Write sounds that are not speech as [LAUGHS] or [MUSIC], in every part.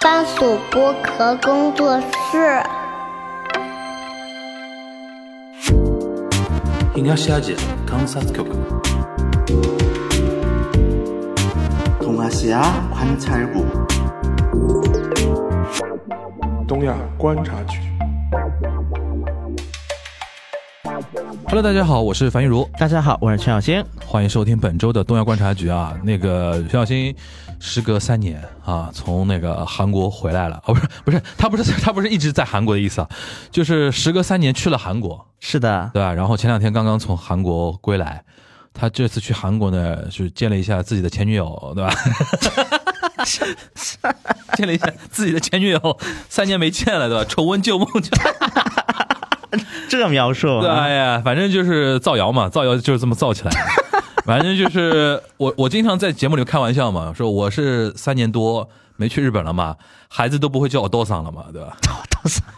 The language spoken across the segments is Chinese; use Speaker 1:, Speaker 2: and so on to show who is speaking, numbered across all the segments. Speaker 1: 番薯剥壳工作室。
Speaker 2: 東アジア観察局
Speaker 3: 동아시아관찰국
Speaker 4: 东亚观察局。
Speaker 5: Hello，大家好，我是樊玉茹，
Speaker 6: 大家好，我是陈小新。
Speaker 5: 欢迎收听本周的东亚观察局啊。那个徐小新，时隔三年啊，从那个韩国回来了哦，不是不是，他不是 [LAUGHS] 他不是一直在韩国的意思啊，就是时隔三年去了韩国，
Speaker 6: 是的，
Speaker 5: 对吧？然后前两天刚刚从韩国归来，他这次去韩国呢，就是见了一下自己的前女友，对吧？见了一下自己的前女友，三年没见了，对吧？重温旧梦，
Speaker 6: 这个描述
Speaker 5: 对，哎呀，反正就是造谣嘛，造谣就是这么造起
Speaker 6: [LAUGHS]
Speaker 5: 来的。反正就是我，我经常在节目里开玩笑嘛，说我是三年多没去日本了嘛，孩子都不会叫我多桑了嘛，对吧？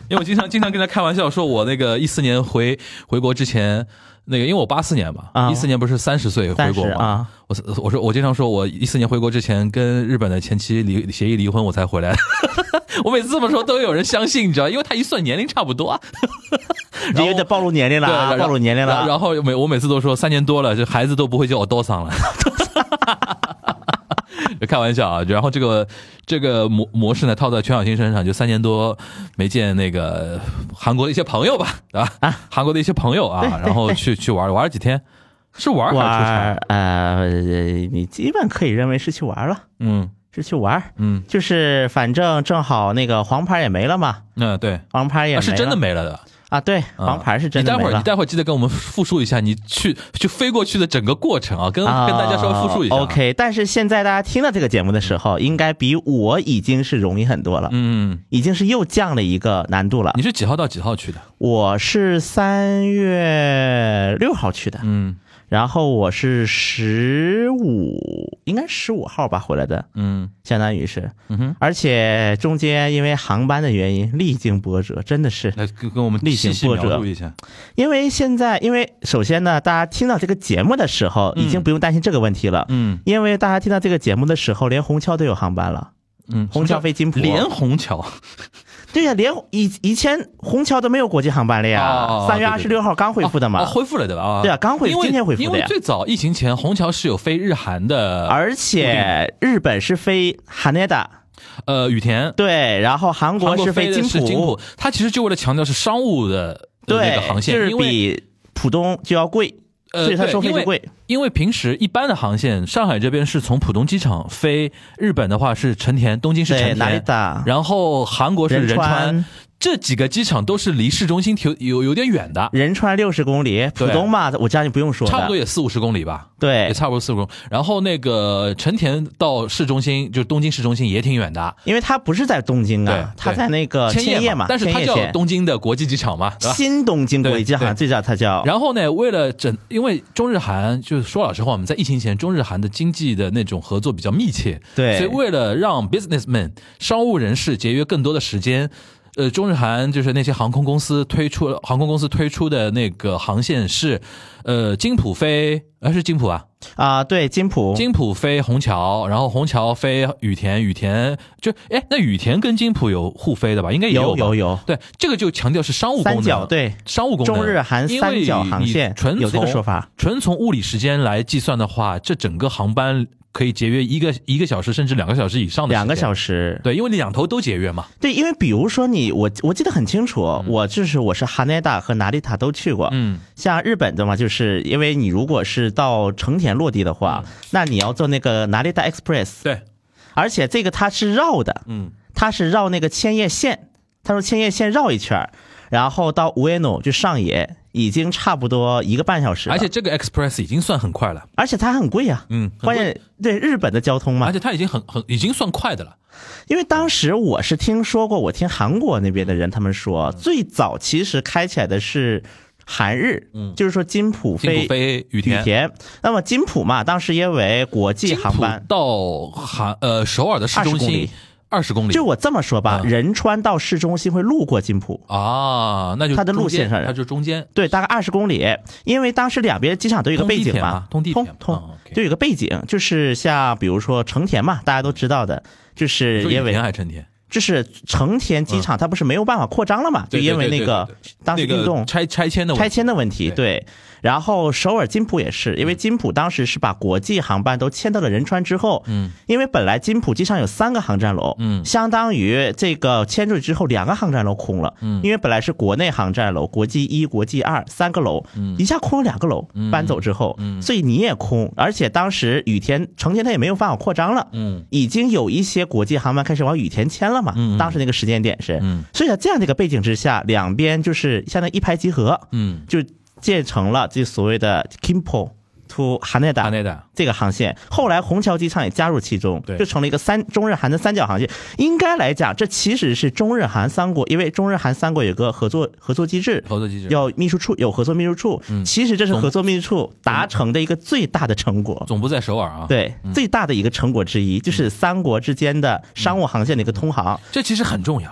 Speaker 5: 因为我经常经常跟他开玩笑说，我那个一四年回回国之前，那个因为我八四年嘛，
Speaker 6: 啊
Speaker 5: 一四年不是三十岁回国
Speaker 6: 30
Speaker 5: 嘛，
Speaker 6: 啊
Speaker 5: 我我说我经常说我一四年回国之前跟日本的前妻离协议离婚，我才
Speaker 6: [LAUGHS]
Speaker 5: 回来。我每次这么说都有人相信，你知道，因为他一算年龄差不多、
Speaker 6: [LAUGHS]
Speaker 5: 啊，
Speaker 6: 你有点暴露年龄了
Speaker 5: 对，
Speaker 6: 啊，
Speaker 5: 然
Speaker 6: 暴露年龄
Speaker 5: 然
Speaker 6: 了。
Speaker 5: 然后每我每次都说三年多了，这孩子都不会叫我多桑了。 [LAUGHS] 开玩笑啊，然后这个这个模模式呢套在全小新身上，就三年多没见那个韩国的一些朋友吧，对吧？韩国的一些朋友啊，然后去去玩玩了几天，是玩还是
Speaker 6: 玩
Speaker 5: 出差？
Speaker 6: 儿呃，你基本可以认为是去玩儿了，
Speaker 5: 嗯
Speaker 6: 是去玩儿，
Speaker 5: 嗯，
Speaker 6: 就是反正正好那个黄牌也没了嘛，
Speaker 5: 那对，
Speaker 6: 黄牌也
Speaker 5: 啊
Speaker 6: 没
Speaker 5: 是真的
Speaker 6: 了
Speaker 5: 没了的。
Speaker 6: 啊，对，
Speaker 5: 啊
Speaker 6: 黄牌是真的
Speaker 5: 你待
Speaker 6: 没
Speaker 5: 会儿，
Speaker 6: 了
Speaker 5: 你。待会儿记得跟我们复述一下你去就飞过去的整个过程啊，跟、跟大家稍微复述一下啊。
Speaker 6: 啊 OK，但是现在大家听到这个节目的时候，应该比我已经是容易很多了，
Speaker 5: 嗯，
Speaker 6: 已经是又降了一个难度了
Speaker 5: 你。是几号到几号去的？
Speaker 6: 我是三月六号去的，
Speaker 5: 嗯
Speaker 6: 然后我是十五，应该十五号吧回来的，
Speaker 5: 嗯
Speaker 6: 相当于是，
Speaker 5: 嗯哼。
Speaker 6: 而且中间因为航班的原因历经波折，真的是，
Speaker 5: 来跟跟我们
Speaker 6: 历
Speaker 5: 细
Speaker 6: 经
Speaker 5: 细
Speaker 6: 波
Speaker 5: 描
Speaker 6: 折
Speaker 5: 述一下。
Speaker 6: 因为现在因为首先呢，大家听到这个节目的时候，
Speaker 5: 嗯
Speaker 6: 已经不用担心这个问题了。
Speaker 5: 嗯
Speaker 6: 因为大家听到这个节目的时候，连虹桥都有航班了，
Speaker 5: 嗯，
Speaker 6: 虹
Speaker 5: 什么
Speaker 6: 桥
Speaker 5: 叫
Speaker 6: 飞金浦，啊
Speaker 5: 连虹桥，
Speaker 6: 对呀、连以以前虹桥都没有国际航班了
Speaker 5: 哦
Speaker 6: 呀，三月
Speaker 5: 对
Speaker 6: 二
Speaker 5: 对
Speaker 6: 十
Speaker 5: 对
Speaker 6: 六号刚恢复的
Speaker 5: 啊
Speaker 6: 嘛，
Speaker 5: 恢复了对吧？啊，
Speaker 6: 对啊刚恢复
Speaker 5: 因为
Speaker 6: 今天恢复的
Speaker 5: 因为
Speaker 6: 呀
Speaker 5: 最早疫情前，虹桥是有飞日韩的，
Speaker 6: 而且日本是飞哈内达，
Speaker 5: 呃羽田，
Speaker 6: 对，然后
Speaker 5: 韩
Speaker 6: 韩国是
Speaker 5: 飞
Speaker 6: 飞
Speaker 5: 的是金
Speaker 6: 浦，，
Speaker 5: 它其实就为了强调是商务的呃
Speaker 6: 对，
Speaker 5: 那个航线，
Speaker 6: 就是
Speaker 5: 因为
Speaker 6: 比浦东就要贵，
Speaker 5: 呃
Speaker 6: 所以它
Speaker 5: 对
Speaker 6: 收费
Speaker 5: 因为
Speaker 6: 就贵。
Speaker 5: 因为平时一般的航线，上海这边是从浦东机场飞日本的话是成田，东京是成
Speaker 6: 对，哪里
Speaker 5: 田。
Speaker 6: 打？
Speaker 5: 然后韩国是仁
Speaker 6: 仁
Speaker 5: 川
Speaker 6: 川，
Speaker 5: 这几个机场都是离市中心挺有有点远的，
Speaker 6: 仁川六十公里，浦
Speaker 5: 对
Speaker 6: 东嘛，我家你不用说的，
Speaker 5: 差不多也四五十公里吧。也
Speaker 6: 对，
Speaker 5: 差不多四五公里。然后那个成田到市中心，就东京市中心也挺远的，
Speaker 6: 因为它不是在东京啊
Speaker 5: 对，
Speaker 6: 它
Speaker 5: 对
Speaker 6: 在那个
Speaker 5: 千叶
Speaker 6: 叶嘛，
Speaker 5: 但是它
Speaker 6: 千叶
Speaker 5: 叫
Speaker 6: 县
Speaker 5: 东京的国际机场嘛，对吧？
Speaker 6: 新东京国际
Speaker 5: 对
Speaker 6: 好像
Speaker 5: 对
Speaker 6: 最早它叫，
Speaker 5: 然后呢，为了整，因为中日韩就是说老实话，我们在疫情前，中日韩的经济的那种合作比较密切，
Speaker 6: 对
Speaker 5: 所以为了让 businessman 商务人士节约更多的时间。呃，中日韩就是那些航空公司推出，航空公司推出的那个航线是，呃，金浦飞，呃，是金浦啊，
Speaker 6: 啊，对，金浦，
Speaker 5: 金浦飞虹桥，然后虹桥飞羽田，羽田就哎，那羽田跟金浦有互飞的吧？应该也
Speaker 6: 有
Speaker 5: 吧
Speaker 6: 有有
Speaker 5: 对，这个就强调是商务功能，
Speaker 6: 三角对
Speaker 5: 商务功能，
Speaker 6: 中日韩三角航
Speaker 5: 因为
Speaker 6: 线
Speaker 5: 你纯从
Speaker 6: 有这个说法，
Speaker 5: 纯从物理时间来计算的话，这整个航班可以节约一个一个小时甚至两个小时以上的
Speaker 6: 两个小
Speaker 5: 时
Speaker 6: 时
Speaker 5: 间，，对，因为你两头都节约嘛，
Speaker 6: 对，因为比如说你，我我记得很清楚，我就是我是哈内达和拿里塔都去过，
Speaker 5: 嗯，
Speaker 6: 像日本的嘛，就是因为你如果是到成田落地的话，
Speaker 5: 嗯
Speaker 6: 那你要坐那个拿里达 Express，
Speaker 5: 对，
Speaker 6: 而且这个它是绕的，
Speaker 5: 嗯，
Speaker 6: 它是绕那个千叶县，他说千叶县绕一圈儿，然后到无 n o 就上野，已经差不多一个半小时了，
Speaker 5: 而且这个 Express 已经算很快了，
Speaker 6: 而且它很贵呀、啊，
Speaker 5: 嗯很贵
Speaker 6: 关键对日本的交通嘛
Speaker 5: 而，且它已经很很已经算快的了，
Speaker 6: 因为当时我是听说过，我听韩国那边的人他们
Speaker 5: 嗯
Speaker 6: 说，最早其实开起来的是韩日，嗯，就是说金浦
Speaker 5: 金
Speaker 6: 飞
Speaker 5: 浦飞羽
Speaker 6: 羽田，那么金浦嘛，当时因为国际
Speaker 5: 金浦
Speaker 6: 航班，
Speaker 5: 到韩呃首尔的市中
Speaker 6: 20公
Speaker 5: 心
Speaker 6: 里
Speaker 5: 二十公里，
Speaker 6: 就我这么说吧，
Speaker 5: 嗯
Speaker 6: 仁川到市中心会路过金浦。
Speaker 5: 啊，那就
Speaker 6: 它的路
Speaker 5: 中间
Speaker 6: 线上
Speaker 5: 它就中间
Speaker 6: 对，大概二十公里，因为当时两边机场都有一个背景嘛，
Speaker 5: 通地铁嘛通地铁
Speaker 6: 通
Speaker 5: 嘛
Speaker 6: 通
Speaker 5: 嗯，OK
Speaker 6: 就有一个背景，就是像比如说成田嘛，大家都知道的，就是
Speaker 5: 就
Speaker 6: 因
Speaker 5: 羽
Speaker 6: 为
Speaker 5: 田还成田，嗯
Speaker 6: 这是成田机场，它不是没有办法扩张了嘛？就
Speaker 5: 对
Speaker 6: 因为
Speaker 5: 对对
Speaker 6: 那个
Speaker 5: 对对
Speaker 6: 当时
Speaker 5: 那
Speaker 6: 运动
Speaker 5: 个拆拆迁的问
Speaker 6: 拆
Speaker 5: 题
Speaker 6: 迁的问题，
Speaker 5: 对嗯
Speaker 6: 对。然后首尔金浦也是，因为金浦当时是把国际航班都迁到了仁川之后，
Speaker 5: 嗯，
Speaker 6: 因为本来金浦机场有三个航站楼，
Speaker 5: 嗯
Speaker 6: 相当于这个迁出去之后两个航站楼空了，
Speaker 5: 嗯
Speaker 6: 因为本来是国内航站楼，国际一、国际二三个楼，
Speaker 5: 嗯
Speaker 6: 一下空了两个楼，
Speaker 5: 嗯
Speaker 6: 搬走之后，
Speaker 5: 嗯
Speaker 6: 所以你也空，而且当时羽田成田它也没有办法扩张了，
Speaker 5: 嗯
Speaker 6: 已经有一些国际航班开始往羽田迁了嘛，
Speaker 5: 嗯嗯
Speaker 6: 当时那个时间点是，
Speaker 5: 嗯
Speaker 6: 所以在这样的一个背景之下，两边就是相当于一拍即合，
Speaker 5: 嗯，
Speaker 6: 就建成了这所谓的 Kimpo to Haneda
Speaker 5: 大内的，
Speaker 6: 这个航线。后来虹桥机场也加入其中
Speaker 5: 对，
Speaker 6: 就成了一个三中日韩的三角航线。应该来讲，这其实是中日韩三国，因为中日韩三国有个合作合作机制。
Speaker 5: 合作机制
Speaker 6: 要秘书处有合作秘书处，
Speaker 5: 嗯
Speaker 6: 其实这是
Speaker 5: 总
Speaker 6: 合作秘书处达成的一个最大的成果。
Speaker 5: 总部在首尔啊。，
Speaker 6: 对，最大的一个成果之一就是三国之间的商务航线的一个通航。
Speaker 5: 这其实很重要，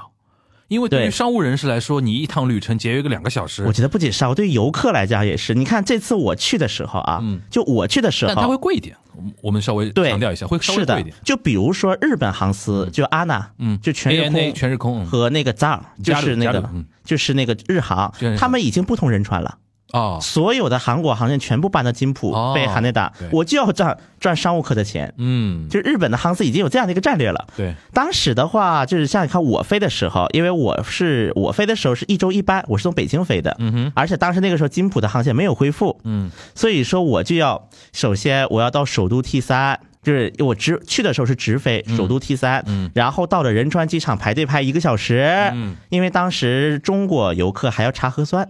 Speaker 5: 因为对于
Speaker 6: 对
Speaker 5: 商务人士来说，你一趟旅程节约个两个小时
Speaker 6: 我，觉得不仅商务，对于游客来讲也是。你看这次我去的时候啊，
Speaker 5: 嗯
Speaker 6: 就我去的时候，
Speaker 5: 但它会贵一点。我们我们稍微
Speaker 6: 对
Speaker 5: 强调一下，会稍微
Speaker 6: 是
Speaker 5: 贵
Speaker 6: 的
Speaker 5: 一点。，
Speaker 6: 就比如说日本航司，就阿娜，
Speaker 5: 嗯
Speaker 6: 就全日
Speaker 5: ANA
Speaker 6: 空，
Speaker 5: 全日空嗯
Speaker 6: 和那个 ZAR，就
Speaker 5: 加入
Speaker 6: 是那
Speaker 5: 加入
Speaker 6: 个
Speaker 5: 嗯
Speaker 6: 就是那个日航
Speaker 5: 全日，航
Speaker 6: 他们已经不同仁川了，
Speaker 5: 哦，
Speaker 6: 所有的韩国航线全部搬到金浦
Speaker 5: 哦，
Speaker 6: 被韩内达
Speaker 5: 对，
Speaker 6: 我就要赚赚商务客的钱。
Speaker 5: 嗯，
Speaker 6: 就日本的航司已经有这样的一个战略了。
Speaker 5: 对，
Speaker 6: 当时的话，就是像你看我飞的时候，因为我是我飞的时候是一周一班，我是从北京飞的，嗯
Speaker 5: 哼，
Speaker 6: 而且当时那个时候金浦的航线没有恢复，
Speaker 5: 嗯，
Speaker 6: 所以说我就要首先我要到首都 T 三。就是我直去的时候是直飞首都 T 三、
Speaker 5: 嗯
Speaker 6: 然后到了仁川机场排队排一个小时，
Speaker 5: 嗯，
Speaker 6: 因为当时中国游客还要查核酸，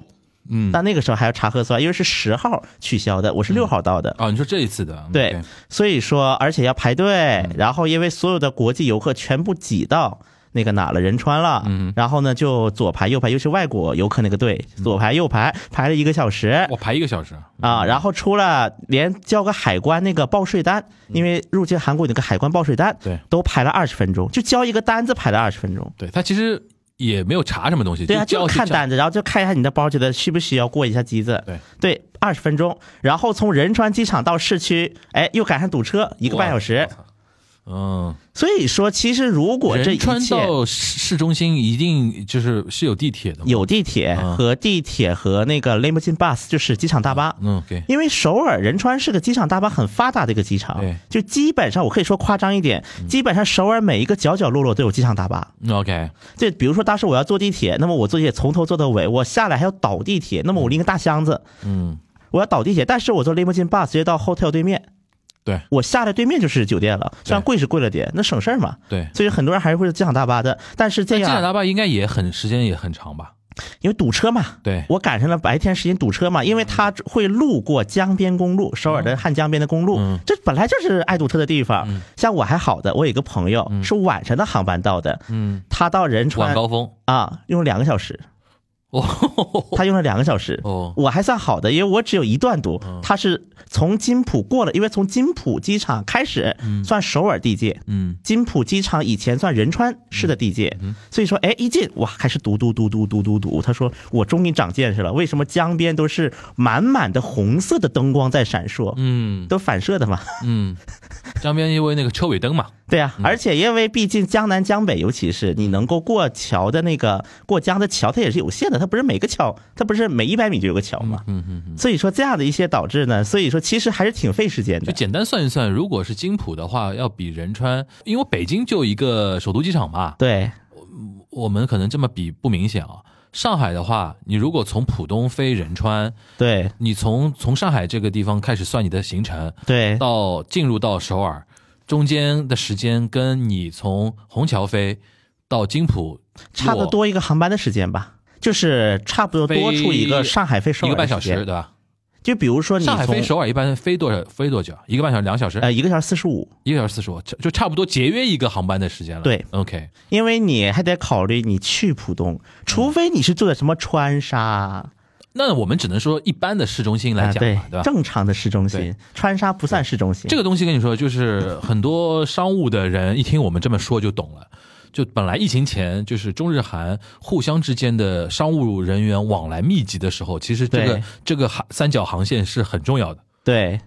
Speaker 5: 嗯
Speaker 6: 但那个时候还要查核酸，因为是十号取消的，我是六号到的，
Speaker 5: 哦，你说这一次的，
Speaker 6: 对，所以说而且要排队，
Speaker 5: 嗯
Speaker 6: 然后因为所有的国际游客全部挤到那个哪了仁川了，
Speaker 5: 嗯
Speaker 6: 然后呢就左排右排，尤其外国游客那个队，左排右排排了一个小时
Speaker 5: 我排一个小时，
Speaker 6: 啊，然后出了连交个海关那个报税单，因为入境韩国有那个海关报税单，
Speaker 5: 嗯对
Speaker 6: 都排了二十分钟，就交一个单子排了二十分钟。
Speaker 5: 对他其实也没有查什么东西，
Speaker 6: 对啊，
Speaker 5: 就
Speaker 6: 就
Speaker 5: 叫
Speaker 6: 看单子，然后就看一下你的包，觉得需不需要过一下机子。
Speaker 5: 对
Speaker 6: 对，二十分钟，然后从仁川机场到市区，哎，又赶上堵车，一个半小时。。
Speaker 5: 嗯，
Speaker 6: 所以说，其实如果这
Speaker 5: 仁
Speaker 6: 一
Speaker 5: 川
Speaker 6: 切
Speaker 5: 到市市中心一定就是是有地铁的嘛，
Speaker 6: 有地铁
Speaker 5: 啊
Speaker 6: 和地铁和那个 limousine bus，就是机场大巴。
Speaker 5: 嗯，OK，
Speaker 6: 因为首尔仁川是个机场大巴很发达的一个机场
Speaker 5: 对，
Speaker 6: 就基本上我可以说夸张一点，基本上首尔每一个角角落落都有机场大巴。
Speaker 5: 嗯 OK，
Speaker 6: 对，比如说当时我要坐地铁，那么我坐地铁从头坐到尾，我下来还要倒地铁，那么我拎个大箱子，
Speaker 5: 嗯，
Speaker 6: 我要倒地铁，但是我坐 limousine bus 直接到 hotel 对面，
Speaker 5: 对
Speaker 6: 我下来对面就是酒店了，虽然
Speaker 5: 对
Speaker 6: 贵是贵了点，那省事儿嘛。
Speaker 5: 对。
Speaker 6: 所以很多人还是会机场大巴的，但是这
Speaker 5: 但机场
Speaker 6: 样
Speaker 5: 大巴应该也很时间也很长吧？
Speaker 6: 因为堵车嘛，
Speaker 5: 对嗯
Speaker 6: 我赶上了白天时间堵车嘛，因为它会路过江边公路，首尔的汉江边的公路
Speaker 5: 嗯，
Speaker 6: 这本来就是爱堵车的地方。像我还好的，我有一个朋友是晚上的航班到的，
Speaker 5: 嗯，
Speaker 6: 他到仁
Speaker 5: 晚
Speaker 6: 川
Speaker 5: 高峰
Speaker 6: 啊用了两个小时，
Speaker 5: 哦，
Speaker 6: 他用了两个小时。
Speaker 5: 哦嗯
Speaker 6: 我还算好的，因为我只有一段堵，他是从金浦过了，因为从金浦机场开始算首尔地界，
Speaker 5: 嗯
Speaker 6: 金浦机场以前算仁川市的地界，所以说，哎，一进哇，开始堵堵堵堵堵堵堵。他说，我终于长见识了，为什么江边都是满满的红色的灯光在闪烁，
Speaker 5: 嗯
Speaker 6: 都反射的嘛？
Speaker 5: 嗯，江边因为那个车尾灯嘛，
Speaker 6: 对啊，而且因为毕竟江南江北，尤其是你能够过桥的那个过江的桥，它也是有限的，它不是每个桥，它不是每一百米就有个桥嘛。
Speaker 5: 嗯嗯嗯，
Speaker 6: 所以说这样的一些导致呢，所以说其实还是挺费时间
Speaker 5: 就
Speaker 6: 的。
Speaker 5: 简单算一算，如果是金浦的话，要比仁川，因为北京就一个首都机场嘛，
Speaker 6: 对，
Speaker 5: 我们可能这么比不明显啊。上海的话，你如果从浦东飞仁川，
Speaker 6: 对，
Speaker 5: 你从从上海这个地方开始算你的行程，
Speaker 6: 对，
Speaker 5: 到进入到首尔，中间的时间跟你从虹桥飞到金浦
Speaker 6: 差不
Speaker 5: 落
Speaker 6: 多一个航班的时间吧，就是差不多多出一个上海飞首
Speaker 5: 一
Speaker 6: 尔
Speaker 5: 个半
Speaker 6: 的时
Speaker 5: 小时，
Speaker 6: 间
Speaker 5: 对吧？
Speaker 6: 就比如说你
Speaker 5: 上海飞
Speaker 6: 从
Speaker 5: 首尔一般飞多少飞多久？啊一个半小时、两小时、
Speaker 6: 呃一个小时四十五，
Speaker 5: 一个小时四十五，就差不多节约一个航班的时间了。
Speaker 6: 对
Speaker 5: ，OK，
Speaker 6: 因为你还得考虑你去浦
Speaker 5: 嗯
Speaker 6: 东，除非你是住在什么川沙，
Speaker 5: 那我们只能说一般的市中心来
Speaker 6: 啊
Speaker 5: 讲
Speaker 6: 对
Speaker 5: 嘛，对吧？
Speaker 6: 正常的市中
Speaker 5: 对
Speaker 6: 心，川沙不算市中心。
Speaker 5: 这个东西跟你说，就是很多商务的人一听我们这么说就懂了。就本来疫情前，就是中日韩互相之间的商务人员往来密集的时候，其实这个
Speaker 6: 对
Speaker 5: 这个航三角航线是很重要的。
Speaker 6: 对，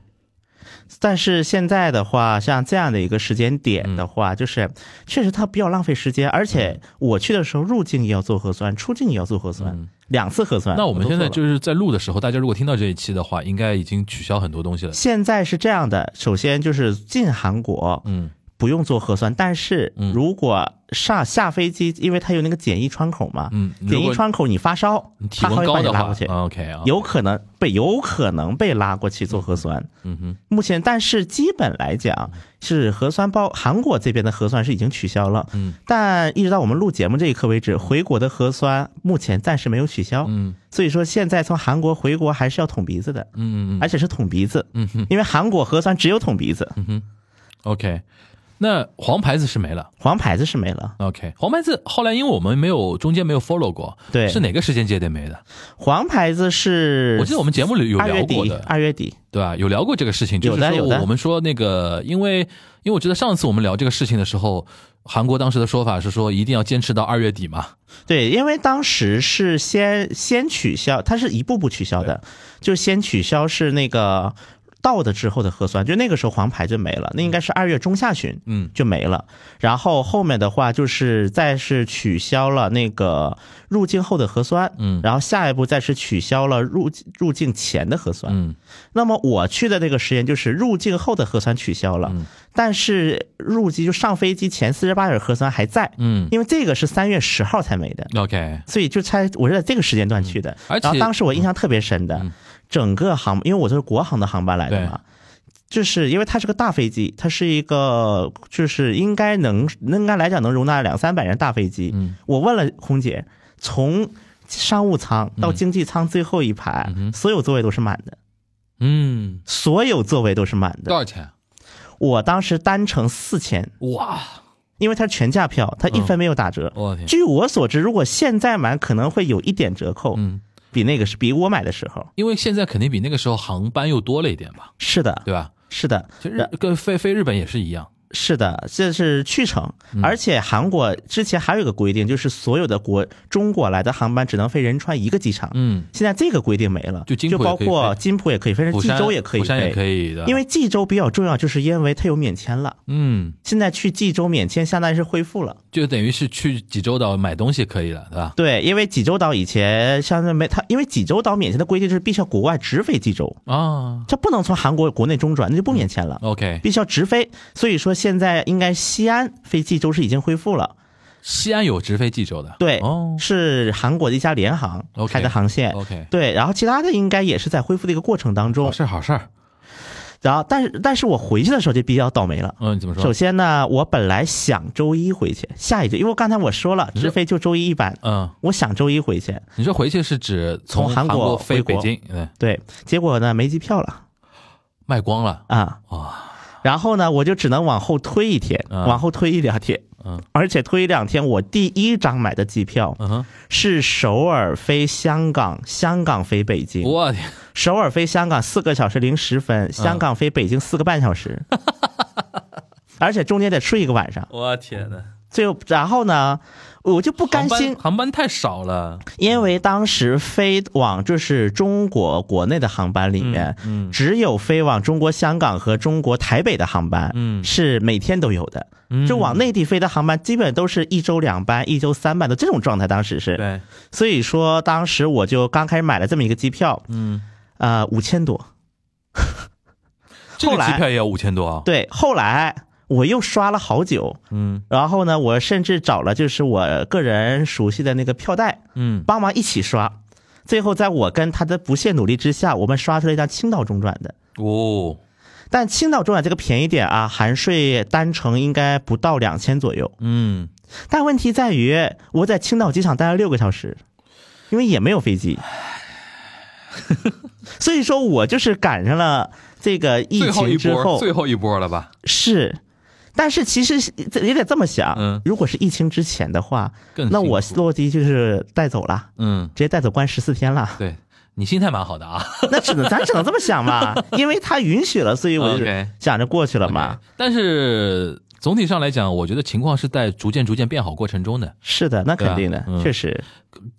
Speaker 6: 但是现在的话，像这样的一个时间
Speaker 5: 嗯
Speaker 6: 点的话，就是确实它比较浪费时间，而且我去的时候入境也要做核酸，出境也要做核酸，两次核酸。
Speaker 5: 嗯那我们
Speaker 6: 都
Speaker 5: 现
Speaker 6: 做
Speaker 5: 在
Speaker 6: 了
Speaker 5: 就是在录的时候，大家如果听到这一期的话，应该已经取消很多东西了。
Speaker 6: 现在是这样的，首先就是进韩国，
Speaker 5: 嗯，
Speaker 6: 不用做核酸，但是
Speaker 5: 嗯
Speaker 6: 如果上下飞机，因为它有那个检疫窗口嘛，
Speaker 5: 嗯如果
Speaker 6: 检疫窗口你发烧
Speaker 5: 你，体
Speaker 6: 他
Speaker 5: 温
Speaker 6: 会
Speaker 5: 高
Speaker 6: 把你
Speaker 5: 的
Speaker 6: 拉
Speaker 5: 话
Speaker 6: 过去，
Speaker 5: 啊，OK 啊，
Speaker 6: 有可能被有可能被拉过去做核酸。
Speaker 5: 嗯哼，
Speaker 6: 目前，但是基本来讲是核酸包，韩国这边的核酸是已经取消了。
Speaker 5: 嗯，
Speaker 6: 但一直到我们录节目这一刻为止，回国的核酸目前暂时没有取消。
Speaker 5: 嗯，
Speaker 6: 所以说现在从韩国回国还是要捅鼻子的，
Speaker 5: 嗯嗯嗯
Speaker 6: 而且是捅鼻子，
Speaker 5: 嗯哼嗯
Speaker 6: 因为韩国核酸只有捅鼻子，
Speaker 5: ，OK。那黄牌子是没了
Speaker 6: 黄牌子是没了。
Speaker 5: ，OK。黄牌子后来因为我们没有中间没有 follow 过，
Speaker 6: 对
Speaker 5: 是哪个时间节点没的？
Speaker 6: 黄牌子是，
Speaker 5: 我记得我们节目里有
Speaker 6: 二
Speaker 5: 聊
Speaker 6: 月
Speaker 5: 过
Speaker 6: 底
Speaker 5: 的，，
Speaker 6: 二月底，
Speaker 5: 对吧？有聊过这个事情，就
Speaker 6: 有
Speaker 5: 是
Speaker 6: 的
Speaker 5: 说
Speaker 6: 有的
Speaker 5: 我们说那个，因为因为我觉得上次我们聊这个事情的时候，韩国当时的说法是说一定要坚持到二月底嘛，
Speaker 6: 对，因为当时是先先取消，它是一步步取消的，就先取消是那个到的之后的核酸，就那个时候黄牌就没了，那应该是二月中下旬，
Speaker 5: 嗯
Speaker 6: 就没了。然后后面的话就是再是取消了那个入境后的核酸，
Speaker 5: 嗯
Speaker 6: 然后下一步再是取消了入入境前的核酸，
Speaker 5: 嗯
Speaker 6: 那么我去的那个实验就是入境后的核酸取消了，
Speaker 5: 嗯
Speaker 6: 但是入机就上飞机前四十八小时核酸还在，
Speaker 5: 嗯
Speaker 6: 因为这个是三月十号才没的，
Speaker 5: ，OK，
Speaker 6: 所以就猜我是在这个时间段去的。
Speaker 5: 嗯而且嗯
Speaker 6: 然后当时我印象特别深的，整个航，因为我就是国航的航班来的嘛。就是因为它是个大飞机，它是一个就是应该能应该来讲能容纳两三百人大飞机。
Speaker 5: 嗯
Speaker 6: 我问了空姐，从商务舱到经济舱最后一排，所有座位都是满的。
Speaker 5: 嗯，
Speaker 6: 所有座位都是满
Speaker 5: 多
Speaker 6: 的。
Speaker 5: 少钱？
Speaker 6: 我当时单程四千，
Speaker 5: 哇，
Speaker 6: 因为它是全价票，它一分没有打折。
Speaker 5: 我的天！
Speaker 6: 据我所知，如果现在买可能会有一点折扣，
Speaker 5: 嗯，
Speaker 6: 比那个是比我买的时候
Speaker 5: 因为现在肯定比那个时候航班又多了一点吧，
Speaker 6: 是的，
Speaker 5: 对吧？
Speaker 6: 是的，
Speaker 5: 其实跟飞飞日本也是一样，
Speaker 6: 是的，这是去程。
Speaker 5: 嗯
Speaker 6: 而且韩国之前还有一个规定，就是所有的国中国来的航班只能飞仁川一个机场。
Speaker 5: 嗯，
Speaker 6: 现在这个规定没了，
Speaker 5: 就
Speaker 6: 就
Speaker 5: 金浦也
Speaker 6: 包
Speaker 5: 可以
Speaker 6: 括
Speaker 5: 飞
Speaker 6: 金浦也可以飞，甚至
Speaker 5: 釜
Speaker 6: 济
Speaker 5: 山
Speaker 6: 州也可以
Speaker 5: 釜山也可
Speaker 6: 飞。
Speaker 5: 以的，
Speaker 6: 因为济州比较重要，就是因为它有免签了，
Speaker 5: 嗯，
Speaker 6: 现在去济州免签相当于是恢复了。
Speaker 5: 就等于是去济州岛买东西可以了，对吧？
Speaker 6: 对，因为济州岛以前相当于没它，因为济州岛免签的规定就是必须要国外直飞济州，
Speaker 5: 啊
Speaker 6: 这不能从韩国国内中转，那就不免签了，
Speaker 5: ，OK，
Speaker 6: 必须要直飞。所以说现在应该西安飞济州是已经恢复了，
Speaker 5: 西安有直飞济州的，
Speaker 6: 对，
Speaker 5: 哦
Speaker 6: 是韩国的一家联航
Speaker 5: OK
Speaker 6: 开的航线。
Speaker 5: ，OK，哦
Speaker 6: 对，然后其他的应该也是在恢复的一个过程当
Speaker 5: 好
Speaker 6: 中。
Speaker 5: 事儿好事儿，
Speaker 6: 然后，但是但是我回去的时候就比较倒霉了。
Speaker 5: 嗯，你怎么
Speaker 6: 首
Speaker 5: 说？
Speaker 6: 先呢，我本来想周一回去，下一周，因为刚才我说了，直飞就周一一班，
Speaker 5: 嗯，
Speaker 6: 我想周一回去，
Speaker 5: 你说回去是指
Speaker 6: 从
Speaker 5: 韩
Speaker 6: 韩国
Speaker 5: 飞
Speaker 6: 回
Speaker 5: 北
Speaker 6: 国
Speaker 5: 京，嗯，
Speaker 6: 对，结果呢没机票了
Speaker 5: 卖光了，
Speaker 6: 啊。
Speaker 5: 哇，
Speaker 6: 然后呢，我就只能往后推一天，
Speaker 5: 嗯
Speaker 6: 往后推一两天。
Speaker 5: 嗯，
Speaker 6: 而且推一两天，我第一张买的机票
Speaker 5: 嗯哼，
Speaker 6: 是首尔飞香港，香港飞北京。
Speaker 5: 我天，
Speaker 6: 首尔飞香港四个小时零十
Speaker 5: 嗯
Speaker 6: 分，香港飞北京四个半小时，而且中间得睡一个晚上。
Speaker 5: 我天呐，
Speaker 6: 最后，然后呢，我就不甘
Speaker 5: 航
Speaker 6: 心
Speaker 5: 班，航班太少了，
Speaker 6: 因为当时飞往就是中国国内的航班里面，
Speaker 5: 嗯
Speaker 6: 只有飞往中国香港和中国台北的航班，
Speaker 5: 嗯
Speaker 6: 是每天都有的。就往内地飞的航班，基本都是一周两班、一周三班的这种状态。当时是，
Speaker 5: 对，
Speaker 6: 所以说当时我就刚开始买了这么一个机票，
Speaker 5: 嗯，
Speaker 6: 呃，五千多。
Speaker 5: 这个
Speaker 6: 后来
Speaker 5: 机票也要五千多啊，
Speaker 6: 对，后来我又刷了好久，
Speaker 5: 嗯
Speaker 6: 然后呢，我甚至找了就是我个人熟悉的那个票代，
Speaker 5: 嗯，
Speaker 6: 帮忙一起刷。最后，在我跟他的不懈努力之下，我们刷出了一张青岛中转的。
Speaker 5: 哦，
Speaker 6: 但青岛中转这个便宜点啊，含税单程应该不到两千左右。
Speaker 5: 嗯，
Speaker 6: 但问题在于，我在青岛机场待了六个小时，因为也没有飞机。 [LAUGHS] 所以说我就是赶上了这个疫
Speaker 5: 最后一
Speaker 6: 情之
Speaker 5: 波，
Speaker 6: 后，
Speaker 5: 最后一波了吧？
Speaker 6: 是，但是其实是也得这么想，
Speaker 5: 嗯
Speaker 6: 如果是疫情之前的话，
Speaker 5: 更
Speaker 6: 那我
Speaker 5: 辛苦
Speaker 6: 落地就是带走了，
Speaker 5: 嗯，。
Speaker 6: 直接带走关十四天了
Speaker 5: [LAUGHS] 对你心态蛮好的啊，
Speaker 6: 那只能咱
Speaker 5: [LAUGHS]
Speaker 6: 只能这么想嘛，因为他允许了，所以我就
Speaker 5: OK
Speaker 6: 是想着过去了嘛。
Speaker 5: 但是总体上来讲，我觉得情况是在逐渐逐渐变好过程中的。
Speaker 6: 是的，那肯定的，
Speaker 5: 对啊嗯
Speaker 6: 确实，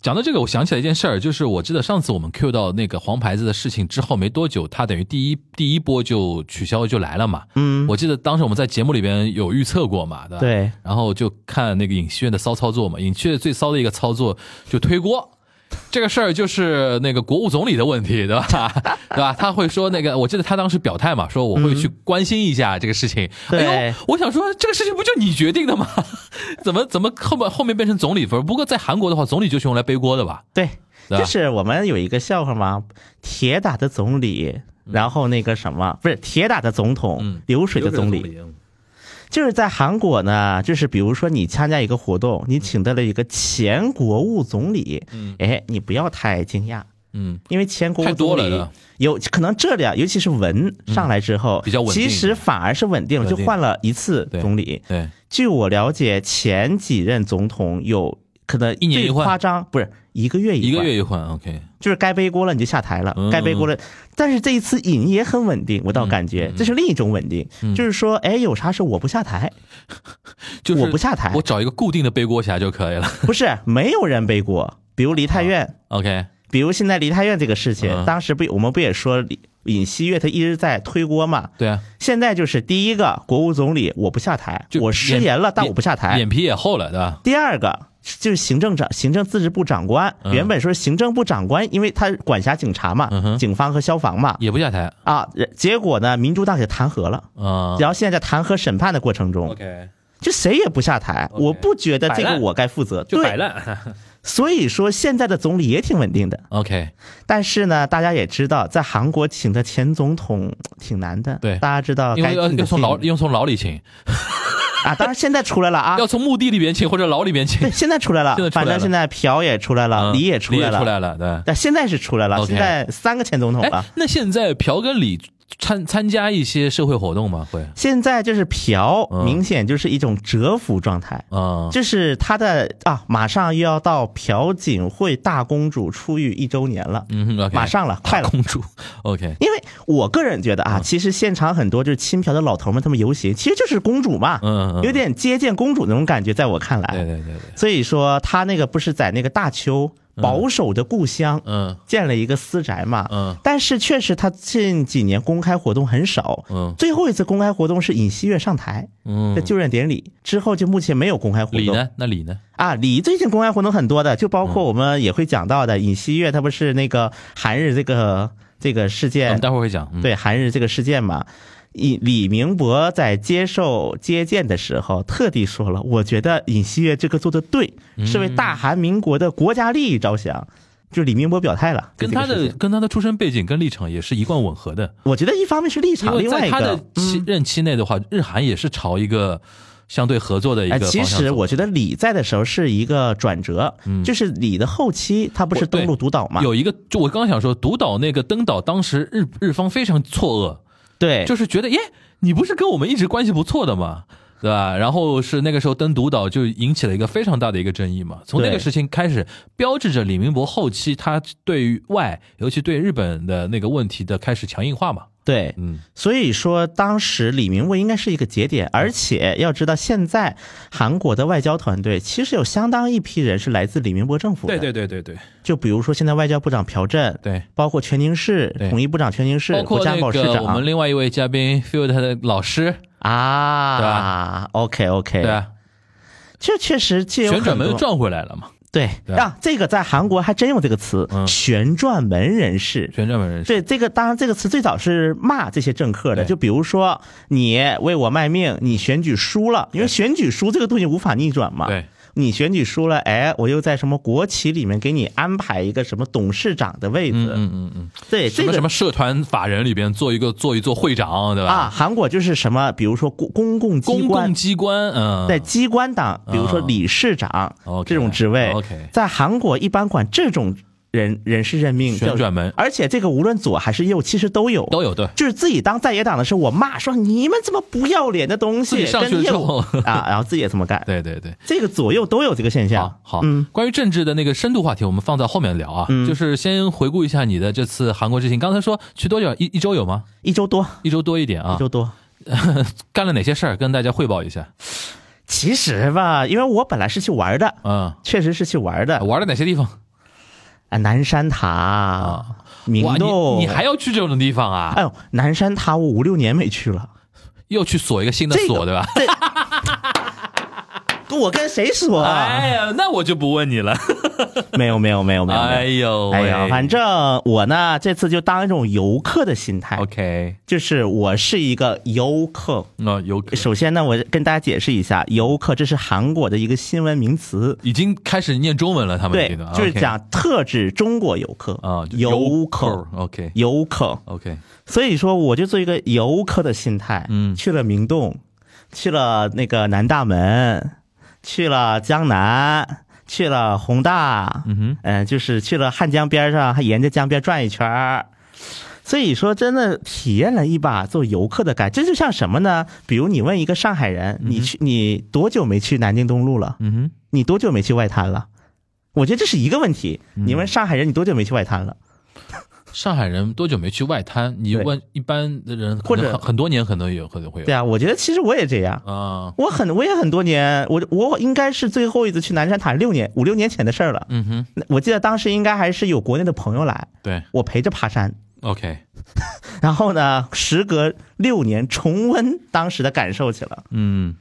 Speaker 5: 讲到这个，我想起来一件事儿，就是我记得上次我们 Q 到那个黄牌子的事情之后没多久，它等于第一第一波就取消就来了嘛。
Speaker 6: 嗯，
Speaker 5: 我记得当时我们在节目里边有预测过嘛，对吧？
Speaker 6: 对
Speaker 5: 然后就看那个尹锡悦的骚操作嘛，尹锡悦最骚的一个操作就推锅。这个事儿就是那个国务总理的问题，对吧？ [LAUGHS] 对吧？他会说那个，我记得他当时表态嘛，说我会去关心一下这个事情。
Speaker 6: 对
Speaker 5: 哎呦，我想说这个事情不就你决定的吗？ [LAUGHS] 怎么怎么后面后面变成总理分？不过在韩国的话，总理就是用来背锅的吧？
Speaker 6: 对，
Speaker 5: 对吧
Speaker 6: 就是我们有一个笑话嘛，铁打的总理，然后那个什么，不是铁打的总统
Speaker 5: 嗯，
Speaker 6: 流水的总理，，就是在韩国呢，就是比如说你参加一个活
Speaker 5: 嗯
Speaker 6: 动，你请到了一个前国务总理，哎，你不要太惊讶，
Speaker 5: 嗯，
Speaker 6: 因为前国务
Speaker 5: 太多
Speaker 6: 总
Speaker 5: 了
Speaker 6: 理
Speaker 5: 的
Speaker 6: 有可能这俩，尤其是文上来之后，
Speaker 5: 比较稳定
Speaker 6: 其实反而是稳定了，
Speaker 5: 稳
Speaker 6: 就
Speaker 5: 定
Speaker 6: 换了一次
Speaker 5: 对
Speaker 6: 总理。
Speaker 5: 对，
Speaker 6: 据我了解，前几任总统有可能
Speaker 5: 一年一
Speaker 6: 最
Speaker 5: 换
Speaker 6: 夸张不是一个月一
Speaker 5: 一个
Speaker 6: 换
Speaker 5: 月一换，OK，
Speaker 6: 就是该背锅了你就下台了，
Speaker 5: 嗯嗯
Speaker 6: 该背锅了。但是这一次尹也很稳定，我倒感觉这是另一种稳定，就是说，哎，有啥事我不下台，
Speaker 5: 就是
Speaker 6: 我不下台
Speaker 5: 我找一个固定的背锅侠就可以了。
Speaker 6: 不是没有人背锅。比如梨泰
Speaker 5: 啊
Speaker 6: 院，
Speaker 5: OK，
Speaker 6: 比如现在梨泰院这个事情，
Speaker 5: 嗯
Speaker 6: 当时不我们不也说李尹锡悦他一直在推锅嘛？
Speaker 5: 对啊，
Speaker 6: 现在就是第一个国务总理我不下台，
Speaker 5: 就
Speaker 6: 我失言了，但我不下台。
Speaker 5: 眼皮也厚了，对吧？
Speaker 6: 第二个就是行政长、行政自治部长官，
Speaker 5: 嗯
Speaker 6: 原本说行政部长官，因为他管辖警察嘛、
Speaker 5: 嗯哼
Speaker 6: 警方和消防嘛，
Speaker 5: 也不下台
Speaker 6: 啊，结果呢，民主党给弹劾了。
Speaker 5: 啊。
Speaker 6: 然后现在在弹劾审判的过程中，
Speaker 5: OK，
Speaker 6: 就谁也不下台。
Speaker 5: OK
Speaker 6: 我不觉得这
Speaker 5: 摆
Speaker 6: 个
Speaker 5: 烂
Speaker 6: 我该负责，
Speaker 5: 就摆
Speaker 6: 对。
Speaker 5: 烂。
Speaker 6: 所以说现在的总理也挺稳定的，
Speaker 5: OK，
Speaker 6: 但是呢，大家也知道，在韩国请的前总统挺难的。
Speaker 5: 对
Speaker 6: 大家知道
Speaker 5: 因
Speaker 6: 啊该
Speaker 5: 为要
Speaker 6: 请的
Speaker 5: 呃要从牢，
Speaker 6: 请
Speaker 5: 要从牢里请，
Speaker 6: 啊，当然现在出来了啊
Speaker 5: 要，从墓地里边请或者牢里边请
Speaker 6: 对，。现在出来了
Speaker 5: 现在，出来
Speaker 6: 反
Speaker 5: 了
Speaker 6: 正现在朴也出来了，
Speaker 5: 嗯
Speaker 6: 李也出来
Speaker 5: 李也出
Speaker 6: 了，
Speaker 5: 来了，对。
Speaker 6: 但现在是出来了，
Speaker 5: OK
Speaker 6: 现在三个前总统
Speaker 5: 哎
Speaker 6: 了。，
Speaker 5: 那现在朴跟李参参加一些社会活动吗？会
Speaker 6: 现在就是朴，
Speaker 5: 嗯
Speaker 6: 明显就是一种蛰伏状态。
Speaker 5: 啊，
Speaker 6: 就是他的啊，马上又要到朴槿惠大公主出狱一周年了，
Speaker 5: 嗯，OK，
Speaker 6: 马上了，快了。
Speaker 5: 公主，OK，嗯
Speaker 6: 因为我个人觉得啊，其实现场很多就是亲朴的老头们，他们游行其实就是公主嘛，
Speaker 5: 嗯嗯嗯
Speaker 6: 有点接见公主那种感觉，在我看
Speaker 5: 对
Speaker 6: 来。
Speaker 5: 对对对，
Speaker 6: 所以说他那个不是在那个大邱保守的故乡
Speaker 5: 嗯
Speaker 6: 建了一个私宅嘛，
Speaker 5: 嗯
Speaker 6: 但是确实他近几年公开活动很少，
Speaker 5: 嗯
Speaker 6: 最后一次公开活动是尹锡悦上台
Speaker 5: 嗯
Speaker 6: 的。就任典礼之后，就目前没有公开活动。
Speaker 5: 李呢？那李呢？
Speaker 6: 啊，李最近公开活动很多的，就包
Speaker 5: 嗯
Speaker 6: 括我们也会讲到的尹锡悦，他不是那个韩日这个这个事
Speaker 5: 我
Speaker 6: 件
Speaker 5: 们，待会儿会讲。嗯，
Speaker 6: 哎对韩日这个事件嘛。尹李明博在接受接见的时候，特地说了，我觉得尹锡悦这个做的对，是为
Speaker 5: 嗯
Speaker 6: 大韩民国的国家利益着想。就李明博表态了，
Speaker 5: 跟
Speaker 6: 对这
Speaker 5: 他
Speaker 6: 个事
Speaker 5: 的
Speaker 6: 情，
Speaker 5: 跟他的出身背景跟立场也是一贯吻合的。
Speaker 6: 我觉得一方面是立
Speaker 5: 因
Speaker 6: 场，
Speaker 5: 为
Speaker 6: 另外
Speaker 5: 在
Speaker 6: 一
Speaker 5: 他的
Speaker 6: 个，嗯
Speaker 5: 期任期内的话，日韩也是朝一个相对合作的一
Speaker 6: 哎，
Speaker 5: 个方
Speaker 6: 其
Speaker 5: 向走。嗯
Speaker 6: 实我觉得李在的时候是一个转折，就是李的后期他不是
Speaker 5: 我对
Speaker 6: 登陆独岛嘛，
Speaker 5: 有一个，就我刚想说，独岛那个登岛，当时日日方非常错
Speaker 6: 对
Speaker 5: 愕，，就是觉得耶，你不是跟我们一直关系不错的吗？对吧？然后是那个时候登独岛就引起了一个非常大的一个争议嘛。从那
Speaker 6: 对
Speaker 5: 个事情开始，标志着李明博后期他对于外，尤其对日本的那个问题的开始强硬化嘛。
Speaker 6: 对，
Speaker 5: 嗯，
Speaker 6: 所以说当时李明博应该是一个节点，而且要知道，现在韩国的外交团队其实有相当一批人是来自李明博政府的。
Speaker 5: 对对对
Speaker 6: 就比如说现在外交部长朴振，
Speaker 5: 对，
Speaker 6: 包括全宁市
Speaker 5: 对
Speaker 6: 统一部长全宁市
Speaker 5: 包，
Speaker 6: 国
Speaker 5: 括
Speaker 6: 家安
Speaker 5: 那
Speaker 6: 保市
Speaker 5: 个我们
Speaker 6: 长
Speaker 5: 另外一位嘉宾 Field 他的老师，对
Speaker 6: 啊
Speaker 5: 吧
Speaker 6: ，OK OK，
Speaker 5: 对吧？
Speaker 6: 这确实就有
Speaker 5: 旋转
Speaker 6: 很
Speaker 5: 门
Speaker 6: 多
Speaker 5: 转回来了嘛？
Speaker 6: 对
Speaker 5: 对
Speaker 6: 啊，这个在韩国还真有这个词，
Speaker 5: 嗯
Speaker 6: 旋转门人士，
Speaker 5: 旋转门人士，
Speaker 6: 对，这个当然这个词最早是骂这些政客的，
Speaker 5: 对
Speaker 6: 就比如说你为我卖命，你选举输了，因为选举输这个东西无法逆转嘛。
Speaker 5: 对，
Speaker 6: 你选举输了，哎，我又在什么国企里面给你安排一个什么董事长的位
Speaker 5: 嗯
Speaker 6: 置，
Speaker 5: 嗯嗯嗯。
Speaker 6: 对，
Speaker 5: 什
Speaker 6: 这
Speaker 5: 么
Speaker 6: 个
Speaker 5: 什么社团法人里边做一个做一做会长，对吧？
Speaker 6: 啊，韩国就是什么，比如说公公共机
Speaker 5: 公
Speaker 6: 关
Speaker 5: 共。机关，嗯，
Speaker 6: 在机关党，比如说
Speaker 5: 嗯
Speaker 6: 理事长、
Speaker 5: OK，
Speaker 6: 这种职位
Speaker 5: OK
Speaker 6: 在韩国一般管这种人人事任命叫
Speaker 5: 旋转门
Speaker 6: 而且这个无论左还是右，其实都有
Speaker 5: 都有对。
Speaker 6: 就是自己当在野党的时候，我骂说你们怎么不要脸的东
Speaker 5: 自
Speaker 6: 西，
Speaker 5: 己上去
Speaker 6: 跟业
Speaker 5: 之
Speaker 6: 务
Speaker 5: 后
Speaker 6: 啊，然后自己也这么干，
Speaker 5: 对对对，
Speaker 6: 这个左右都有这个现象
Speaker 5: 好。好，
Speaker 6: 嗯，
Speaker 5: 关于政治的那个深度话题，我们放在后面聊啊。就是先回顾一下你的这次韩国之行。刚才说去多久？一一周有吗？
Speaker 6: 一周多，
Speaker 5: 一周多一点啊。
Speaker 6: 一周多，
Speaker 5: 干了哪些事儿，跟大家汇报一下。
Speaker 6: 其实吧，因为我本来是去玩的，
Speaker 5: 嗯，
Speaker 6: 确实是去玩的
Speaker 5: 玩了哪些地方？
Speaker 6: 啊，南山塔、明
Speaker 5: 啊哇，
Speaker 6: 洞，
Speaker 5: 你你还要去这种地方啊？
Speaker 6: 哎呦，南山塔我五六年没去了，
Speaker 5: 又去锁一个新的
Speaker 6: 这个
Speaker 5: 锁，对吧？
Speaker 6: 我跟谁说
Speaker 5: [LAUGHS]
Speaker 6: 啊？
Speaker 5: 哎呀，那我就不问你了。
Speaker 6: 没有没有没有没有，
Speaker 5: 哎
Speaker 6: 没有
Speaker 5: 呦喂，
Speaker 6: 哎呀，反正我呢这次就当一种游客的心态，
Speaker 5: OK，
Speaker 6: 就是我是一个游客。
Speaker 5: 那有可
Speaker 6: 首先呢，我跟大家解释一下，游客这是韩国的一个新闻名词，
Speaker 5: 已经开始念中文了，他们
Speaker 6: 对
Speaker 5: 这个，
Speaker 6: 就是
Speaker 5: OK
Speaker 6: 讲特指中国游客
Speaker 5: 啊，就
Speaker 6: 游
Speaker 5: 客
Speaker 6: 客，
Speaker 5: ，OK
Speaker 6: 游客。
Speaker 5: OK，
Speaker 6: 所以说，我就做一个游客的心态，
Speaker 5: 嗯
Speaker 6: 去了明洞，去了那个南大门，去了江南，去了宏大，嗯
Speaker 5: 哼，
Speaker 6: 就是去了汉江边上，还沿着江边转一圈儿。所以说，真的体验了一把做游客的感觉，这就像什么呢？比如你问一个上海人，你去你多久没去南京东路了？
Speaker 5: 嗯哼，
Speaker 6: 你多久没去外滩了？我觉得这是一个问题。
Speaker 5: 嗯
Speaker 6: 你问上海人，你多久没去外滩了？
Speaker 5: 上海人多久没去外滩？你
Speaker 6: 对
Speaker 5: 问一般的人可能很，
Speaker 6: 或者
Speaker 5: 很多年可能有，可能会
Speaker 6: 对
Speaker 5: 有
Speaker 6: 啊，我觉得其实我也这样。
Speaker 5: 啊，
Speaker 6: 我很我也很多年，我我应该是最后一次去南山塔六年五六年前的事儿了。
Speaker 5: 嗯哼，
Speaker 6: 我记得当时应该还是有国内的朋友来，
Speaker 5: 对
Speaker 6: 我陪着爬山。
Speaker 5: ，OK，
Speaker 6: 然后呢，时隔六年重温当时的感受去了。
Speaker 5: 嗯，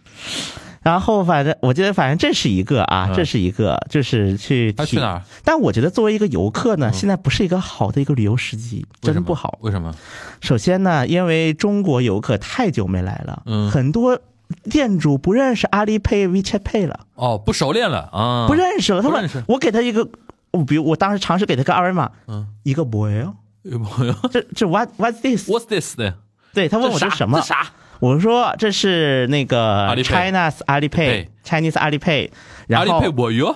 Speaker 6: 然后反正我觉得，反正这是一个啊
Speaker 5: 嗯，
Speaker 6: 这是一个，就是去
Speaker 5: 他
Speaker 6: 体
Speaker 5: 去哪儿？嗯
Speaker 6: 但我觉得作为一个游客呢，现在不是一个好的一个旅游时机，
Speaker 5: 为什
Speaker 6: 真
Speaker 5: 么
Speaker 6: 不好。
Speaker 5: 为什么？
Speaker 6: 首先呢，因为中国游客太久没来了，
Speaker 5: 嗯
Speaker 6: 很多店主不认识阿里 Pay、WeChat Pay 了。
Speaker 5: 哦，不熟练了啊，
Speaker 6: 不认识了。他
Speaker 5: 不
Speaker 6: 们
Speaker 5: 认识
Speaker 6: 我给他一个，我比如我当时尝试给他个二维码，
Speaker 5: 嗯，
Speaker 6: 一个 boy，哦
Speaker 5: 有朋友
Speaker 6: 这这 what what's
Speaker 5: [LAUGHS]
Speaker 6: this？
Speaker 5: ，What's this 的？
Speaker 6: 对他问我
Speaker 5: 这啥
Speaker 6: 什么
Speaker 5: 这？啥？
Speaker 6: 我说这是那个
Speaker 5: Alipay
Speaker 6: China's Alipay
Speaker 5: 对
Speaker 6: Chinese Alipay，
Speaker 5: 阿
Speaker 6: 然
Speaker 5: 里
Speaker 6: 后
Speaker 5: 配我哟，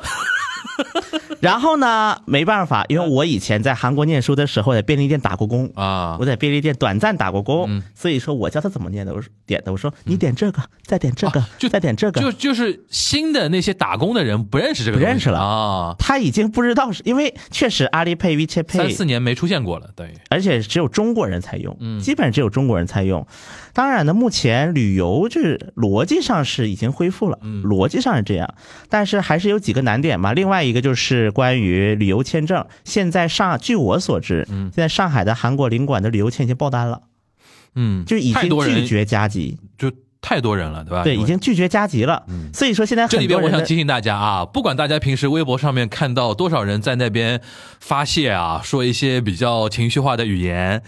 Speaker 6: 然后呢，没办法，
Speaker 5: 嗯
Speaker 6: 因为我以前在韩国念书的时候，在便利店打过工。
Speaker 5: 啊
Speaker 6: 我在便利店短暂打过工，
Speaker 5: 嗯
Speaker 6: 所以说我教他怎么念的，我说点的，我说你点这个，再点这个，
Speaker 5: 啊就
Speaker 6: 再点这个，
Speaker 5: 就就是新的那些打工的人不认识这个
Speaker 6: 不
Speaker 5: 东西，
Speaker 6: 认识了
Speaker 5: 啊，
Speaker 6: 他已经不知道是因为确实阿里 Pay、WeChat
Speaker 5: 三
Speaker 6: Pay
Speaker 5: 四年没出现过了，等于
Speaker 6: 而且只有中国人才用，
Speaker 5: 嗯
Speaker 6: 基本上只有中国人才用。当然呢，目前旅游就是逻辑上是已经恢复了，
Speaker 5: 嗯
Speaker 6: 逻辑上是这样，但是还是有几个难点嘛。另外一个就是关于旅游签证，现在上据我所知，现在上海的韩国领馆的旅游签已经爆单了，
Speaker 5: 嗯，
Speaker 6: 就已
Speaker 5: 太
Speaker 6: 经
Speaker 5: 多人
Speaker 6: 拒绝加急，
Speaker 5: 就太多人了，对吧？
Speaker 6: 对，已经拒绝加急了。所以说现在
Speaker 5: [LAUGHS] 这里
Speaker 6: 很
Speaker 5: 边
Speaker 6: 多
Speaker 5: 我
Speaker 6: 人
Speaker 5: 想
Speaker 6: 的
Speaker 5: 提醒大家啊，不管大家平时微博上面看到多少人在那边发泄啊，说一些比较情绪化的语言，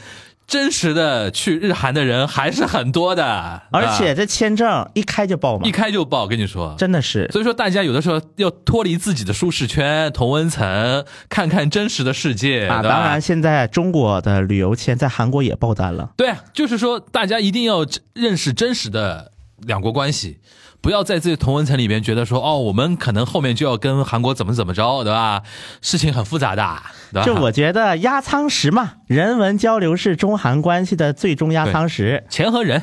Speaker 5: 真实的去日韩的人还是很多的，
Speaker 6: 而且
Speaker 5: 啊
Speaker 6: 这签证一开就爆满
Speaker 5: 一，开就爆，跟你说。
Speaker 6: 真的是。
Speaker 5: 所以说，大家有的时候要脱离自己的舒适圈、同温层，看看真实的世界
Speaker 6: 啊，
Speaker 5: 对吧
Speaker 6: 当然，现在中国的旅游签在韩国也爆单了。
Speaker 5: 对，啊就是说大家一定要认识真实的两国关系，不要在自己同文层里边觉得说哦，我们可能后面就要跟韩国怎么怎么着，对吧？事情很复杂的，对吧？
Speaker 6: 就我觉得压舱石嘛，
Speaker 5: [LAUGHS]
Speaker 6: 人文交流是中韩关系的最终压舱石。
Speaker 5: 钱和人，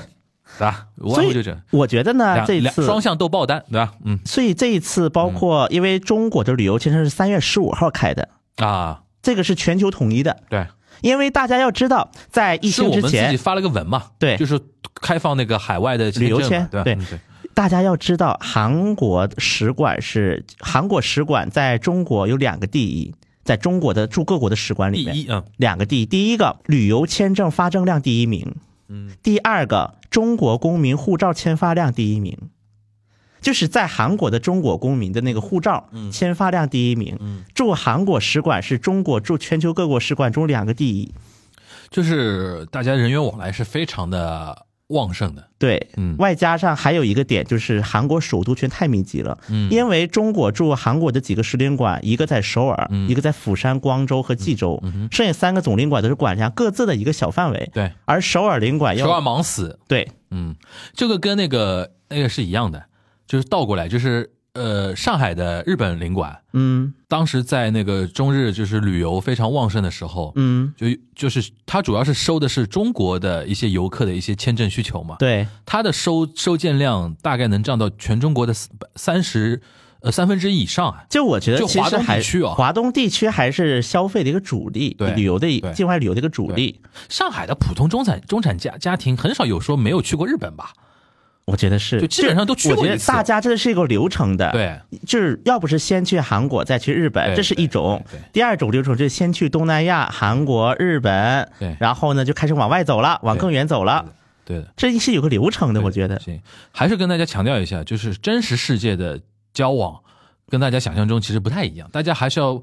Speaker 5: 对吧？无外
Speaker 6: 所
Speaker 5: 乎就这
Speaker 6: 以。我觉得呢，
Speaker 5: 两
Speaker 6: 这一
Speaker 5: 两
Speaker 6: 次，
Speaker 5: 双向都嗯爆单，对吧？嗯
Speaker 6: 所以这一次包括，因为中国的旅游签证是三月十五号开的，
Speaker 5: 啊，
Speaker 6: 这个是全球统一的。
Speaker 5: 对，
Speaker 6: 因为大家要知道，在疫
Speaker 5: 是
Speaker 6: 情
Speaker 5: 我
Speaker 6: 之
Speaker 5: 们自己
Speaker 6: 前，
Speaker 5: 发了个文嘛，
Speaker 6: 对
Speaker 5: 就是开放那个海外的
Speaker 6: 旅游
Speaker 5: 签证嘛
Speaker 6: 签
Speaker 5: 对吧
Speaker 6: 对
Speaker 5: 嗯对
Speaker 6: 大家要知道，韩国使馆是韩国使馆在中国有两个第一，在中国的驻各国的使馆里面
Speaker 5: 第，一，嗯
Speaker 6: 两个第一，第一个旅游签证发证量第一名，嗯，第二个中国公民护照签发量第一名，就是在韩国的中国公民的那个护照签发量第一名，嗯，驻韩国使馆是中国驻全球各国使馆中两个第一，
Speaker 5: 就是大家人员往来是非常的旺盛的，
Speaker 6: 对，
Speaker 5: 嗯
Speaker 6: 外加上还有一个点就是韩国首都圈太密集了，嗯，因为中国驻韩国的几个使领馆，一个在首尔，一个在釜山、光州和济州，剩下三个总领馆都是管辖各自的一个小范围，
Speaker 5: 对，
Speaker 6: 而首尔领馆要
Speaker 5: 首尔忙死，
Speaker 6: 对。
Speaker 5: 嗯，这个跟那个那个是一样的，就是倒过来，就是呃，上海的日本领馆，
Speaker 6: 嗯
Speaker 5: 当时在那个中日就是旅游非常旺盛的时候，，
Speaker 6: 嗯，
Speaker 5: 就就是它主要是收的是中国的一些游客的一些签证需求嘛，，
Speaker 6: 对，
Speaker 5: 它的收收件量大概能占到全中国的三十呃三分之一以上啊。
Speaker 6: 就我觉得
Speaker 5: 就
Speaker 6: 其
Speaker 5: 华
Speaker 6: 实
Speaker 5: 东
Speaker 6: 还
Speaker 5: 地区啊
Speaker 6: 华东地区还是消费的一个主力，
Speaker 5: 对
Speaker 6: 旅游的一
Speaker 5: 对
Speaker 6: 境外旅游的一个主力，
Speaker 5: 上海的普通中产中产家家庭很少有说没有去过日本吧？
Speaker 6: 我觉得是，
Speaker 5: 就基本上都去过
Speaker 6: 我觉
Speaker 5: 一
Speaker 6: 得
Speaker 5: 次
Speaker 6: 大家这是一个流程的，
Speaker 5: 对，
Speaker 6: 就是要不是先去韩国，再去日本，
Speaker 5: 对
Speaker 6: 这是一种
Speaker 5: 对对对；
Speaker 6: 第二种流程就是先去东南亚、韩国、日本
Speaker 5: 对，
Speaker 6: 然后呢就开始往外走了，往
Speaker 5: 对
Speaker 6: 更远走了，
Speaker 5: 对的，
Speaker 6: 这是有个流程的，我觉得。
Speaker 5: 行，还是跟大家强调一下，就是真实世界的交往跟大家想象中其实不太一样，大家还是要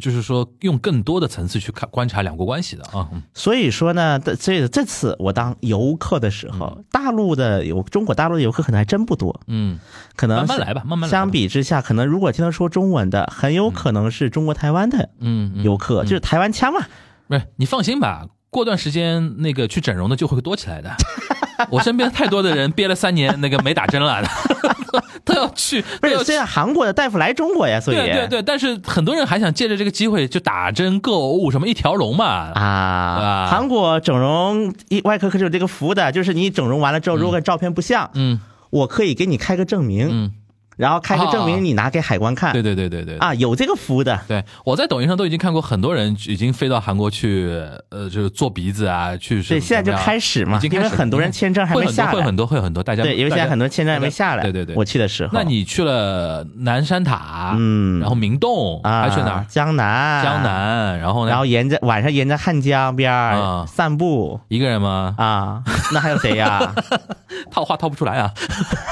Speaker 5: 就是说用更多的层次去看观察两国关系的啊。嗯
Speaker 6: 所以说呢，这这这次我当游客的时候，大陆的游中国大陆的游客可能还真不多，
Speaker 5: 嗯，
Speaker 6: 可能
Speaker 5: 慢慢
Speaker 6: 是
Speaker 5: 来吧，慢慢来吧。
Speaker 6: 相比之下，可能如果听他说中文的，很有可能是中国台湾的
Speaker 5: 嗯，嗯
Speaker 6: 游客，就是台湾腔嘛。
Speaker 5: 不是你放心吧，过段时间那个去整容的就会多起
Speaker 6: [LAUGHS]
Speaker 5: 来的。我身边太多的人憋了三年，那个没打针了， [LAUGHS] 都要去，
Speaker 6: 不
Speaker 5: 都
Speaker 6: 是
Speaker 5: 要，
Speaker 6: 现
Speaker 5: 去。
Speaker 6: 在韩国的大夫来中国呀，所以
Speaker 5: 对对对，但是很多人还想借着这个机会就打针、购物什么一条龙嘛。
Speaker 6: 啊
Speaker 5: 啊，
Speaker 6: 韩国整容一外科可是有这个服务的，就是你整容完了之后，如果照片不像，
Speaker 5: 嗯
Speaker 6: 我可以给你开个证明，
Speaker 5: 嗯，
Speaker 6: 然后开个证
Speaker 5: 啊
Speaker 6: 明你拿给海关看，
Speaker 5: 对对对对对
Speaker 6: 啊，有这个服务的，
Speaker 5: 对，我在抖音上都已经看过很多人已经飞到韩国去，呃，就是做鼻子啊，去
Speaker 6: 对，现在就开
Speaker 5: 始
Speaker 6: 始嘛
Speaker 5: 已，经
Speaker 6: 因
Speaker 5: 开
Speaker 6: 为
Speaker 5: 始了嗯
Speaker 6: 很多人签证还没下
Speaker 5: 会很，多
Speaker 6: 来
Speaker 5: 会很多会很多，大家
Speaker 6: 对，因为现在很多签证还没下来，
Speaker 5: 对对对
Speaker 6: 我去的时候，
Speaker 5: 那你去了南山塔，
Speaker 6: 嗯
Speaker 5: 然后明洞，
Speaker 6: 啊
Speaker 5: 还去哪儿？
Speaker 6: 江南，
Speaker 5: 江，南，然后呢？
Speaker 6: 然后沿着晚上沿着汉江边儿
Speaker 5: 啊
Speaker 6: 散步
Speaker 5: 一个人吗？
Speaker 6: 啊，那还有谁
Speaker 5: [LAUGHS]
Speaker 6: 呀？
Speaker 5: 套话套不出来
Speaker 6: [LAUGHS]
Speaker 5: 啊。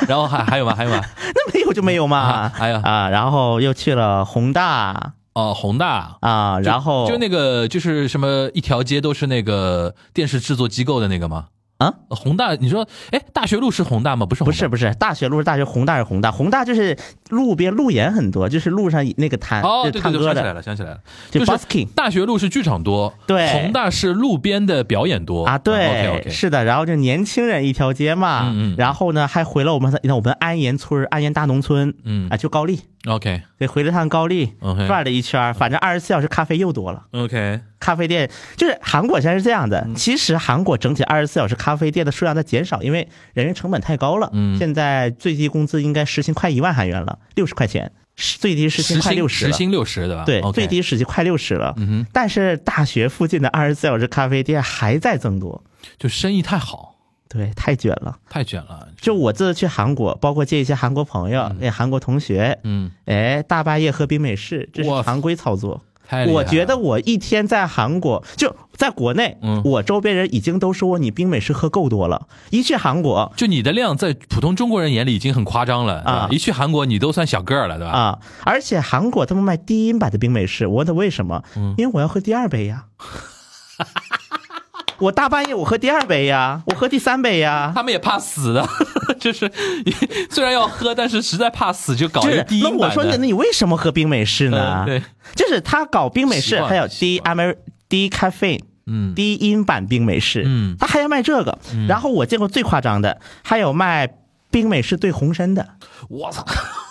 Speaker 5: 然后还还有吗？还有吗？
Speaker 6: 那没有就没有嘛
Speaker 5: 啊，还有
Speaker 6: 啊，然后又去了宏大
Speaker 5: 哦，宏大。
Speaker 6: 啊，
Speaker 5: 就
Speaker 6: 然后
Speaker 5: 就那个就是什么一条街都是那个电视制作机构的那个吗？哦
Speaker 6: 啊，
Speaker 5: 宏大，你说，哎，大学路是宏大吗？不是宏
Speaker 6: 不
Speaker 5: 大，
Speaker 6: 是不是，大学路是大学，宏大是宏大，宏大就是路边路演很多，就是路上那个摊，
Speaker 5: 哦，
Speaker 6: 就
Speaker 5: 对对
Speaker 6: 唱
Speaker 5: 对，想
Speaker 6: 歌
Speaker 5: 起来
Speaker 6: 的，
Speaker 5: 了，想起来了，
Speaker 6: 就
Speaker 5: 就是
Speaker 6: busking
Speaker 5: 大学路是剧场多，
Speaker 6: 对
Speaker 5: 宏大是路边的表演多
Speaker 6: 啊，
Speaker 5: ，OK
Speaker 6: 对，
Speaker 5: OK，
Speaker 6: 是的，然后就年轻人一条街嘛，
Speaker 5: 嗯嗯
Speaker 6: 然后呢还回了我们那我们安岩村儿安岩大农村，
Speaker 5: 嗯
Speaker 6: 啊，就高丽，
Speaker 5: ，OK
Speaker 6: 对，回了趟高丽
Speaker 5: OK
Speaker 6: 转了一圈儿，反正二十四小时咖啡又多了。
Speaker 5: OK，
Speaker 6: 咖啡店就是韩国现在是这样的，
Speaker 5: 嗯
Speaker 6: 其实韩国整体二十四小时咖啡店的数量在减少，因为人员成本太高了。
Speaker 5: 嗯
Speaker 6: 现在最低工资应该时薪快一万韩元了，六十块钱，时最低时薪
Speaker 5: 时
Speaker 6: 快
Speaker 5: 薪
Speaker 6: 六十
Speaker 5: 时
Speaker 6: 了。
Speaker 5: 薪六十对吧？
Speaker 6: 对
Speaker 5: OK 嗯
Speaker 6: 最低时薪快六十了。
Speaker 5: 哼
Speaker 6: 但是大学附近的二十四小时咖啡店还在增多，
Speaker 5: 就生意太好，
Speaker 6: 对，太卷了。
Speaker 5: 太卷了，
Speaker 6: 就我这次去韩国，包括见一些韩国朋友、那韩国同学，
Speaker 5: 嗯，
Speaker 6: 哎，大半夜喝冰美式，这是
Speaker 5: 哇
Speaker 6: 常规操作。
Speaker 5: 太厉害
Speaker 6: 我觉得
Speaker 5: 了
Speaker 6: 我一天在韩国，就在国内，
Speaker 5: 嗯
Speaker 6: 我周边人已经都说你冰美式喝够多了，一去韩国
Speaker 5: 就你的量在普通中国人眼里已经很夸张了对吧
Speaker 6: 啊
Speaker 5: 一去韩国你都算小个儿了，对吧？
Speaker 6: 啊，而且韩国他们卖低音版的冰美式，我问他为什么，
Speaker 5: 嗯
Speaker 6: 因为我要喝第二
Speaker 5: [LAUGHS]
Speaker 6: 杯呀。我大半夜我喝第二杯呀，我喝第三杯呀，
Speaker 5: 他们也怕死的， [LAUGHS] 就是你虽然要喝，但是实在怕死，就搞
Speaker 6: 就
Speaker 5: 一个
Speaker 6: 是
Speaker 5: 低
Speaker 6: 那
Speaker 5: 音
Speaker 6: 我
Speaker 5: 版
Speaker 6: 说那
Speaker 5: 的。
Speaker 6: 你啊为什么喝冰美式呢
Speaker 5: 嗯？对，
Speaker 6: 就是他搞冰美
Speaker 5: 习
Speaker 6: 式，
Speaker 5: 惯了
Speaker 6: 还有
Speaker 5: 习
Speaker 6: 低
Speaker 5: 惯
Speaker 6: amer 低 caffeine，
Speaker 5: 嗯
Speaker 6: 低音版冰美式，
Speaker 5: 嗯
Speaker 6: 他还要卖这个。然后我见过最夸张的，还有卖冰美式兑红参的，
Speaker 5: 我操， [LAUGHS]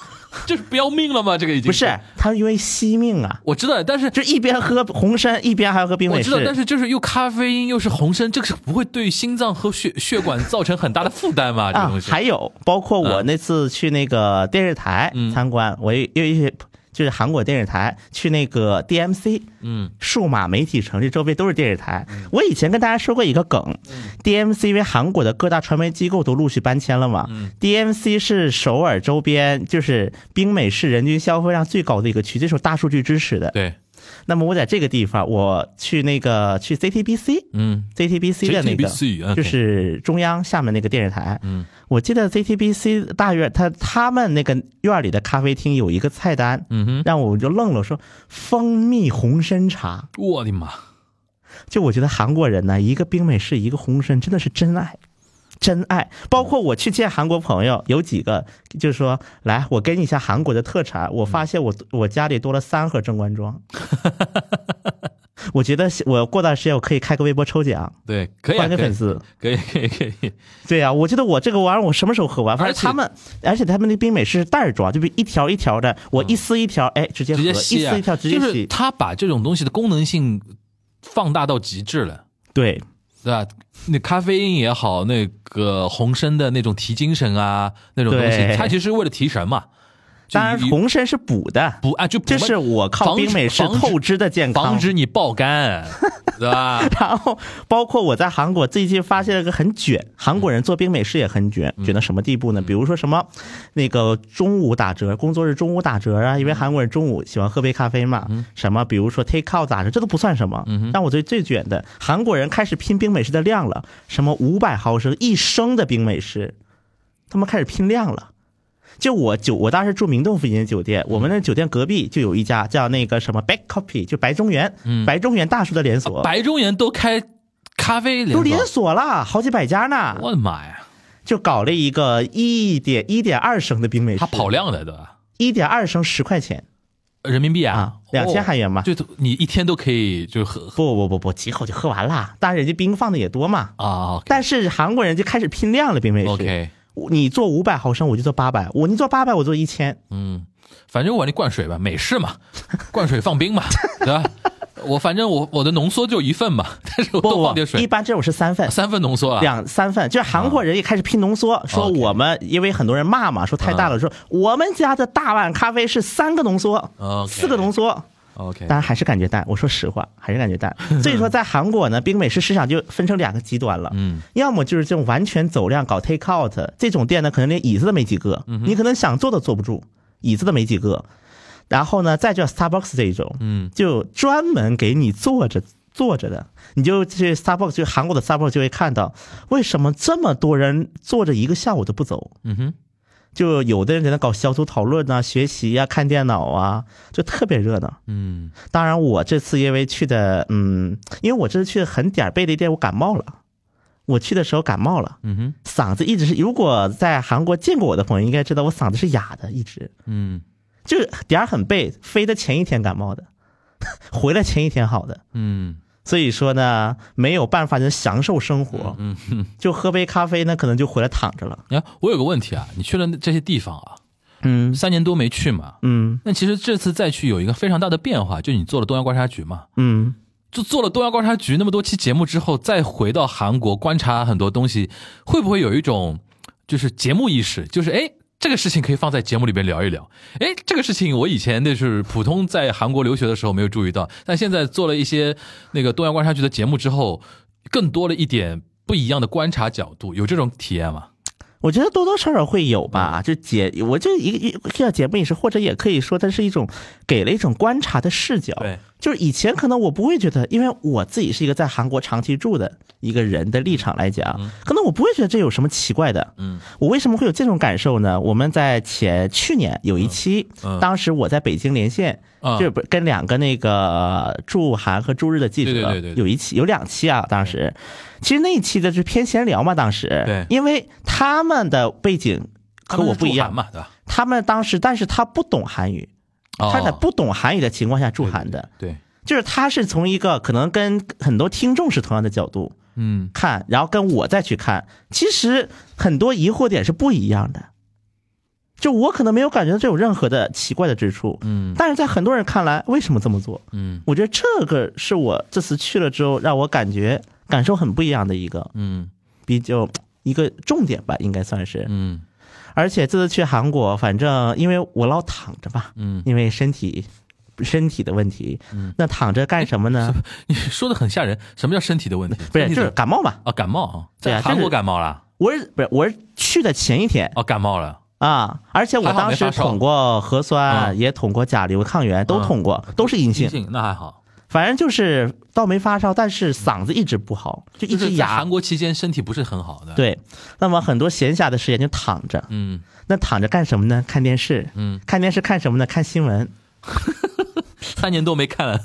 Speaker 5: 这是不要命了吗？这个已经
Speaker 6: 不是，他因为惜命啊，
Speaker 5: 我知道，但是
Speaker 6: 就一边喝红参一边还要喝冰
Speaker 5: 我
Speaker 6: 美
Speaker 5: 知道，但
Speaker 6: 式。
Speaker 5: 是就是又咖啡因又是红参，这个是不会对心脏和血血管造成很大的负担吗？这个
Speaker 6: 啊
Speaker 5: 东，西
Speaker 6: 还有包括我
Speaker 5: 嗯
Speaker 6: 那次去那个电视台
Speaker 5: 嗯
Speaker 6: 参观，我又又一些就是韩国电视台去那个 DMC，
Speaker 5: 嗯，
Speaker 6: 数码媒体城，这周围都是电视台。我以前跟大家说过一个梗，DMC
Speaker 5: 嗯
Speaker 6: 因为韩国的各大传媒机构都陆续搬迁了嘛，DMC
Speaker 5: 嗯
Speaker 6: 是首尔周边就是冰美式人均消费量最高的一个区，这是有大数据支持的。
Speaker 5: 对，
Speaker 6: 那么我在这个地方，我去那个去 CTBC。
Speaker 5: 嗯
Speaker 6: CTBC 的那个
Speaker 5: JTBC，OK
Speaker 6: 就是中央下面那个电视台。嗯，我记得 CTBC 大院，他他们那个院里的咖啡厅有一个菜单，
Speaker 5: 嗯哼，
Speaker 6: 让我就愣了，说蜂蜜红参茶。
Speaker 5: 我的妈，
Speaker 6: 就我觉得韩国人呢，一个冰美式，一个红参，真的是真爱，真爱。包括我去见韩国朋友，有几个就是说，来，我给你一下韩国的特产。我发现我我家里多了三盒正
Speaker 5: [LAUGHS]
Speaker 6: 官庄，我觉得我过段时间我可以开个微博抽奖，
Speaker 5: 对，可以啊，
Speaker 6: 换
Speaker 5: 可
Speaker 6: 给
Speaker 5: 以
Speaker 6: 粉，丝。
Speaker 5: 可以，可以，可
Speaker 6: [LAUGHS]
Speaker 5: 以，
Speaker 6: 对呀、我觉得我这个玩意儿我什么时候喝完？反
Speaker 5: 而
Speaker 6: 正
Speaker 5: 且
Speaker 6: 他们，而且他们那冰美式是袋儿装，就比一条一条的，我一撕一条，哎，直接喝，
Speaker 5: 直接
Speaker 6: 一
Speaker 5: 吸啊
Speaker 6: 撕一条直接
Speaker 5: 就是
Speaker 6: 吸，
Speaker 5: 他把这种东西的功能性放大到极致了。
Speaker 6: 对。
Speaker 5: 对吧？那咖啡因也好，那个红参的那种提精神啊，那种东
Speaker 6: 对
Speaker 5: 西，它其实是为了提神嘛。就
Speaker 6: 当然
Speaker 5: 一
Speaker 6: 红参是补的，
Speaker 5: 不啊，就
Speaker 6: 这是我靠
Speaker 5: 防止
Speaker 6: 冰美式
Speaker 5: 防止
Speaker 6: 透支的健康。
Speaker 5: 防止你爆肝，对吧？
Speaker 6: 然后包括我在韩国最近发现了个很卷，韩国人做冰美式也很卷，卷到什么地步呢？比如说什么那个中午打折，工作日中午打折啊，因为韩国人中午喜欢喝杯咖啡嘛。什么比如说 take out 打折，这都不算什么。但我觉得最卷的，韩国人开始拼冰美式的量了，什么五百毫升一升的冰美式，他们开始拼量了。就我酒，我当时住明洞附近的酒店，我们那酒店隔壁就有一家叫那个什么 Back Coffee，就白中原，白中原大叔的
Speaker 5: [LAUGHS]
Speaker 6: 连锁。
Speaker 5: 白中原都开咖啡连
Speaker 6: 都
Speaker 5: 锁
Speaker 6: 连锁啊了，好几百家呢，
Speaker 5: 我的妈呀，
Speaker 6: 就搞了一个一点一点二升的冰美式，
Speaker 5: 他跑量的对吧？
Speaker 6: 一点二升十块钱，
Speaker 5: 人民币
Speaker 6: 啊2000韩元吧
Speaker 5: 哦就你一天都可以就喝
Speaker 6: 不不不不，几口就喝完了，但是人家冰放的也多嘛。
Speaker 5: 啊
Speaker 6: 但是韩国人就开始拼量了冰美式
Speaker 5: ，OK，
Speaker 6: 你做五百毫升，我就做八百；我你做八百，我做一千。
Speaker 5: 嗯，反正我那灌水吧，美式
Speaker 6: [LAUGHS]
Speaker 5: 嘛，灌水放冰嘛，对吧？我反正我我的浓缩就一份
Speaker 6: [LAUGHS]
Speaker 5: 嘛，但是我
Speaker 6: 不
Speaker 5: 多放
Speaker 6: 不
Speaker 5: 点，
Speaker 6: 一
Speaker 5: 水，
Speaker 6: 般这种是三份，
Speaker 5: 三份浓缩啊，
Speaker 6: 两三份，就是韩国人也开始拼浓缩，说
Speaker 5: 啊 OK 啊
Speaker 6: 我们因为很多人骂嘛，说太大了，说我们家的大碗咖啡是三个浓缩，
Speaker 5: 啊 OK
Speaker 6: 四个浓缩。
Speaker 5: OK，
Speaker 6: 但还是感觉淡。我说实话，还是感
Speaker 5: [LAUGHS]
Speaker 6: 觉淡。所以说，在韩国呢，冰美式市场就分成两个极端了，
Speaker 5: 嗯，
Speaker 6: 要么就是这种完全走量搞 take out 这种店呢，可能连椅子都没几个，
Speaker 5: 嗯
Speaker 6: 你可能想坐都坐不住，椅子都没几个。然后呢，再就 Starbucks 这一种，
Speaker 5: 嗯，
Speaker 6: 就专门给你坐着坐着的，你就去 Starbucks，就韩国的 Starbucks 就会看到，为什么这么多人坐着一个下午都不走？
Speaker 5: 嗯哼，
Speaker 6: 就有的人在那搞小组讨论呐、学习呀、看电脑啊，就特别热闹。
Speaker 5: 嗯，
Speaker 6: 当然，我这次因为去的，嗯，因为我这次去的很点儿背的店，我感冒了。我去的时候感冒了，
Speaker 5: 嗯哼，
Speaker 6: 嗓子一直是，如果在韩国见过我的朋友应该知道，我嗓子是哑的，一直
Speaker 5: 嗯
Speaker 6: 就是点儿很背，飞的前一天感冒的， [LAUGHS] 回来前一天好的。
Speaker 5: 嗯
Speaker 6: 所以说呢，没有办法就享受生活，
Speaker 5: 嗯哼。
Speaker 6: 就喝杯咖啡呢，可能就回来躺着了。
Speaker 5: 你看，我有个问题啊，你去了这些地方啊，
Speaker 6: 嗯
Speaker 5: 三年多没去嘛，
Speaker 6: 嗯
Speaker 5: 那其实这次再去有一个非常大的变化，就你做了东亚观察局嘛，
Speaker 6: 嗯，
Speaker 5: 就做了东亚观察局那么多期节目之后，再回到韩国观察很多东西，会不会有一种就是节目意识，就是哎。这个事情可以放在节目里边聊一聊。哎，这哎个事情我以前那是普通在韩国留学的时候没有注意到，但现在做了一些那个东亚观察局的节目之后，更多了一点不一样的观察角度，有这种体验吗？
Speaker 6: 我觉得多多少少会有吧，就节，我就一个一个叫节目也是，或者也可以说它是一种给了一种观察的视角。
Speaker 5: 对，
Speaker 6: 就是以前可能我不会觉得，因为我自己是一个在韩国长期住的一个人的立场来讲，可能我不会觉得这有什么奇怪的。
Speaker 5: 嗯，
Speaker 6: 我为什么会有这种感受呢？我们在前去年有一期
Speaker 5: 嗯嗯，
Speaker 6: 当时我在北京连线，
Speaker 5: 啊
Speaker 6: 就是不跟两个那个驻韩和驻日的记者，
Speaker 5: 对对对对对
Speaker 6: 有一期有两期啊，当时，其实那一期的是偏闲聊嘛，当时，
Speaker 5: 对
Speaker 6: 因为他们的背景
Speaker 5: 他
Speaker 6: 和
Speaker 5: 们是
Speaker 6: 我不一
Speaker 5: 驻韩
Speaker 6: 样，
Speaker 5: 嘛，对吧？
Speaker 6: 他们当时，但是他不懂韩语，
Speaker 5: 哦
Speaker 6: 他在不懂韩语的情况下驻韩的，
Speaker 5: 对，
Speaker 6: 就是他是从一个可能跟很多听众是同样的角度
Speaker 5: 嗯
Speaker 6: 看，然后跟我再去看，其实很多疑惑点是不一样的。就我可能没有感觉到这有任何的奇怪的之处，
Speaker 5: 嗯
Speaker 6: 但是在很多人看来，为什么这么做？
Speaker 5: 嗯
Speaker 6: 我觉得这个是我这次去了之后让我感觉感受很不一样的一个
Speaker 5: 嗯
Speaker 6: 比较一个重点吧，应该算是。
Speaker 5: 嗯
Speaker 6: 而且这次去韩国，反正因为我老躺着吧，
Speaker 5: 嗯，
Speaker 6: 因为身体身体的问题，那躺着干什
Speaker 5: [LAUGHS]
Speaker 6: 么呢？
Speaker 5: 你说的很吓人。什么叫身体的问题？
Speaker 6: [LAUGHS] 不是，
Speaker 5: 身体
Speaker 6: 就是
Speaker 5: 的
Speaker 6: 感冒嘛。
Speaker 5: 啊，感冒啊，
Speaker 6: 对啊
Speaker 5: 在韩
Speaker 6: 这
Speaker 5: 国
Speaker 6: 是
Speaker 5: 感冒了，
Speaker 6: 我是不是我是去的前一天
Speaker 5: 哦，感冒了，
Speaker 6: 啊，而且我
Speaker 5: 还好
Speaker 6: 当
Speaker 5: 没
Speaker 6: 时
Speaker 5: 发烧
Speaker 6: 捅过核酸，
Speaker 5: 嗯
Speaker 6: 也捅过甲流抗原，都
Speaker 5: 嗯
Speaker 6: 捅过，都是阴性
Speaker 5: 阴。性那还好，
Speaker 6: 反正就是倒没发烧，但是嗓子一直不好，就一
Speaker 5: 就
Speaker 6: 直
Speaker 5: 是在
Speaker 6: 哑
Speaker 5: 韩。国期间身体不是很好的，，
Speaker 6: 对，那么很多闲暇的时间就躺着，
Speaker 5: 嗯
Speaker 6: 那躺着干什么呢？看电视，
Speaker 5: 嗯，
Speaker 6: 看电视看什么呢？看新闻，
Speaker 5: 三年多没看了，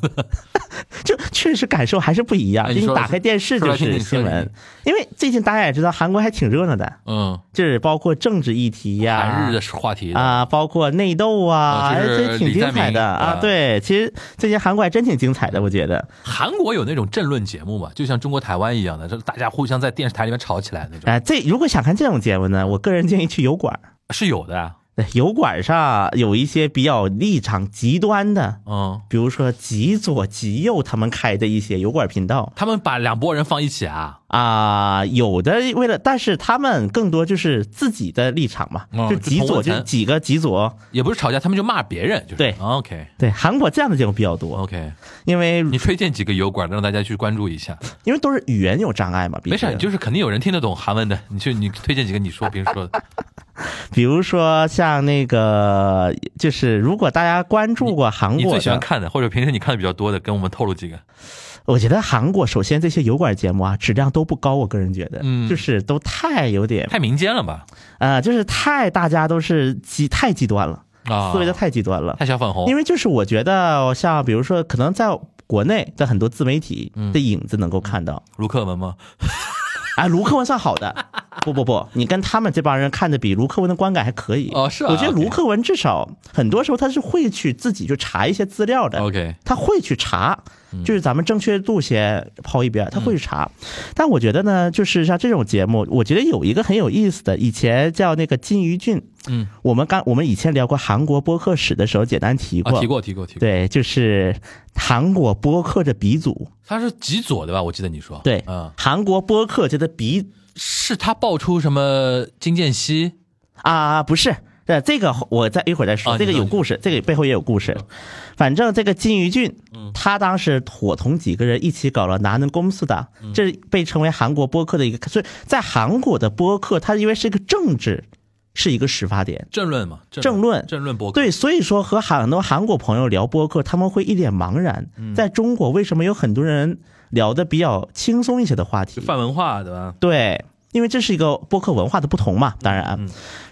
Speaker 5: [LAUGHS]
Speaker 6: 就确实感受还是不一样。
Speaker 5: 哎
Speaker 6: 就
Speaker 5: 你
Speaker 6: 你
Speaker 5: 说
Speaker 6: 打开电视就
Speaker 5: 说来听
Speaker 6: 是
Speaker 5: 听
Speaker 6: 新
Speaker 5: 说来
Speaker 6: 闻
Speaker 5: 听，
Speaker 6: 因为最近大家也知道，韩国还挺热闹的，
Speaker 5: 嗯，
Speaker 6: 就是包括政治议题呀、
Speaker 5: 韩日的话题，
Speaker 6: 啊，包括内斗啊，
Speaker 5: 啊
Speaker 6: 哎，
Speaker 5: 就是
Speaker 6: 这挺
Speaker 5: 李在
Speaker 6: 精
Speaker 5: 明
Speaker 6: 彩的啊。
Speaker 5: 啊
Speaker 6: 对，其实最近韩国还真挺精彩的，我觉得。
Speaker 5: 韩国有那种政论节目嘛，就像中国台湾一样的，就是大家互相
Speaker 6: 哎
Speaker 5: 在电视台里面吵起来那种，
Speaker 6: 哎，这如果想看这种节目呢，我个人建议去油管儿。
Speaker 5: 是有的啊，
Speaker 6: 对油管上有一些比较立场极端的，
Speaker 5: 嗯，
Speaker 6: 比如说极左极右他们开的一些油管频道
Speaker 5: 他们把两拨人放一起啊，
Speaker 6: 啊、有的为了，但是他们更多就是自己的立场嘛，
Speaker 5: 哦
Speaker 6: 就极
Speaker 5: 就同
Speaker 6: 左
Speaker 5: 文层
Speaker 6: 就几个极左，
Speaker 5: 也不是吵架，他们就骂别人，就是
Speaker 6: 对
Speaker 5: OK
Speaker 6: 对韩国这样的节目比较多，
Speaker 5: OK，
Speaker 6: 因为
Speaker 5: 哦你推荐几个油管让大家去关注一下，
Speaker 6: 因为都是语言有障碍嘛，毕
Speaker 5: 没事，
Speaker 6: 竟
Speaker 5: 你就是肯定有人听得懂韩文的，你去你推荐几个你说 [LAUGHS] 平时说的，
Speaker 6: 比如说像那个，就是如果大家关注过韩
Speaker 5: 你
Speaker 6: 国
Speaker 5: 最喜欢
Speaker 6: 的，
Speaker 5: 看的，或者平时你看的比较多的，跟我们透露几个。
Speaker 6: 我觉得韩国首先这些油管节目啊，质量都不高，我个人觉得，
Speaker 5: 嗯
Speaker 6: 就是都太有点
Speaker 5: 太民间了吧？
Speaker 6: 啊、就是太大家都是极太极端了，
Speaker 5: 啊，
Speaker 6: 思维的太极端了。
Speaker 5: 太小粉红，
Speaker 6: 因
Speaker 5: 为
Speaker 6: 为就是我觉得像比如说，可能在国内的很多自媒体
Speaker 5: 嗯
Speaker 6: 的影子能够看到，
Speaker 5: 卢克文吗？
Speaker 6: 啊，卢克文算好的， [LAUGHS] 不不不，你跟他们这帮人看的比卢克文的观感还可以
Speaker 5: 哦是啊
Speaker 6: 我觉得
Speaker 5: OK
Speaker 6: 卢克文至少很多时候他是会去自己去查一些资料的
Speaker 5: OK
Speaker 6: 他会去查，
Speaker 5: 嗯
Speaker 6: 就是咱们正确度先抛一边，他会去查。但我觉得呢，就是像这种节目，我觉得有一个很有意思的，以前叫那个金鱼俊，
Speaker 5: 嗯，
Speaker 6: 我们刚我们以前聊过韩国播客史的时候，简单提过，
Speaker 5: 啊，提，过提过提过，
Speaker 6: 对，就是韩国播客的鼻祖，
Speaker 5: 他是极左对吧？我记得你说，
Speaker 6: 对，
Speaker 5: 嗯，
Speaker 6: 韩国播客界的鼻
Speaker 5: 是他爆出什么金建熙
Speaker 6: 啊，不是，呃，这个我再一会儿再说，
Speaker 5: 啊
Speaker 6: 这个
Speaker 5: 你说嗯
Speaker 6: 有故事，这个背后也有故事。反正这个金鱼俊，他当时伙同几个人一起搞了南能公司的，
Speaker 5: 嗯
Speaker 6: 这被称为韩国播客的一个，所以在韩国的播客，它因为是一个政治，是一个始发点。
Speaker 5: 政论嘛？
Speaker 6: 政论
Speaker 5: 政论博客
Speaker 6: 对，所以说和很多韩国朋友聊播客，他们会一脸茫然。
Speaker 5: 嗯
Speaker 6: 在中国，为什么有很多人聊的比较轻松一些的话题
Speaker 5: 就？泛文化对吧？
Speaker 6: 对，因为这是一个播客文化的不同嘛，当
Speaker 5: 嗯
Speaker 6: 然。啊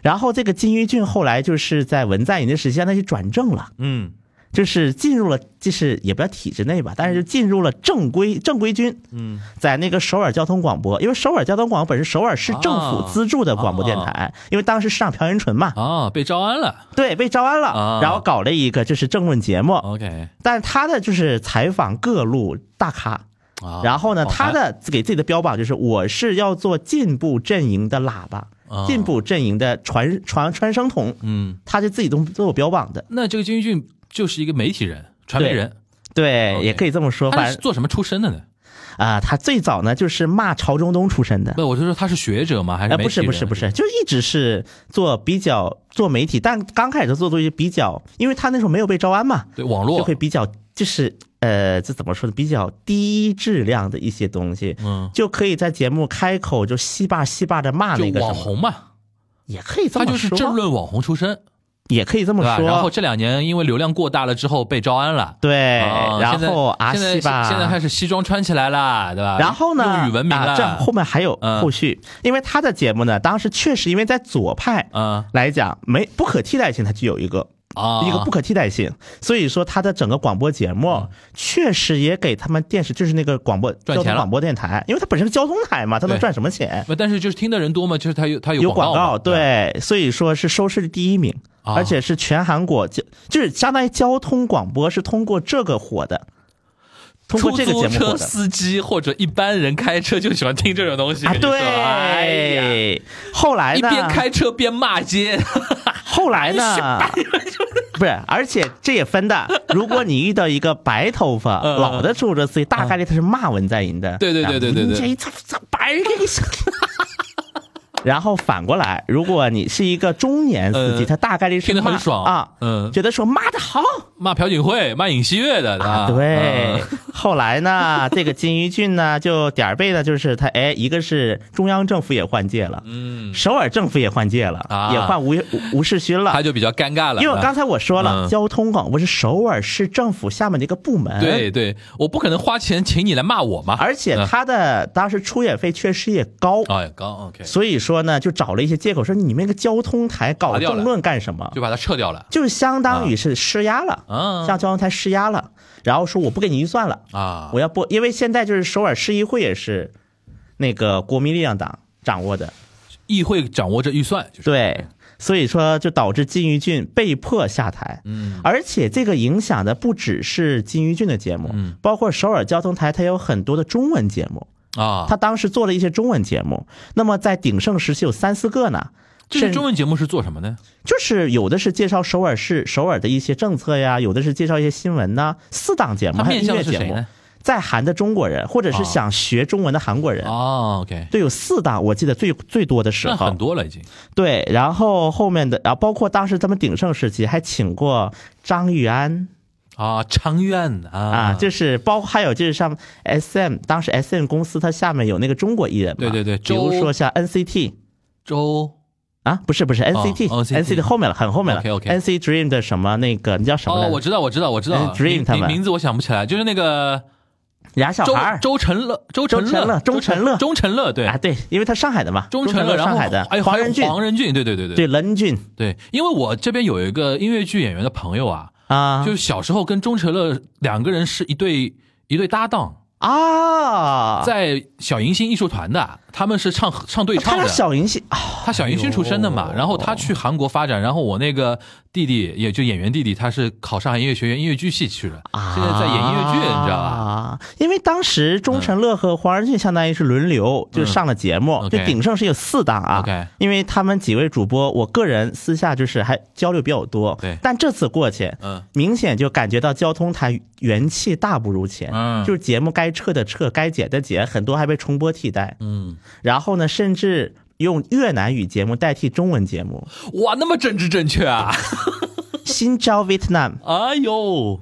Speaker 6: 然后这个金鱼俊后来就是在文在寅的时期，他就转正了，
Speaker 5: 嗯，
Speaker 6: 就是进入了，就是也不叫体制内吧，但是就进入了正规正规军。嗯，在那个首尔交通广播，因为首尔交通广播本身首尔市政府
Speaker 5: 啊
Speaker 6: 资助的广播电台，因为当时市长朴元淳嘛，
Speaker 5: 啊，被招安了
Speaker 6: 对，被招安了，
Speaker 5: 啊
Speaker 6: 然后搞了一个就是政论节目，
Speaker 5: ，OK
Speaker 6: 但是他的就是采访各路大咖。
Speaker 5: 啊。
Speaker 6: 然后呢，
Speaker 5: 好
Speaker 6: 他
Speaker 5: 看
Speaker 6: 的给自己的标榜就是我是要做进步阵营的喇叭
Speaker 5: 啊，
Speaker 6: 进步阵营的传传传声筒，
Speaker 5: 嗯，
Speaker 6: 他就自己都都有标榜的。
Speaker 5: 那这个金俊就是一个媒体人、传媒人，
Speaker 6: 对，
Speaker 5: OK
Speaker 6: 也可以这么说，
Speaker 5: 他
Speaker 6: 反
Speaker 5: 是
Speaker 6: 正
Speaker 5: 做什么出身的呢？
Speaker 6: 啊，他最早呢就是骂曹中东出身的。
Speaker 5: 不，我就说他是学者吗？还是
Speaker 6: 哎，
Speaker 5: 媒
Speaker 6: 不
Speaker 5: 体
Speaker 6: 是
Speaker 5: 人
Speaker 6: 不是不是，就一直是做比较做媒体，但刚开始做做一些比较，因为他那时候没有被招安嘛，
Speaker 5: 对网络
Speaker 6: 就会比较就是呃，这怎么说呢？比较低质量的一些东西，
Speaker 5: 嗯，
Speaker 6: 就可以在节目开口就稀巴稀巴的骂那
Speaker 5: 就
Speaker 6: 个
Speaker 5: 网
Speaker 6: 什么，
Speaker 5: 红嘛，
Speaker 6: 也可以这
Speaker 5: 他
Speaker 6: 么说，
Speaker 5: 就是政论网红出身，
Speaker 6: 也可以这么
Speaker 5: 对吧？
Speaker 6: 说。
Speaker 5: 然后这两年因为流量过大了之后被招安了，
Speaker 6: 对，
Speaker 5: 啊
Speaker 6: 哎然
Speaker 5: 现在
Speaker 6: 后阿
Speaker 5: 现在
Speaker 6: 西吧，
Speaker 5: 现在开始西装穿起来啦，对吧？
Speaker 6: 然后呢，
Speaker 5: 用语文明
Speaker 6: 啊
Speaker 5: 了，
Speaker 6: 这后面还有
Speaker 5: 嗯
Speaker 6: 后续，因为他的节目呢，当时确实因为在左派
Speaker 5: 嗯
Speaker 6: 来讲没不可替代性，它具有一个。
Speaker 5: 啊，
Speaker 6: 一个不可替代性，所以说他的整个广播节目确实也给他们电视，就是那个广播
Speaker 5: 嗯赚
Speaker 6: 交
Speaker 5: 钱
Speaker 6: 通
Speaker 5: 了
Speaker 6: 广播电台，因为它本身是交通台嘛，它能
Speaker 5: 对
Speaker 6: 赚什么钱？
Speaker 5: 不，但是就是听的人多嘛，就是他有他
Speaker 6: 有
Speaker 5: 广
Speaker 6: 广告，
Speaker 5: 嘛吧
Speaker 6: 对，所以说是收视率第一名，
Speaker 5: 啊
Speaker 6: 而且是全韩国就就是相当于交通广播是通过这个火的，通过这个节
Speaker 5: 出租
Speaker 6: 目火
Speaker 5: 车
Speaker 6: 的。
Speaker 5: 司机或者一般人开车就喜欢听这种东西
Speaker 6: 啊，
Speaker 5: 跟你说哎呀
Speaker 6: 对，后来
Speaker 5: 一
Speaker 6: 呢？
Speaker 5: 边开车边骂街，
Speaker 6: 后来呢？ [LAUGHS] 不是，而且这也分的。如果你遇到一个白头
Speaker 5: [LAUGHS]
Speaker 6: 发、
Speaker 5: 嗯
Speaker 6: 老的出租车司机，大概率他是骂文在寅的。
Speaker 5: 对对对对对对
Speaker 6: 然后嗯你这一操操白人给你死。 [LAUGHS] 然后反过来，如果你是一个中年司机，
Speaker 5: 呃
Speaker 6: 他大概率是
Speaker 5: 听得很
Speaker 6: 骂
Speaker 5: 爽
Speaker 6: 啊，
Speaker 5: 嗯，
Speaker 6: 觉得说骂的好。
Speaker 5: 骂朴槿惠、骂尹锡悦的
Speaker 6: 啊，对
Speaker 5: 嗯，
Speaker 6: 后
Speaker 5: [LAUGHS]
Speaker 6: 来呢，这个金鱼俊呢，就点儿背呢，就是他，哎，一个是中央政府也换届了，嗯，首尔政府也换届了，
Speaker 5: 啊
Speaker 6: 也换吴吴吴世勋了，
Speaker 5: 他就比较尴尬了。
Speaker 6: 因为我刚才我说了，
Speaker 5: 嗯
Speaker 6: 交通广播是首尔市政府下面的一个部门，
Speaker 5: 对，嗯对，我不可能花钱请你来骂我嘛。啊
Speaker 6: 而且他的当时出演费确实也高，
Speaker 5: 哎，刚 OK
Speaker 6: 所以说呢，就找了一些借口说你们那个交通台搞
Speaker 5: 划掉了
Speaker 6: 政论干什么？
Speaker 5: 就把他撤掉了
Speaker 6: 就是相当于是施压了，
Speaker 5: 啊
Speaker 6: 向交通台施压了，然后说我不给你预算了，
Speaker 5: 啊
Speaker 6: 我要播，因为现在就是首尔市议会也是那个国民力量党掌握的，
Speaker 5: 议会掌握着预算，就是
Speaker 6: 对，所以说就导致金鱼俊被迫下台。嗯，而且这个影响的不只是金鱼俊的节目，嗯，包括首尔交通台，它有很多的中文节目，
Speaker 5: 啊
Speaker 6: 它当时做了一些中文节目。那么在鼎盛时期有三四个呢。
Speaker 5: 这
Speaker 6: 甚
Speaker 5: 是中文节目是做什么呢？
Speaker 6: 就是有的是介绍首尔市首尔的一些政策呀，有的是介绍一些新闻呐、四档节目
Speaker 5: 它
Speaker 6: 还
Speaker 5: 面
Speaker 6: 有音
Speaker 5: 向
Speaker 6: 乐
Speaker 5: 的是
Speaker 6: 节
Speaker 5: 谁
Speaker 6: 目
Speaker 5: 呢？，
Speaker 6: 在韩的中国人或者
Speaker 5: 啊
Speaker 6: 是想学中文的韩国人。
Speaker 5: 哦，OK，
Speaker 6: 对，有四档，我记得最最多的时
Speaker 5: 那
Speaker 6: 候
Speaker 5: 很，多了已经。
Speaker 6: 对，然后后面的，然后包括当时他们鼎盛时期还请过张玉安
Speaker 5: 啊，长院啊，
Speaker 6: 啊，就是是包还有就是像 S M，当时 S M 公司它下面有那个中国艺人嘛，
Speaker 5: 对对对
Speaker 6: 比如
Speaker 5: 周
Speaker 6: 说像 N C T
Speaker 5: 周
Speaker 6: 啊，不是
Speaker 5: 哦
Speaker 6: 不是 N C T
Speaker 5: NCT
Speaker 6: N C T 后面了，很后面了
Speaker 5: OK，OK
Speaker 6: N C Dream 的什么那个那叫什么来
Speaker 5: 哦，
Speaker 6: 着？
Speaker 5: 我知道，我知道，我知道
Speaker 6: 嗯，Dream
Speaker 5: 名
Speaker 6: 他们
Speaker 5: 名字我想不起来，就是那个
Speaker 6: 俩小
Speaker 5: 周
Speaker 6: 孩儿
Speaker 5: 周成乐，周成
Speaker 6: 周成乐
Speaker 5: 周
Speaker 6: 钟成乐
Speaker 5: 钟成乐，对
Speaker 6: 啊，，对，因为他上海的嘛，
Speaker 5: 钟
Speaker 6: 成
Speaker 5: 乐，
Speaker 6: 乐
Speaker 5: 然后
Speaker 6: 上海的，
Speaker 5: 哎，
Speaker 6: 黄
Speaker 5: 还有
Speaker 6: 仁俊，
Speaker 5: 黄仁俊，对对对对
Speaker 6: 对，任俊
Speaker 5: 对，因为我这边有一个音乐剧演员的朋友啊，
Speaker 6: 啊，
Speaker 5: 就是小时候跟钟成乐两个人是一对一对搭档，
Speaker 6: 啊，
Speaker 5: 在小迎新艺术团的，他们是唱唱对
Speaker 6: 他
Speaker 5: 唱
Speaker 6: 俩
Speaker 5: 的。
Speaker 6: 小银戏啊，
Speaker 5: 他小迎新出身的嘛，
Speaker 6: 哎呦
Speaker 5: 然后他去韩国发展，然后我那个弟弟也就演员弟弟，他是考上海音乐学院音乐剧系去了，
Speaker 6: 啊
Speaker 5: 现在在演音乐剧，你知道吧？嗯
Speaker 6: 吧？啊因为当时钟成乐和黄仁俊相当于是轮流就上了节目，
Speaker 5: OK
Speaker 6: 就鼎盛是有四档啊。
Speaker 5: OK
Speaker 6: 因为他们几位主播，我个人私下就是还交流比较多。
Speaker 5: 对
Speaker 6: 但这次过去，
Speaker 5: 嗯，
Speaker 6: 明显就感觉到交通台元气大不如前。
Speaker 5: 嗯
Speaker 6: 就是节目该撤的撤，该解的解，很多还被重播替代。
Speaker 5: 嗯，
Speaker 6: 然后呢，甚至用越南语节目代替中文
Speaker 5: [LAUGHS]
Speaker 6: 节目，
Speaker 5: 哇，那么政治正确
Speaker 6: [LAUGHS]
Speaker 5: 啊！
Speaker 6: 新招 Vietnam。
Speaker 5: 哎呦，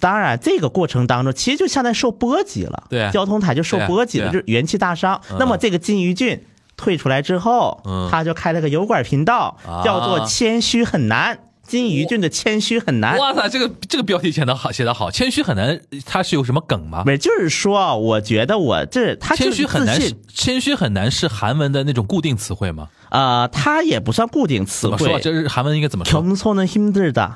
Speaker 6: 当然，这个过程当中，其实就相当于受波及了，
Speaker 5: 对啊
Speaker 6: 交通台就受波及了，
Speaker 5: 对
Speaker 6: 就
Speaker 5: 啊
Speaker 6: 是元气大伤。那么这个金鱼俊退出来之后，
Speaker 5: 嗯
Speaker 6: 他就开了个油管频道，
Speaker 5: 啊
Speaker 6: 叫做《谦虚很难》，金鱼俊的谦虚很难。
Speaker 5: 哇塞，这个这个标题写的好，写的好，谦虚很难，他是有什么梗吗
Speaker 6: 不？是，就是说，我觉得我这他就
Speaker 5: 谦
Speaker 6: 是
Speaker 5: 虚很难
Speaker 6: 自
Speaker 5: 是
Speaker 6: 信，
Speaker 5: 谦虚很难是韩文的那种固定词汇吗？
Speaker 6: 啊，他也不算固定词
Speaker 5: 怎么说
Speaker 6: 汇
Speaker 5: 啊？。这是韩文应该怎么说？
Speaker 6: 겸손은힘들다。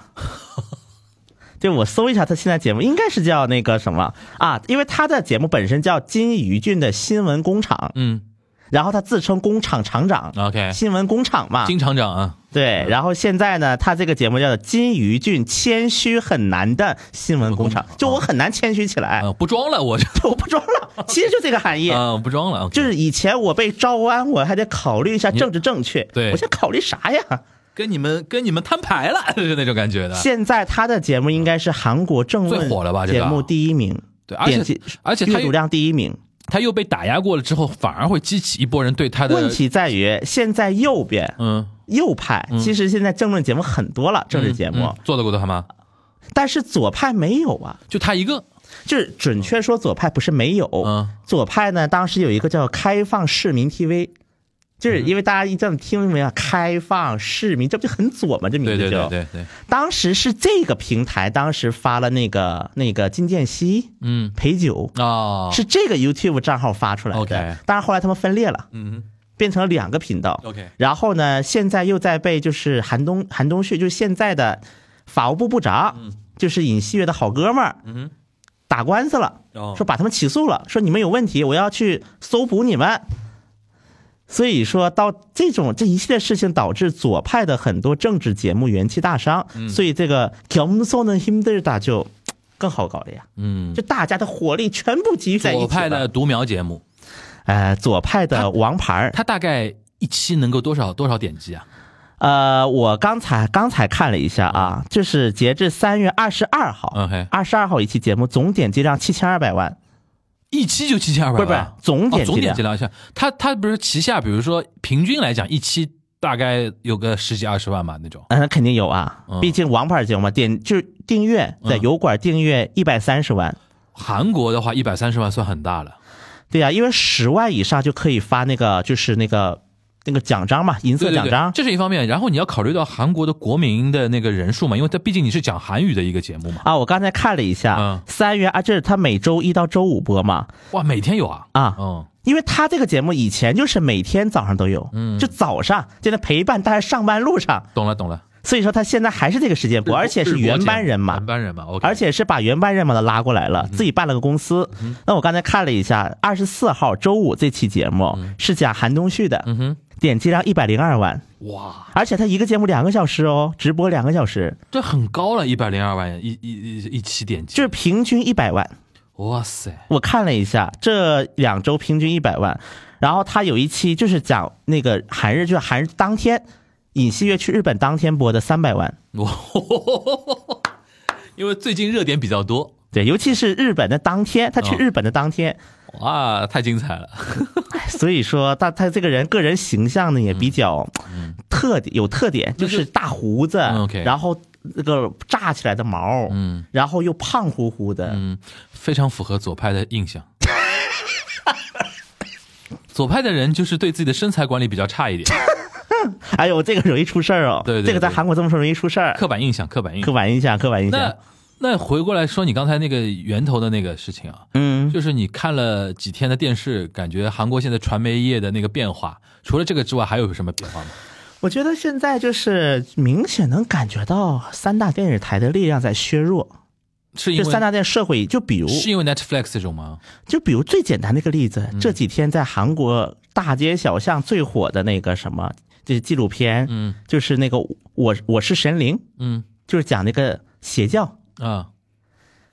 Speaker 6: 对，我搜一下他现在节目，应该是叫那个什么啊？因为他的节目本身叫金鱼俊的新闻工厂，
Speaker 5: 嗯
Speaker 6: 然后他自称工厂厂长，
Speaker 5: ，OK，
Speaker 6: 新闻工厂嘛，
Speaker 5: 金厂长啊，
Speaker 6: 对。然后现在呢，他这个节目叫做《金鱼俊谦虚很难的新闻工厂》，
Speaker 5: 嗯
Speaker 6: 就我很难谦虚起来，
Speaker 5: 啊，不装了，我这
Speaker 6: [LAUGHS] 就我不装了。其实就这个含义，
Speaker 5: 啊，不装了，OK，
Speaker 6: 就是以前我被招安，我还得考虑一下政治正确，
Speaker 5: 对
Speaker 6: 我现在考虑啥呀？
Speaker 5: 跟你们跟你们摊牌了， [LAUGHS] 是那种感觉的。
Speaker 6: 现在他的节目应该是韩国政
Speaker 5: 最
Speaker 6: 论
Speaker 5: 火了吧这个
Speaker 6: 节目第一名，
Speaker 5: 对，而
Speaker 6: 点
Speaker 5: 且
Speaker 6: 击
Speaker 5: 而且他
Speaker 6: 阅读
Speaker 5: 又
Speaker 6: 量第一名。
Speaker 5: 他又被打压过了之后，反而会激起一波人对他的
Speaker 6: 问题在于现在右边
Speaker 5: 嗯
Speaker 6: 右派，其实现在政论节目很多了，政治节目，
Speaker 5: 嗯嗯做得过他吗？
Speaker 6: 但是左派没有啊。
Speaker 5: 就他一个，
Speaker 6: 就是准确说，左派不是没有，
Speaker 5: 嗯
Speaker 6: 左派呢，当时有一个叫开放市民 TV，就是因为大家一这么听没有，开放市民，这不就很左吗？这名
Speaker 5: 对
Speaker 6: 字就，
Speaker 5: 对对对对，
Speaker 6: 当时是这个平台，当时发了那个那个金建熙、
Speaker 5: 嗯
Speaker 6: 陪酒，
Speaker 5: 啊，
Speaker 6: 是这个 YouTube 账号发出来的。
Speaker 5: OK
Speaker 6: 当然后来他们分裂了，
Speaker 5: 嗯
Speaker 6: 变成了两个频道。
Speaker 5: OK
Speaker 6: 然后呢，现在又在被就是韩东韩东旭，就是现在的法务部部长，就是尹锡悦的好哥们儿，
Speaker 5: 嗯哼
Speaker 6: 打官司了，
Speaker 5: 哦
Speaker 6: 说把他们起诉了，说你们有问题，我要去搜捕你们。所以说到这种这一系列事情，导致左派的很多政治节目元气大伤，
Speaker 5: 嗯
Speaker 6: 所以这个 Kim s o n h i m d e r d a 就更好搞了呀，
Speaker 5: 嗯，
Speaker 6: 就大家的火力全部集中在一起
Speaker 5: 左
Speaker 6: 了。
Speaker 5: 派的独苗节目，
Speaker 6: 呃，左派的王牌儿，
Speaker 5: 他大概一期能够多少多少点击啊？
Speaker 6: 呃，我刚才刚才看了一下啊，就是截至三月二十二号
Speaker 5: 嗯嘿，
Speaker 6: 二十二号一期节目总点击量七千二百万，
Speaker 5: 一期就七千二
Speaker 6: 不
Speaker 5: 百
Speaker 6: 是不是
Speaker 5: 万，
Speaker 6: 总点
Speaker 5: 哦总
Speaker 6: 击
Speaker 5: 点
Speaker 6: 量
Speaker 5: 击，量一下，他他不是旗下，比如说平均来讲，一期大概有个十几二十万吧那种，
Speaker 6: 嗯，那肯定有啊
Speaker 5: 嗯，
Speaker 6: 毕竟王牌节目嘛，点就是订阅在油管订阅一百三十万，
Speaker 5: 韩国的话一百三十万算很大了，
Speaker 6: 对呀、因为十万以上就可以发那个就是那个那个奖章嘛，银
Speaker 5: 对
Speaker 6: 色
Speaker 5: 对
Speaker 6: 奖
Speaker 5: 对
Speaker 6: 章，，
Speaker 5: 这是一方面。然后你要考虑到韩国的国民的那个人数嘛，因为它毕竟你是讲韩语的一个节目嘛。
Speaker 6: 啊，我刚才看了一
Speaker 5: 嗯
Speaker 6: 下，三月啊，这是他每周一到周五播嘛，
Speaker 5: 哇，每天有啊
Speaker 6: 啊
Speaker 5: 嗯，
Speaker 6: 因为他这个节目以前就是每天早上都有，
Speaker 5: 嗯
Speaker 6: 就早上就在陪伴大家上班路上，
Speaker 5: 懂了懂了。
Speaker 6: 所以说他现在还是这个时间播，而且是原班人
Speaker 5: 原
Speaker 6: 马，
Speaker 5: 班人马，OK。嗯
Speaker 6: 而且是把原班人马都拉过来了，自己办了个公司。那我刚才看了一下，二十四号周五这期节目是讲韩东旭的，
Speaker 5: 嗯哼
Speaker 6: 点击量一百零二万，
Speaker 5: 哇，
Speaker 6: 而且他一个节目两个小时哦，直播两个小时，
Speaker 5: 这很高了，一百零二万一一一一期点击，
Speaker 6: 就是平均一百万。
Speaker 5: 哇塞， [LAUGHS]
Speaker 6: 我看了一下，这两周平均一百万。然后他有一期就是讲那个韩日，就是韩日当天尹锡悦去日本当天播的三百万。
Speaker 5: 我因为最近热点比较多，
Speaker 6: 对，尤其是日本的当天，他去
Speaker 5: 哦
Speaker 6: 日本的当天，
Speaker 5: 哇，太精彩了， [LAUGHS]
Speaker 6: 所以说他他这个人个人形象呢也比较特点有特点，就是大胡子
Speaker 5: 嗯，OK
Speaker 6: 然后那个炸起来的毛，
Speaker 5: 嗯，
Speaker 6: 然后又胖乎乎的，
Speaker 5: 嗯，非常符合左派的印
Speaker 6: [LAUGHS]
Speaker 5: 象。左派的人就是对自己的身材管理比较差一点，
Speaker 6: 哎呦，这个容易出事儿哦，
Speaker 5: 对对
Speaker 6: 这个在
Speaker 5: 对
Speaker 6: 韩国这么说容易出事儿，
Speaker 5: 刻板印象，刻板印
Speaker 6: 刻
Speaker 5: 象。
Speaker 6: 板印象，刻板印
Speaker 5: 那
Speaker 6: 象，
Speaker 5: 那回过来说你刚才那个源头的那个事情啊，
Speaker 6: 嗯，
Speaker 5: 就是你看了几天的电视，感觉韩国现在传媒业的那个变化，除了这个之外，还有什么变化吗？
Speaker 6: 我觉得现在就是明显能感觉到三大电视台的力量在削弱，
Speaker 5: 是因
Speaker 6: 这
Speaker 5: 为
Speaker 6: 三大电社会，就比如
Speaker 5: 是因为 Netflix 这种吗？
Speaker 6: 就比如最简单的一个例子，这几天在韩国大街小巷最火的那个什么，就是纪录片，
Speaker 5: 嗯，
Speaker 6: 就是那个我我是神灵，
Speaker 5: 嗯
Speaker 6: 就是讲那个邪教。
Speaker 5: 啊，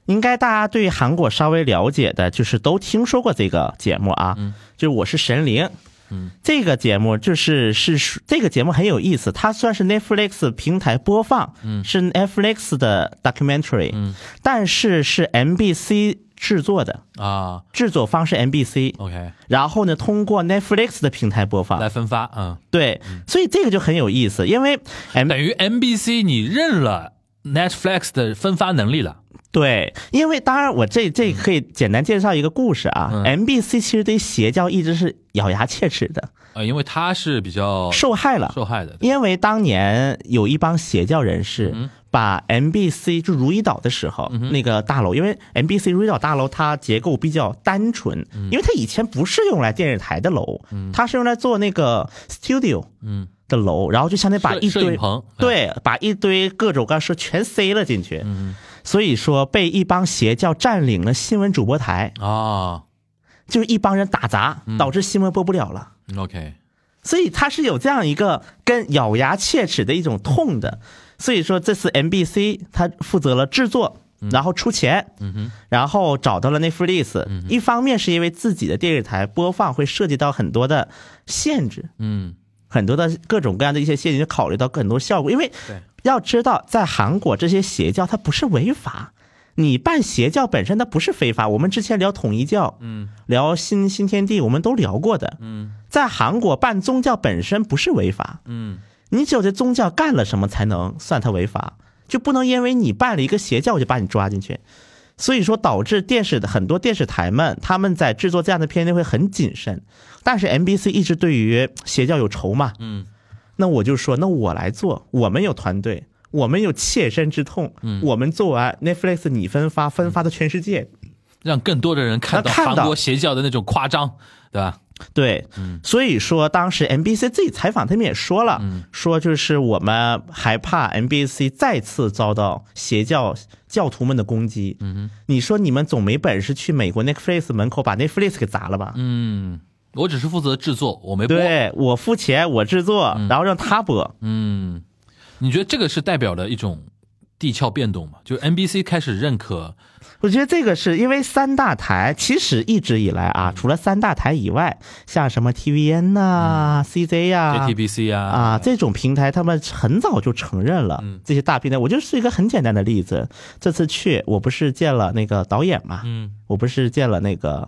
Speaker 6: 应该大家对韩国稍微了解的，就是都听说过这个节目啊，就是我是神灵。
Speaker 5: 嗯，
Speaker 6: 这个节目就是是属这个节目很有意思，它算是 Netflix 平台播放，嗯，是 Netflix 的 documentary，嗯，但是是 MBC 制作的，
Speaker 5: 啊
Speaker 6: 制作方是 MBC，
Speaker 5: ，OK，
Speaker 6: 然后呢，通过 Netflix 的平台播
Speaker 5: 来
Speaker 6: 放。
Speaker 5: 分发，嗯，
Speaker 6: 对，所以这个就很有意思，因为 M
Speaker 5: 等于 MBC 你认了 Netflix 的分发能力了，
Speaker 6: 对，因为当然我这这可以简单介绍一个故事啊。MBC
Speaker 5: 嗯
Speaker 6: 其实对邪教一直是咬牙切齿的，
Speaker 5: 呃，因为它是比较
Speaker 6: 受害了。
Speaker 5: 哦受害的，对
Speaker 6: 因为当年有一帮邪教人
Speaker 5: 嗯
Speaker 6: 士把 MBC 就如意岛的时候，那个大楼，因为 MBC 如意岛大楼它结构比较单纯，
Speaker 5: 嗯
Speaker 6: 因为它以前不是用来电视台的楼，它是用来做那个 studio
Speaker 5: 嗯
Speaker 6: 的楼，然后就相当于把
Speaker 5: 摄
Speaker 6: 一
Speaker 5: 摄
Speaker 6: 堆
Speaker 5: 影棚嗯
Speaker 6: 对，把一堆各种各样的事全塞了进去，所以说被一帮邪教占领了新闻主播台，
Speaker 5: 啊
Speaker 6: 就是一帮人打砸，导致新闻播不了了。
Speaker 5: ，OK，
Speaker 6: 所以它是有这样一个跟咬牙切齿的一种痛的。所以说这次 MBC 它负责了制作，然后出钱，然后找到了 Netflix。一方面是因为自己的电视台播放会涉及到很多的限制，
Speaker 5: 嗯
Speaker 6: 很多的各种各样的一些限制，就考虑到很多效果。因为要知道，在韩国这些邪教它不是违法。你办邪教本身它不是非法，我们之前聊统一教，嗯，聊新新天地，我们都聊过的，嗯，在韩国办宗教本身不是违法，
Speaker 5: 嗯，
Speaker 6: 你只有这宗教干了什么才能算它违法，就不能因为你办了一个邪教我就把你抓进去，所以说导致电视的很多电视台们他们在制作这样的片子会很谨慎，但是 MBC 一直对于邪教有仇嘛，
Speaker 5: 嗯，
Speaker 6: 那我就说那我来做，我们有团队，我们有切身之痛，嗯，我们做完 Netflix 你分发，分发到全世界，
Speaker 5: 让更多的人看到
Speaker 6: 那看
Speaker 5: 韩
Speaker 6: 到
Speaker 5: 国邪教的那种夸张，对吧？
Speaker 6: 对，嗯所以说当时 NBC 自己采访他们也说了，说就是我们害怕 NBC 再次遭到邪教教徒们的攻击。嗯，你说你们总没本事去美国 Netflix 门口把 Netflix 给砸了吧？
Speaker 5: 嗯，我只是负责制作，我没播。
Speaker 6: 对我付钱，我制作，然后让他播。
Speaker 5: 嗯，你觉得这个是代表了一种地壳变动吗？就是 NBC 开始认可，
Speaker 6: 我觉得这个是因为三大台其实一直以来啊，除了三大台以外，像什么 TVN 呐、CJ 呀、
Speaker 5: JTBC 啊
Speaker 6: 啊，这种平台他们很早就承认了这些大平台。我就是一个很简单的例子，这次去我不是见了那个导演嘛，
Speaker 5: 嗯
Speaker 6: 我不是见了那个，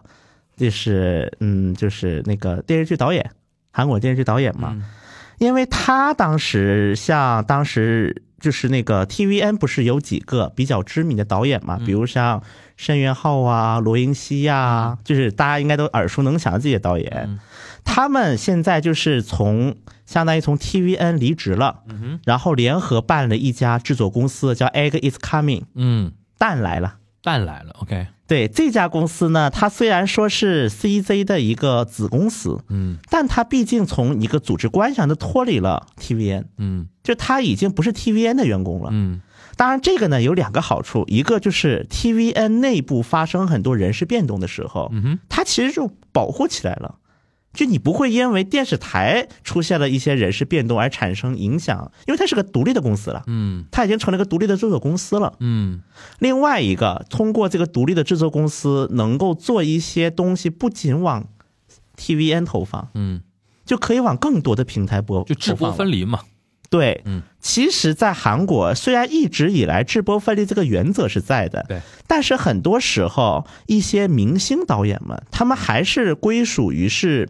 Speaker 6: 就是嗯，就是那个电视剧导演，韩国电视剧导演嘛，因为他当时像当时就是那个 TVN 不是有几个比较知名的导演嘛，比如像申元浩啊、罗英熙呀、就是大家应该都耳熟能详的这些导演，他们现在就是从相当于从 TVN 离职了，然后联合办了一家制作公司叫 Egg Is Coming，
Speaker 5: 嗯，
Speaker 6: 蛋来了。
Speaker 5: 蛋来了，OK，
Speaker 6: 对这家公司呢，它虽然说是 CZ 的一个子公司，
Speaker 5: 嗯
Speaker 6: 但它毕竟从一个组织关系上的脱离了 TVN，
Speaker 5: 嗯
Speaker 6: 就它已经不是 TVN 的员工了。
Speaker 5: 嗯
Speaker 6: 当然，这个呢有两个好处，一个就是 TVN 内部发生很多人事变动的时候，
Speaker 5: 嗯
Speaker 6: 它其实就保护起来了。就你不会因为电视台出现了一些人事变动而产生影响，因为它是个独立的公司了，
Speaker 5: 嗯
Speaker 6: 它已经成了一个独立的制作公司了。
Speaker 5: 嗯
Speaker 6: 另外一个，通过这个独立的制作公司，能够做一些东西，不仅往 TVN 投放，
Speaker 5: 嗯，
Speaker 6: 就可以往更多的平台播，
Speaker 5: 就制播
Speaker 6: 投放了
Speaker 5: 分离嘛，
Speaker 6: 对，
Speaker 5: 嗯，
Speaker 6: 其实，在韩国虽然一直以来制播分离这个原则是在的，
Speaker 5: 对，
Speaker 6: 但是很多时候一些明星导演们，他们还是归属于是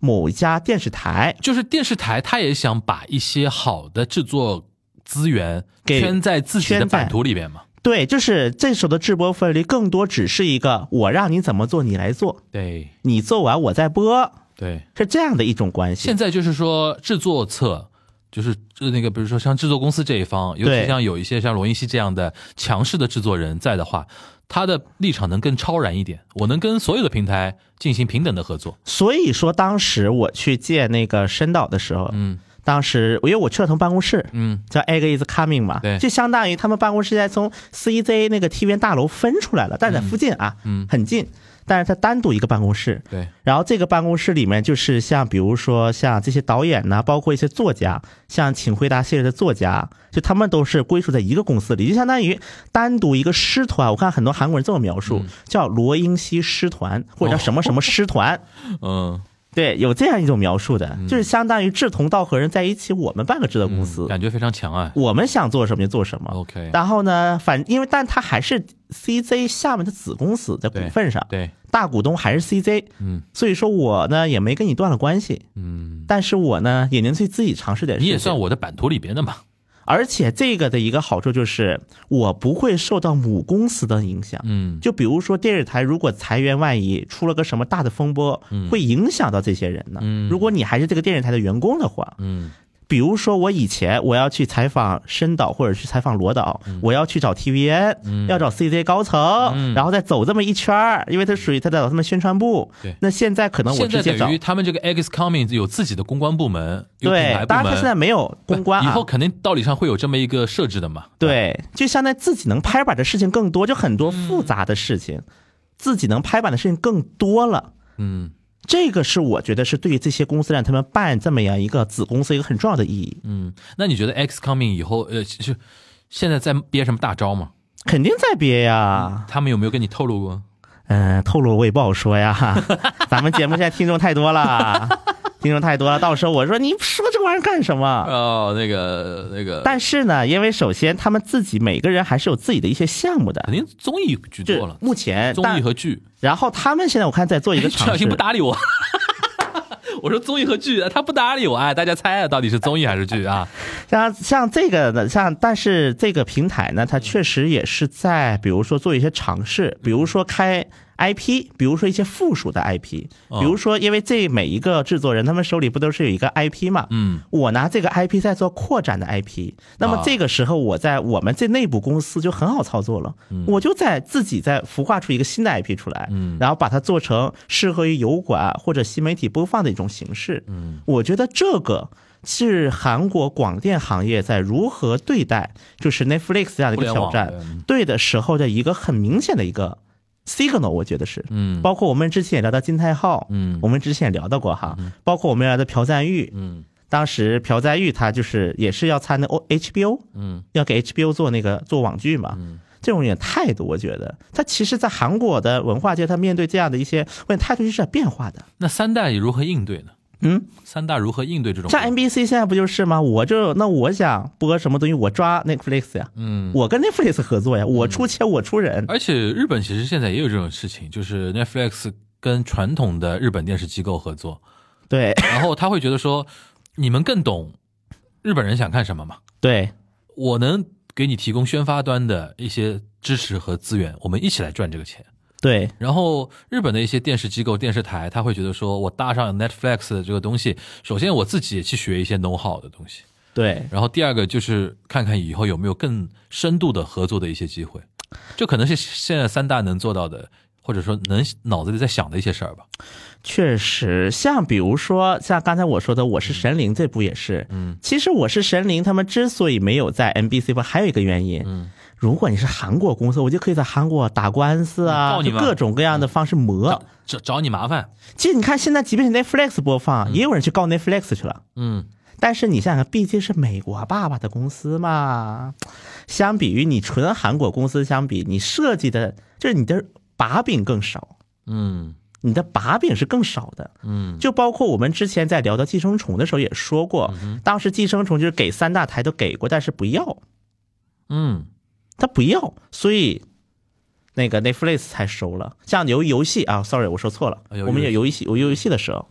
Speaker 6: 某一家电视台，
Speaker 5: 就是电视台，他也想把一些好的制作资源
Speaker 6: 给
Speaker 5: 圈在自己的
Speaker 6: 圈在
Speaker 5: 版图里边嘛。
Speaker 6: 对，就是这时候的制播分离更多只是一个我让你怎么做你来做，
Speaker 5: 对
Speaker 6: 你做完我再播，
Speaker 5: 对，
Speaker 6: 是这样的一种关系。
Speaker 5: 现在就是说制作侧。就是呃那个，比如说像制作公司这一方，尤其
Speaker 6: 对
Speaker 5: 像有一些像罗云熙这样的强势的制作人在的话，他的立场能更超然一点。我能跟所有的平台进行平等的合作。
Speaker 6: 所以说，当时我去见那个申导的时候，
Speaker 5: 嗯
Speaker 6: 当时因为我去了他们办公室，
Speaker 5: 嗯，
Speaker 6: 叫 Egg is coming 嘛，
Speaker 5: 对
Speaker 6: 就相当于他们办公室现在从 CJ 那个 TVN 大楼分出来了，但是在附近啊，
Speaker 5: 嗯嗯
Speaker 6: 很近，但是它单独一个办公室。
Speaker 5: 对，
Speaker 6: 然后这个办公室里面就是像比如说像这些导演呐、包括一些作家，像《请回答》系列的作家，就他们都是归属在一个公司里，就相当于单独一个师团。我看很多韩国人这么描
Speaker 5: 嗯
Speaker 6: 述，叫罗英熙师团或
Speaker 5: 哦
Speaker 6: 者叫什么什么师团。
Speaker 5: 嗯，
Speaker 6: 对，有这样一种描述的，就是相当于志同道合人在一起，我们办个制作公司，
Speaker 5: 感觉非常强啊。
Speaker 6: 我们想做什么就做什么。
Speaker 5: OK，
Speaker 6: 然后呢，反因为但它还是 CJ 下面的子公司在股份上，
Speaker 5: 对，
Speaker 6: 大股东还是 CJ，
Speaker 5: 嗯
Speaker 6: 所以说我呢也没跟你断了关系，
Speaker 5: 嗯，
Speaker 6: 但是我呢也能去自己尝试点事
Speaker 5: 你
Speaker 6: 情。
Speaker 5: 也算我的版图里边的嘛。
Speaker 6: 而且这个的一个好处就是我不会受到母公司的影响。
Speaker 5: 嗯，
Speaker 6: 就比如说电视台如果裁员万一出了个什么大的风波，会影响到这些人呢
Speaker 5: 嗯。
Speaker 6: 如果你还是这个电视台的员工的话，
Speaker 5: 嗯
Speaker 6: 比如说，我以前我要去采访申导或者去采访罗导，
Speaker 5: 嗯
Speaker 6: 我要去找 TVN，、要找 CJ 高层，然后再走这么一圈儿，因为它属于他在他们宣传部。
Speaker 5: 对
Speaker 6: 那现在可能我
Speaker 5: 现
Speaker 6: 直
Speaker 5: 在
Speaker 6: 接找
Speaker 5: 等于他们这个 X Coming 有自己的公关部门，有品牌
Speaker 6: 对，
Speaker 5: 部
Speaker 6: 当然他
Speaker 5: 门，
Speaker 6: 现在没有公关
Speaker 5: 以
Speaker 6: 啊
Speaker 5: 后。肯定道理上会有这么一个设置的嘛。
Speaker 6: 对，就相当于自己能拍板的事情更多，就很
Speaker 5: 嗯
Speaker 6: 多复杂的事情，自己能拍板的事情更多了。
Speaker 5: 嗯
Speaker 6: 这个是我觉得是对于这些公司让他们办这么样一个子公司一个很重要的意义。
Speaker 5: 嗯，那你觉得 X Coming 以后呃，就现在在憋什么大招吗？
Speaker 6: 肯定在憋呀，
Speaker 5: 他们有没有跟你透露过？
Speaker 6: 嗯，透露我也不好说呀， [LAUGHS] 咱们节目现在听众太多了， [LAUGHS] 听众太多了，到时候我说你说这玩意儿干什么？
Speaker 5: 哦，那个那个，
Speaker 6: 但是呢，因为首先他们自己每个人还是有自己的一些项目的
Speaker 5: 肯，定综艺居
Speaker 6: 就
Speaker 5: 多了，
Speaker 6: 目前
Speaker 5: 综艺
Speaker 6: 但
Speaker 5: 和剧。
Speaker 6: 然后他们现在我看在
Speaker 5: [LAUGHS]
Speaker 6: 做一个
Speaker 5: 陈
Speaker 6: 尝
Speaker 5: 小
Speaker 6: 试
Speaker 5: 新不，搭理我。我说综艺和剧， [LAUGHS] 他不搭理我，哎，大家猜啊，到底是综艺还是剧啊？
Speaker 6: 像像这个呢，像但是这个平台呢，它确实也是在比如说做一些尝试，比如说开 IP，比如说一些附属的 IP，比如说因为这每一个制作人他们手里不都是有一个 IP 嘛，
Speaker 5: 嗯，
Speaker 6: 我拿这个 IP 在做扩展的 IP，那
Speaker 5: 啊
Speaker 6: 么这个时候我在我们这内部公司就很好操作了，
Speaker 5: 嗯
Speaker 6: 我就在自己再孵化出一个新的 IP 出来，然后把它做成适合于油管或者新媒体播放的一种形式，
Speaker 5: 嗯
Speaker 6: 我觉得这个。是韩国广电行业在如何对待就是 Netflix 这样的一个挑
Speaker 5: 互联网
Speaker 6: 战，对的时候的一个很明显的一个 signal，我觉得是，
Speaker 5: 嗯
Speaker 6: 包括我们之前也聊到金泰浩，
Speaker 5: 嗯
Speaker 6: 我们之前也聊到过哈，包括我们聊的朴赞玉，
Speaker 5: 嗯
Speaker 6: 当时朴赞玉他就是也是要参那 O HBO，
Speaker 5: 嗯，
Speaker 6: 要给 HBO 做那个做网剧嘛，这种也态度，我觉得他其实，在韩国的文化界，他面对这样的一些问题态度是在变化的。
Speaker 5: 那三大如何应对呢？
Speaker 6: 嗯，
Speaker 5: 三大如何应对这种？
Speaker 6: 像 NBC 现在不就是吗？我就那我想播什么东西，我抓 Netflix 呀，
Speaker 5: 嗯，哎
Speaker 6: 我跟 Netflix 合作呀，我出钱，我出人。
Speaker 5: 而且日本其实现在也有这种事情，就是 Netflix 跟传统的日本电视机构合作，
Speaker 6: 对
Speaker 5: 然后他会觉得说，你们更懂日本人想看什么嘛？
Speaker 6: 对
Speaker 5: 我能给你提供宣发端的一些支持和资源，我们一起来赚这个钱。
Speaker 6: 对
Speaker 5: 然后日本的一些电视机构、电视台，他会觉得说，我搭上 Netflix 的这个东西，首先我自己也去学一些 know how 的东西，
Speaker 6: 对，
Speaker 5: 然后第二个就是看看以后有没有更深度的合作的一些机会，这可能是现在三大能做到的，或者说能脑子里在想的一些事儿吧。
Speaker 6: 确实，像比如说，像刚才我说的《我是神灵》这部也是，嗯，其实《我是神灵》他们之所以没有在 NBC 播，还有一个原因，嗯，如果你是韩国公司，我就可以在韩国打官司
Speaker 5: 嗯
Speaker 6: 啊，
Speaker 5: 告你
Speaker 6: 就
Speaker 5: 吗
Speaker 6: 各种各样的方式磨
Speaker 5: 找。找找你麻烦，
Speaker 6: 其实你看，现在即便是 Netflix 播放，也有人去告 Netflix 去了。
Speaker 5: 嗯，
Speaker 6: 但是你想想，毕竟是美国爸爸的公司嘛，相比于你纯韩国公司相比，你设计的就是你的把柄更少。
Speaker 5: 嗯，
Speaker 6: 你的把柄是更少的。
Speaker 5: 嗯，
Speaker 6: 就包括我们之前在聊到寄生虫的时候也说过，当时寄生虫就是给三大台都给过，但是不要，
Speaker 5: 嗯，
Speaker 6: 他不要，所以那个 Netflix 才收了。像由于游戏啊，sorry，我说错了，
Speaker 5: 啊鱿鱼
Speaker 6: 我们有游戏，有游戏的时候，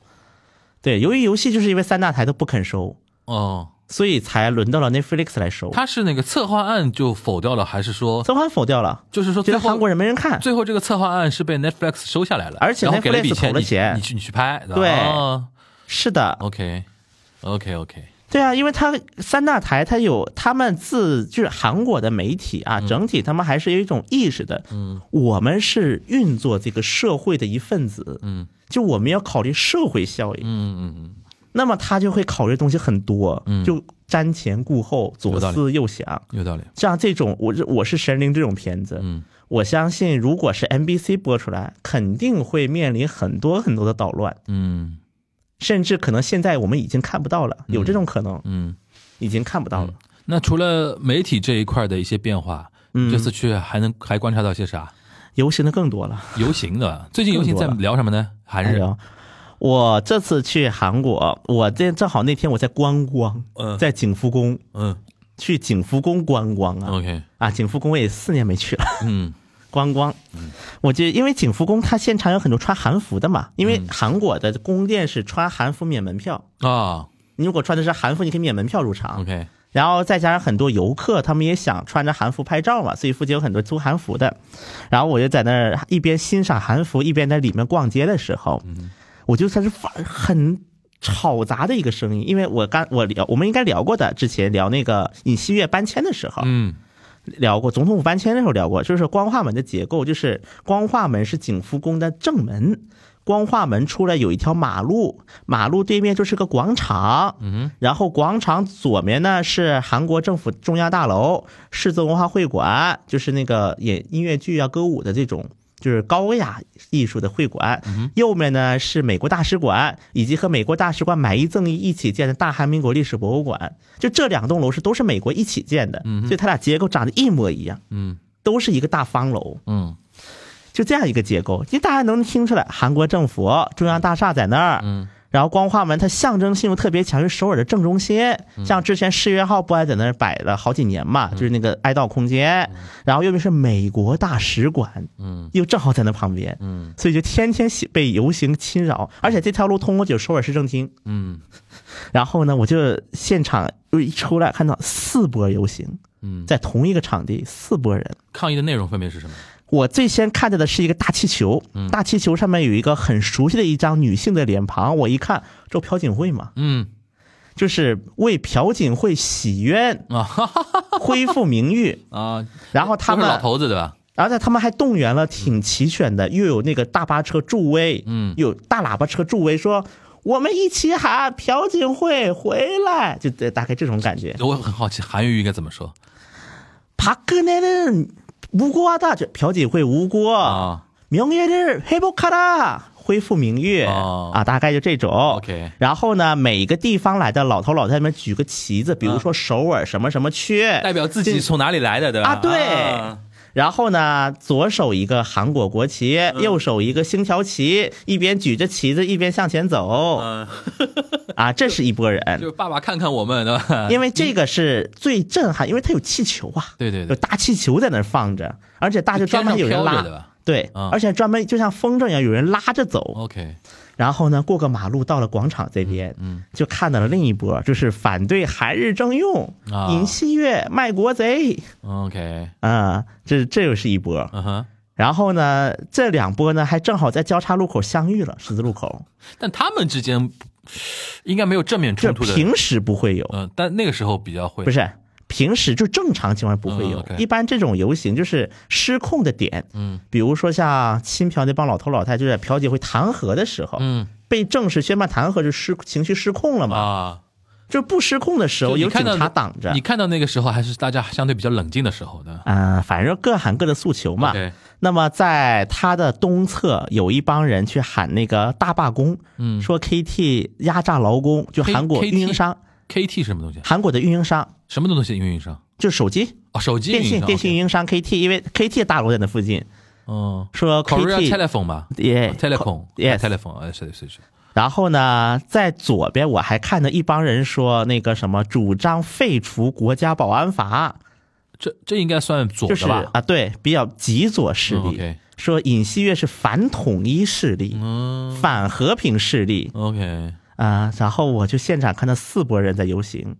Speaker 6: 对，由于游戏就是因为三大台都不肯收，
Speaker 5: 哦，
Speaker 6: 所以才轮到了 Netflix 来收。
Speaker 5: 他是那个策划案就否掉了，还是说
Speaker 6: 曾焕否掉了，
Speaker 5: 就是说
Speaker 6: 觉
Speaker 5: 最
Speaker 6: 得
Speaker 5: 后
Speaker 6: 韩国人没人看，
Speaker 5: 最后这个策划案是被 Netflix 收下来了，
Speaker 6: 而且
Speaker 5: 然后给了一笔
Speaker 6: Netflix
Speaker 5: 钱，
Speaker 6: 投了
Speaker 5: 你
Speaker 6: 钱
Speaker 5: 你去你去拍，
Speaker 6: 对
Speaker 5: 哦
Speaker 6: 是的，
Speaker 5: ，OK OK OK，
Speaker 6: 对啊，因为它三大台，它有他们自就是韩国的媒体
Speaker 5: 嗯
Speaker 6: 啊，整体他们还是有一种意识的。嗯，我们是运作这个社会的一份子。嗯，就我们要考虑社会效应。
Speaker 5: 嗯嗯嗯，
Speaker 6: 那么他就会考虑东西很多，
Speaker 5: 嗯
Speaker 6: 就瞻前顾后，左
Speaker 5: 有道理
Speaker 6: 思右想。
Speaker 5: 有道理，
Speaker 6: 像这种，我是我是神灵这种片子，
Speaker 5: 嗯，
Speaker 6: 我相信如果是 NBC 播出来，肯定会面临很多很多的捣乱，
Speaker 5: 嗯
Speaker 6: 甚至可能现在我们已经看不到了，有这种可能，
Speaker 5: 嗯。
Speaker 6: 已经看不到了。
Speaker 5: 那除了媒体这一块的一些变化，
Speaker 6: 嗯
Speaker 5: 这次去还能还观察到些啥？
Speaker 6: 游行的更多了。
Speaker 5: 游行的，最近游行在聊什么呢？还
Speaker 6: 哎
Speaker 5: 是
Speaker 6: 呦，我这次去韩国，我这正好那天我在观光，
Speaker 5: 嗯
Speaker 6: 在景福宫
Speaker 5: 嗯
Speaker 6: 去景福宫观光啊、
Speaker 5: ，OK，
Speaker 6: 啊！景福宫我也四年没去了 [LAUGHS]
Speaker 5: 嗯
Speaker 6: 观光，我就因为景福宫它现场有很多穿韩服的嘛，因
Speaker 5: 嗯
Speaker 6: 为韩国的宫殿是穿韩服免门票，
Speaker 5: 啊
Speaker 6: 你如果穿的是韩服，你可以免门票入场。
Speaker 5: ，OK，
Speaker 6: 然后再加上很多游客，他们也想穿着韩服拍照嘛，所以附近有很多租韩服的。然后我就在那儿一边欣赏韩服，一边在里面逛街的时候，我就算是发很吵杂的一个声音，因为我刚我聊我们应该聊过的，之前聊那个尹锡悦搬迁的时候
Speaker 5: 嗯
Speaker 6: 聊过，总统府搬迁的时候聊过，就是光化门的结构，就是光化门是景福宫的正门。光化门出来有一条马路，马路对面就是个广场，
Speaker 5: 嗯
Speaker 6: 然后广场左面呢是韩国政府中央大楼、世宗文化会馆，就是那个演音乐剧啊、歌舞的这种，就是高雅艺术的会馆。右面呢是美国大使馆，以及和美国大使馆买一赠一一起建的大韩民国历史博物馆。就这两栋楼是都是美国一起建的，所以它俩结构长得一模一样，
Speaker 5: 嗯
Speaker 6: 都是一个大方楼。
Speaker 5: 嗯
Speaker 6: 就这样一个结构，其实大家能听出来，韩国政府中央大厦在那儿，
Speaker 5: 嗯，
Speaker 6: 然后光化门它象征性又特别强，是首尔的正中心。
Speaker 5: 嗯
Speaker 6: 像之前世越号不还在那儿摆了好几年嘛，就是那个哀悼空间，然后右边是美国大使馆，
Speaker 5: 嗯
Speaker 6: 又正好在那旁边，
Speaker 5: 嗯
Speaker 6: 所以就天天喜被游行侵扰，而且这条路通过就是首尔市政厅。
Speaker 5: 嗯
Speaker 6: 然后呢，我就现场又一出来看到四波游行，
Speaker 5: 嗯，
Speaker 6: 在同一个场地，四波人。
Speaker 5: 抗议的内容分别是什么？
Speaker 6: 我最先看到的是一个大气球，
Speaker 5: 嗯
Speaker 6: 大气球上面有一个很熟悉的一张女性的脸庞，我一看，这不朴槿惠嘛，
Speaker 5: 嗯
Speaker 6: 就是为朴槿惠
Speaker 5: [LAUGHS]，
Speaker 6: 洗冤
Speaker 5: 啊哈哈
Speaker 6: 恢复名誉。
Speaker 5: 啊，
Speaker 6: 然后他
Speaker 5: 都
Speaker 6: 们
Speaker 5: 是，老头子对吧？
Speaker 6: 然后在他们还动员了挺齐全的，又有那个大巴车助威，
Speaker 5: 嗯
Speaker 6: 有大喇叭车助威，说我们一起喊朴槿惠回来，就大大概这种感觉。
Speaker 5: 我很好奇韩语应该怎么说
Speaker 6: 박근혜는 무고하다，就朴槿惠无辜
Speaker 5: 啊
Speaker 6: 명예를회복하라，恢复名誉、
Speaker 5: 哦
Speaker 6: 啊，大概就这种。
Speaker 5: ？OK，
Speaker 6: 然后呢，每个地方来的老头老太太们举个旗子，比如说首尔什么什么区，
Speaker 5: 嗯代表自己从哪里来的对吧？
Speaker 6: 啊对
Speaker 5: 啊
Speaker 6: 然后呢，左手一个韩国国旗，
Speaker 5: 嗯
Speaker 6: 右手一个星条旗，一边举着旗子一边向前走。
Speaker 5: 嗯
Speaker 6: 啊，这是一
Speaker 5: [LAUGHS]
Speaker 6: 拨
Speaker 5: 就
Speaker 6: 人，
Speaker 5: 是爸爸看看我们对
Speaker 6: [LAUGHS]
Speaker 5: 吧？
Speaker 6: 因为这个是最震撼，因为它有气球啊，
Speaker 5: 对对
Speaker 6: 有
Speaker 5: 对，
Speaker 6: 大气球在那儿放着，而且大就专门有人
Speaker 5: 天上飘
Speaker 6: 拉
Speaker 5: 着对，吧哦
Speaker 6: 对
Speaker 5: 啊，
Speaker 6: 而且专门就像风筝一样有人拉着走。
Speaker 5: ？OK，
Speaker 6: 然后呢，过个马路到了广场这边，
Speaker 5: 嗯
Speaker 6: 就看到了另一波，就是反对韩日征用、
Speaker 5: 啊
Speaker 6: 尹锡悦卖国贼
Speaker 5: ，OK，
Speaker 6: 啊、这这又是一波。
Speaker 5: 嗯哼。
Speaker 6: 然后呢，这两波呢还正好在交叉路口相遇了，十字路口，
Speaker 5: 但他们之间应该没有正面
Speaker 6: 这
Speaker 5: 冲突的，
Speaker 6: 平时不会有，
Speaker 5: 嗯、但那个时候比较会，
Speaker 6: 不是。平时就正常情况下不会
Speaker 5: 嗯
Speaker 6: 有，
Speaker 5: ，OK
Speaker 6: 一般这种游行就是失控的点，
Speaker 5: 嗯，
Speaker 6: 比如说像亲朴那帮老头老太，就是朴槿惠弹劾的时候，
Speaker 5: 嗯
Speaker 6: 被正式宣判弹劾就失情绪失控了嘛，
Speaker 5: 啊，
Speaker 6: 就是不失控的时
Speaker 5: 就
Speaker 6: 候
Speaker 5: 你
Speaker 6: 有
Speaker 5: 看
Speaker 6: 警
Speaker 5: 到
Speaker 6: 察挡着
Speaker 5: 你，看到那个时候还是大家相对比较冷静的时候的，
Speaker 6: 啊、反正各喊各的诉求嘛。
Speaker 5: OK
Speaker 6: 那么在他的东侧有一帮人去喊那个大罢工，
Speaker 5: 嗯
Speaker 6: 说 KT 压榨劳工，就
Speaker 5: K-
Speaker 6: 韩国
Speaker 5: KT
Speaker 6: 运营商，
Speaker 5: ，KT 什么东西？
Speaker 6: 韩国的运营商
Speaker 5: 什么东西运营商？
Speaker 6: 就手机、
Speaker 5: 哦，手机
Speaker 6: 电
Speaker 5: 运营
Speaker 6: 信、
Speaker 5: 商
Speaker 6: 电信运
Speaker 5: OK
Speaker 6: 营商 KT，因为 KT 大楼在那附近，
Speaker 5: 嗯，
Speaker 6: 说
Speaker 5: 考虑
Speaker 6: KT
Speaker 5: telephone 吧
Speaker 6: 耶
Speaker 5: ，telephone，
Speaker 6: Yes
Speaker 5: 啊 telephone，哎，是的是的是的，
Speaker 6: 然后呢，在左边我还看到一帮人说那个什么主张废除国家保安法，
Speaker 5: 这这应该算左
Speaker 6: 就是
Speaker 5: 的吧？
Speaker 6: 啊，对，比较极左势
Speaker 5: 嗯
Speaker 6: 力，
Speaker 5: ，OK
Speaker 6: 说尹锡悦是反统一势力、
Speaker 5: 嗯
Speaker 6: 反和平势力
Speaker 5: ，OK，
Speaker 6: 啊、然后我就现场看到四拨人在游行。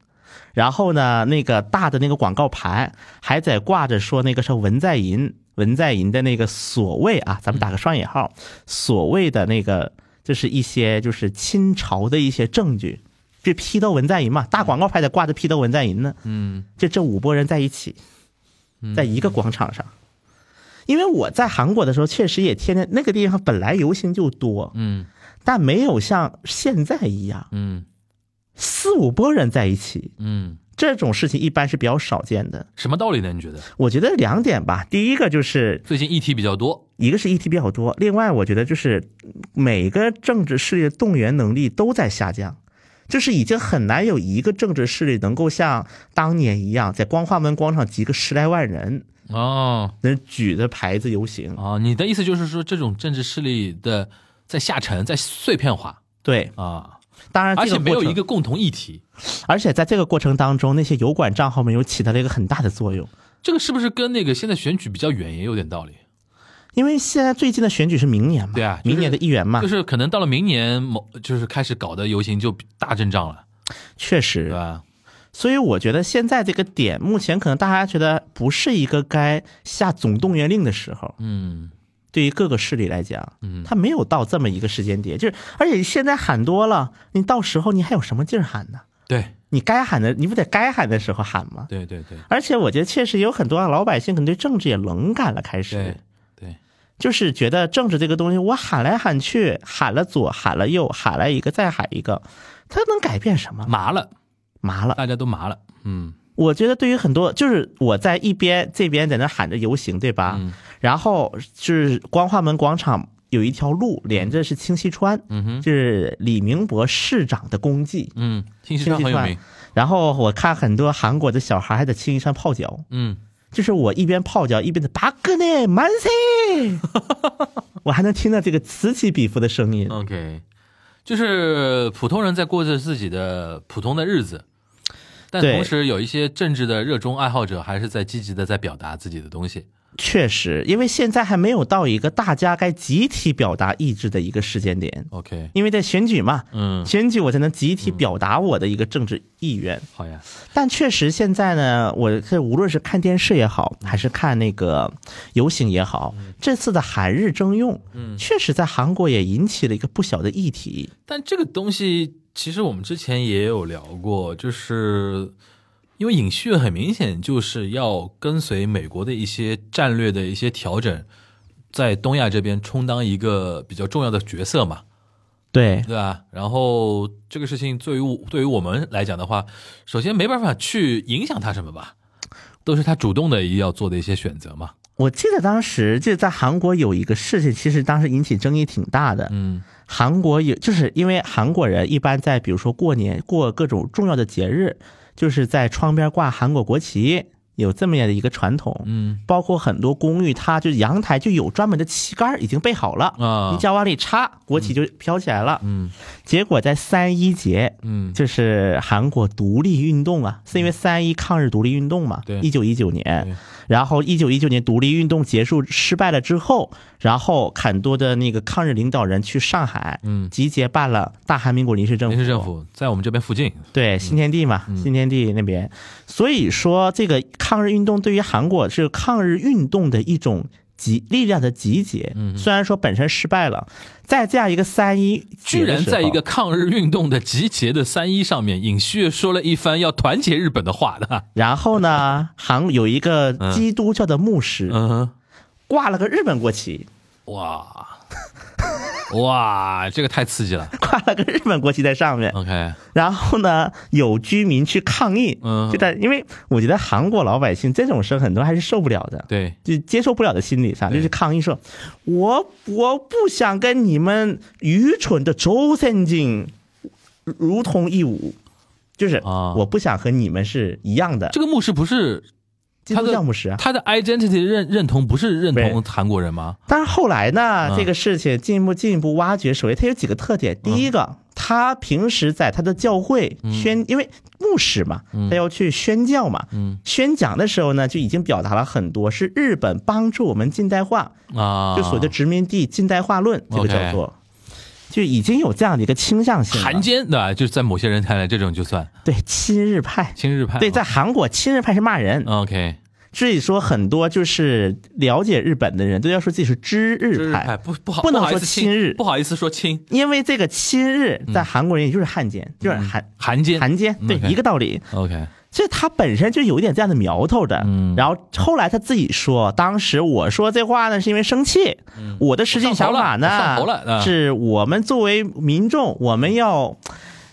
Speaker 6: 然后呢，那个大的那个广告牌还在挂着说那个是文在寅，文在寅的那个所谓啊，咱们打个双引号，所谓的那个就是一些就是亲朝的一些证据，这批斗文在寅嘛，大广告牌得挂着批斗文在寅呢。
Speaker 5: 嗯
Speaker 6: 就这五拨人在一起，在一个广场上。因为我在韩国的时候，确实也天天那个地方本来游行就多，
Speaker 5: 嗯
Speaker 6: 但没有像现在一样
Speaker 5: 嗯
Speaker 6: 四五拨人在一起，
Speaker 5: 嗯，
Speaker 6: 这种事情一般是比较少见的。
Speaker 5: 什么道理呢？你觉得？
Speaker 6: 我觉得两点吧，第一个就是
Speaker 5: 最近议题比较多，
Speaker 6: 一个是议题比较多，另外我觉得就是每个政治势力的动员能力都在下降，就是已经很难有一个政治势力能够像当年一样在光化门广场集个十来万人，
Speaker 5: 哦
Speaker 6: 那举着牌子游行。
Speaker 5: 哦，你的意思就是说，这种政治势力的在下沉，在碎片化
Speaker 6: 对，
Speaker 5: 啊，
Speaker 6: 当然
Speaker 5: 而
Speaker 6: 这
Speaker 5: 且
Speaker 6: 个
Speaker 5: 没有
Speaker 6: 过程
Speaker 5: 一，个共同议题。
Speaker 6: 而且在这个过程当中，那些油管账号们又起到了一个很大的作用，
Speaker 5: 这个是不是跟那个现在选举比较远也有点道理？
Speaker 6: 因为现在最近的选举是明年嘛，
Speaker 5: 对啊就是
Speaker 6: 明年的议员嘛
Speaker 5: 就，是可能到了明年某，就是开始搞的游行就大阵仗了，
Speaker 6: 确
Speaker 5: 对
Speaker 6: 实，
Speaker 5: 吧？
Speaker 6: 所以我觉得现在这个点，目前可能大家觉得不是一个该下总动员令的时候，
Speaker 5: 嗯
Speaker 6: 对于各个势力来讲，
Speaker 5: 嗯
Speaker 6: 它没有到这么一个时间点，就是而且现在喊多了，你到时候你还有什么劲儿喊呢？
Speaker 5: 对
Speaker 6: 你该喊的，你不得该喊的时候喊吗？
Speaker 5: 对对对
Speaker 6: 而且我觉得确实有很多老百姓可能对政治也冷感了，开始
Speaker 5: 对对，
Speaker 6: 就是觉得政治这个东西，我喊来喊去，喊了左，喊了右，喊来一个再喊一个，它能改变什么？
Speaker 5: 麻了，
Speaker 6: 麻了。
Speaker 5: 大家都麻了，嗯
Speaker 6: 我觉得对于很多，就是我在一边这边在那喊着游行，对吧？
Speaker 5: 嗯
Speaker 6: 然后是光化门广场有一条路连着是清溪川，
Speaker 5: 嗯哼
Speaker 6: 就是李明博市长的功绩。
Speaker 5: 嗯，清溪川很有名，
Speaker 6: 然后我看很多韩国的小孩还在清溪川泡脚，
Speaker 5: 嗯
Speaker 6: 就是我一边泡脚一边的巴格内满塞，
Speaker 5: [LAUGHS]
Speaker 6: 我还能听到这个此起彼伏的声
Speaker 5: 嗯
Speaker 6: 音。
Speaker 5: ，OK，就是普通人在过着自己的普通的日子，但
Speaker 6: 对
Speaker 5: 同时有一些政治的热衷爱好者还是在积极的在表达自己的东西，
Speaker 6: 确实，因为现在还没有到一个大家该集体表达意志的一个时间点，
Speaker 5: ，OK，
Speaker 6: 因为在选举嘛，
Speaker 5: 嗯，
Speaker 6: 选举我才能集体表达我的一个政治意愿。
Speaker 5: 好呀，
Speaker 6: 但确实现在呢，我这无论是看电视也好，还是看那个游行也好，
Speaker 5: 嗯
Speaker 6: 这次的韩日征用，确实在韩国也引起了一个不小的议题。
Speaker 5: 但这个东西其实我们之前也有聊过，就是因为尹旭很明显就是要跟随美国的一些战略的一些调整，在东亚这边充当一个比较重要的角色嘛，
Speaker 6: 对
Speaker 5: 对吧？然后这个事情对于我对于我们来讲的话，首先没办法去影响他什么吧，都是他主动的要做的一些选择嘛。
Speaker 6: 我记得当时就在韩国有一个事情，其实当时引起争议挺大的。
Speaker 5: 嗯
Speaker 6: 韩国有，就是因为韩国人一般在比如说过年过各种重要的节日，就是在窗边挂韩国国旗，有这么样的一个传统。
Speaker 5: 嗯
Speaker 6: 包括很多公寓，它就阳台就有专门的旗杆儿已经备好了，
Speaker 5: 啊
Speaker 6: 你只要往里插，国旗就飘起来了。
Speaker 5: 嗯
Speaker 6: 结果在三一节，
Speaker 5: 嗯
Speaker 6: 就是韩国独立运动啊，是因为三一抗日独立运动嘛，
Speaker 5: 对
Speaker 6: 一九一九
Speaker 5: 对
Speaker 6: 年，然后一九一九年独立运动结束失败了之后，然后很多的那个抗日领导人去上海，
Speaker 5: 嗯，
Speaker 6: 集结办了大韩民国临时政府，
Speaker 5: 临时政府在我们这边附近，
Speaker 6: 对新天地
Speaker 5: 嗯
Speaker 6: 嘛，新天地那边，所以说这个抗日运动对于韩国是抗日运动的一种。集力量的集结，
Speaker 5: 嗯
Speaker 6: 虽然说本身失败了，在这样一个三一
Speaker 5: 居
Speaker 6: 节的
Speaker 5: 然
Speaker 6: 时
Speaker 5: 在一
Speaker 6: 候
Speaker 5: 个抗日运动的集结的三一上面，尹旭说了一番要团结日本的话的。
Speaker 6: 然后呢，韩有一个基督教的牧师
Speaker 5: 嗯哼，
Speaker 6: 挂了个日本国旗， [LAUGHS]
Speaker 5: 哇哇，这个太刺激了。
Speaker 6: 挂了个日本国旗在上面。
Speaker 5: OK，
Speaker 6: 然后呢，有居民去抗议
Speaker 5: 嗯，
Speaker 6: 就在因为我觉得韩国老百姓这种事很多还是受不了的，
Speaker 5: 对，
Speaker 6: 就接受不了的心理上，
Speaker 5: 对
Speaker 6: 就是抗议说，我我不想跟你们愚蠢的周三金如同一舞，就是
Speaker 5: 啊
Speaker 6: 我不想和你们是一样的。
Speaker 5: 这个牧师不是
Speaker 6: 基
Speaker 5: 他
Speaker 6: 督
Speaker 5: 的
Speaker 6: 教牧师啊。
Speaker 5: 他的 identity 认认同不是认同韩国人吗？
Speaker 6: 但是后来呢
Speaker 5: 嗯，
Speaker 6: 这个事情进一步进一步挖掘，首先它有几个特点，第一
Speaker 5: 嗯
Speaker 6: 个，他平时在他的教会宣，因为牧师嘛，
Speaker 5: 嗯
Speaker 6: 他要去宣教嘛，宣讲的时候呢，就已经表达了很多是日本帮助我们近代化，
Speaker 5: 啊，
Speaker 6: 就所谓的殖民地近代化论，这个
Speaker 5: OK
Speaker 6: 叫做，就已经有这样的一个倾向性了。
Speaker 5: 韩奸对吧？就是在某些人看来，这种就算
Speaker 6: 对亲日派，
Speaker 5: 亲日派。
Speaker 6: 对，在韩国亲日派是骂人，
Speaker 5: OK，
Speaker 6: 所以说很多就是了解日本的人都要说自己是知
Speaker 5: 日
Speaker 6: 日派
Speaker 5: 派，不不好，
Speaker 6: 不能
Speaker 5: 好意
Speaker 6: 说
Speaker 5: 思
Speaker 6: 亲日
Speaker 5: 不好意思说亲，
Speaker 6: 因为这个亲日在韩国人也就是汉奸，就是韩
Speaker 5: 韩嗯奸。嗯
Speaker 6: 韩奸，对
Speaker 5: OK
Speaker 6: 一个道理。
Speaker 5: OK，
Speaker 6: 这他本身就有一点这样的苗头的，
Speaker 5: 嗯
Speaker 6: 然后后来他自己说，当时我说这话呢是因为生气，我的实际
Speaker 5: 嗯
Speaker 6: 想法
Speaker 5: 我上头
Speaker 6: 呢
Speaker 5: 了我上头了嗯
Speaker 6: 是我们作为民众，我们要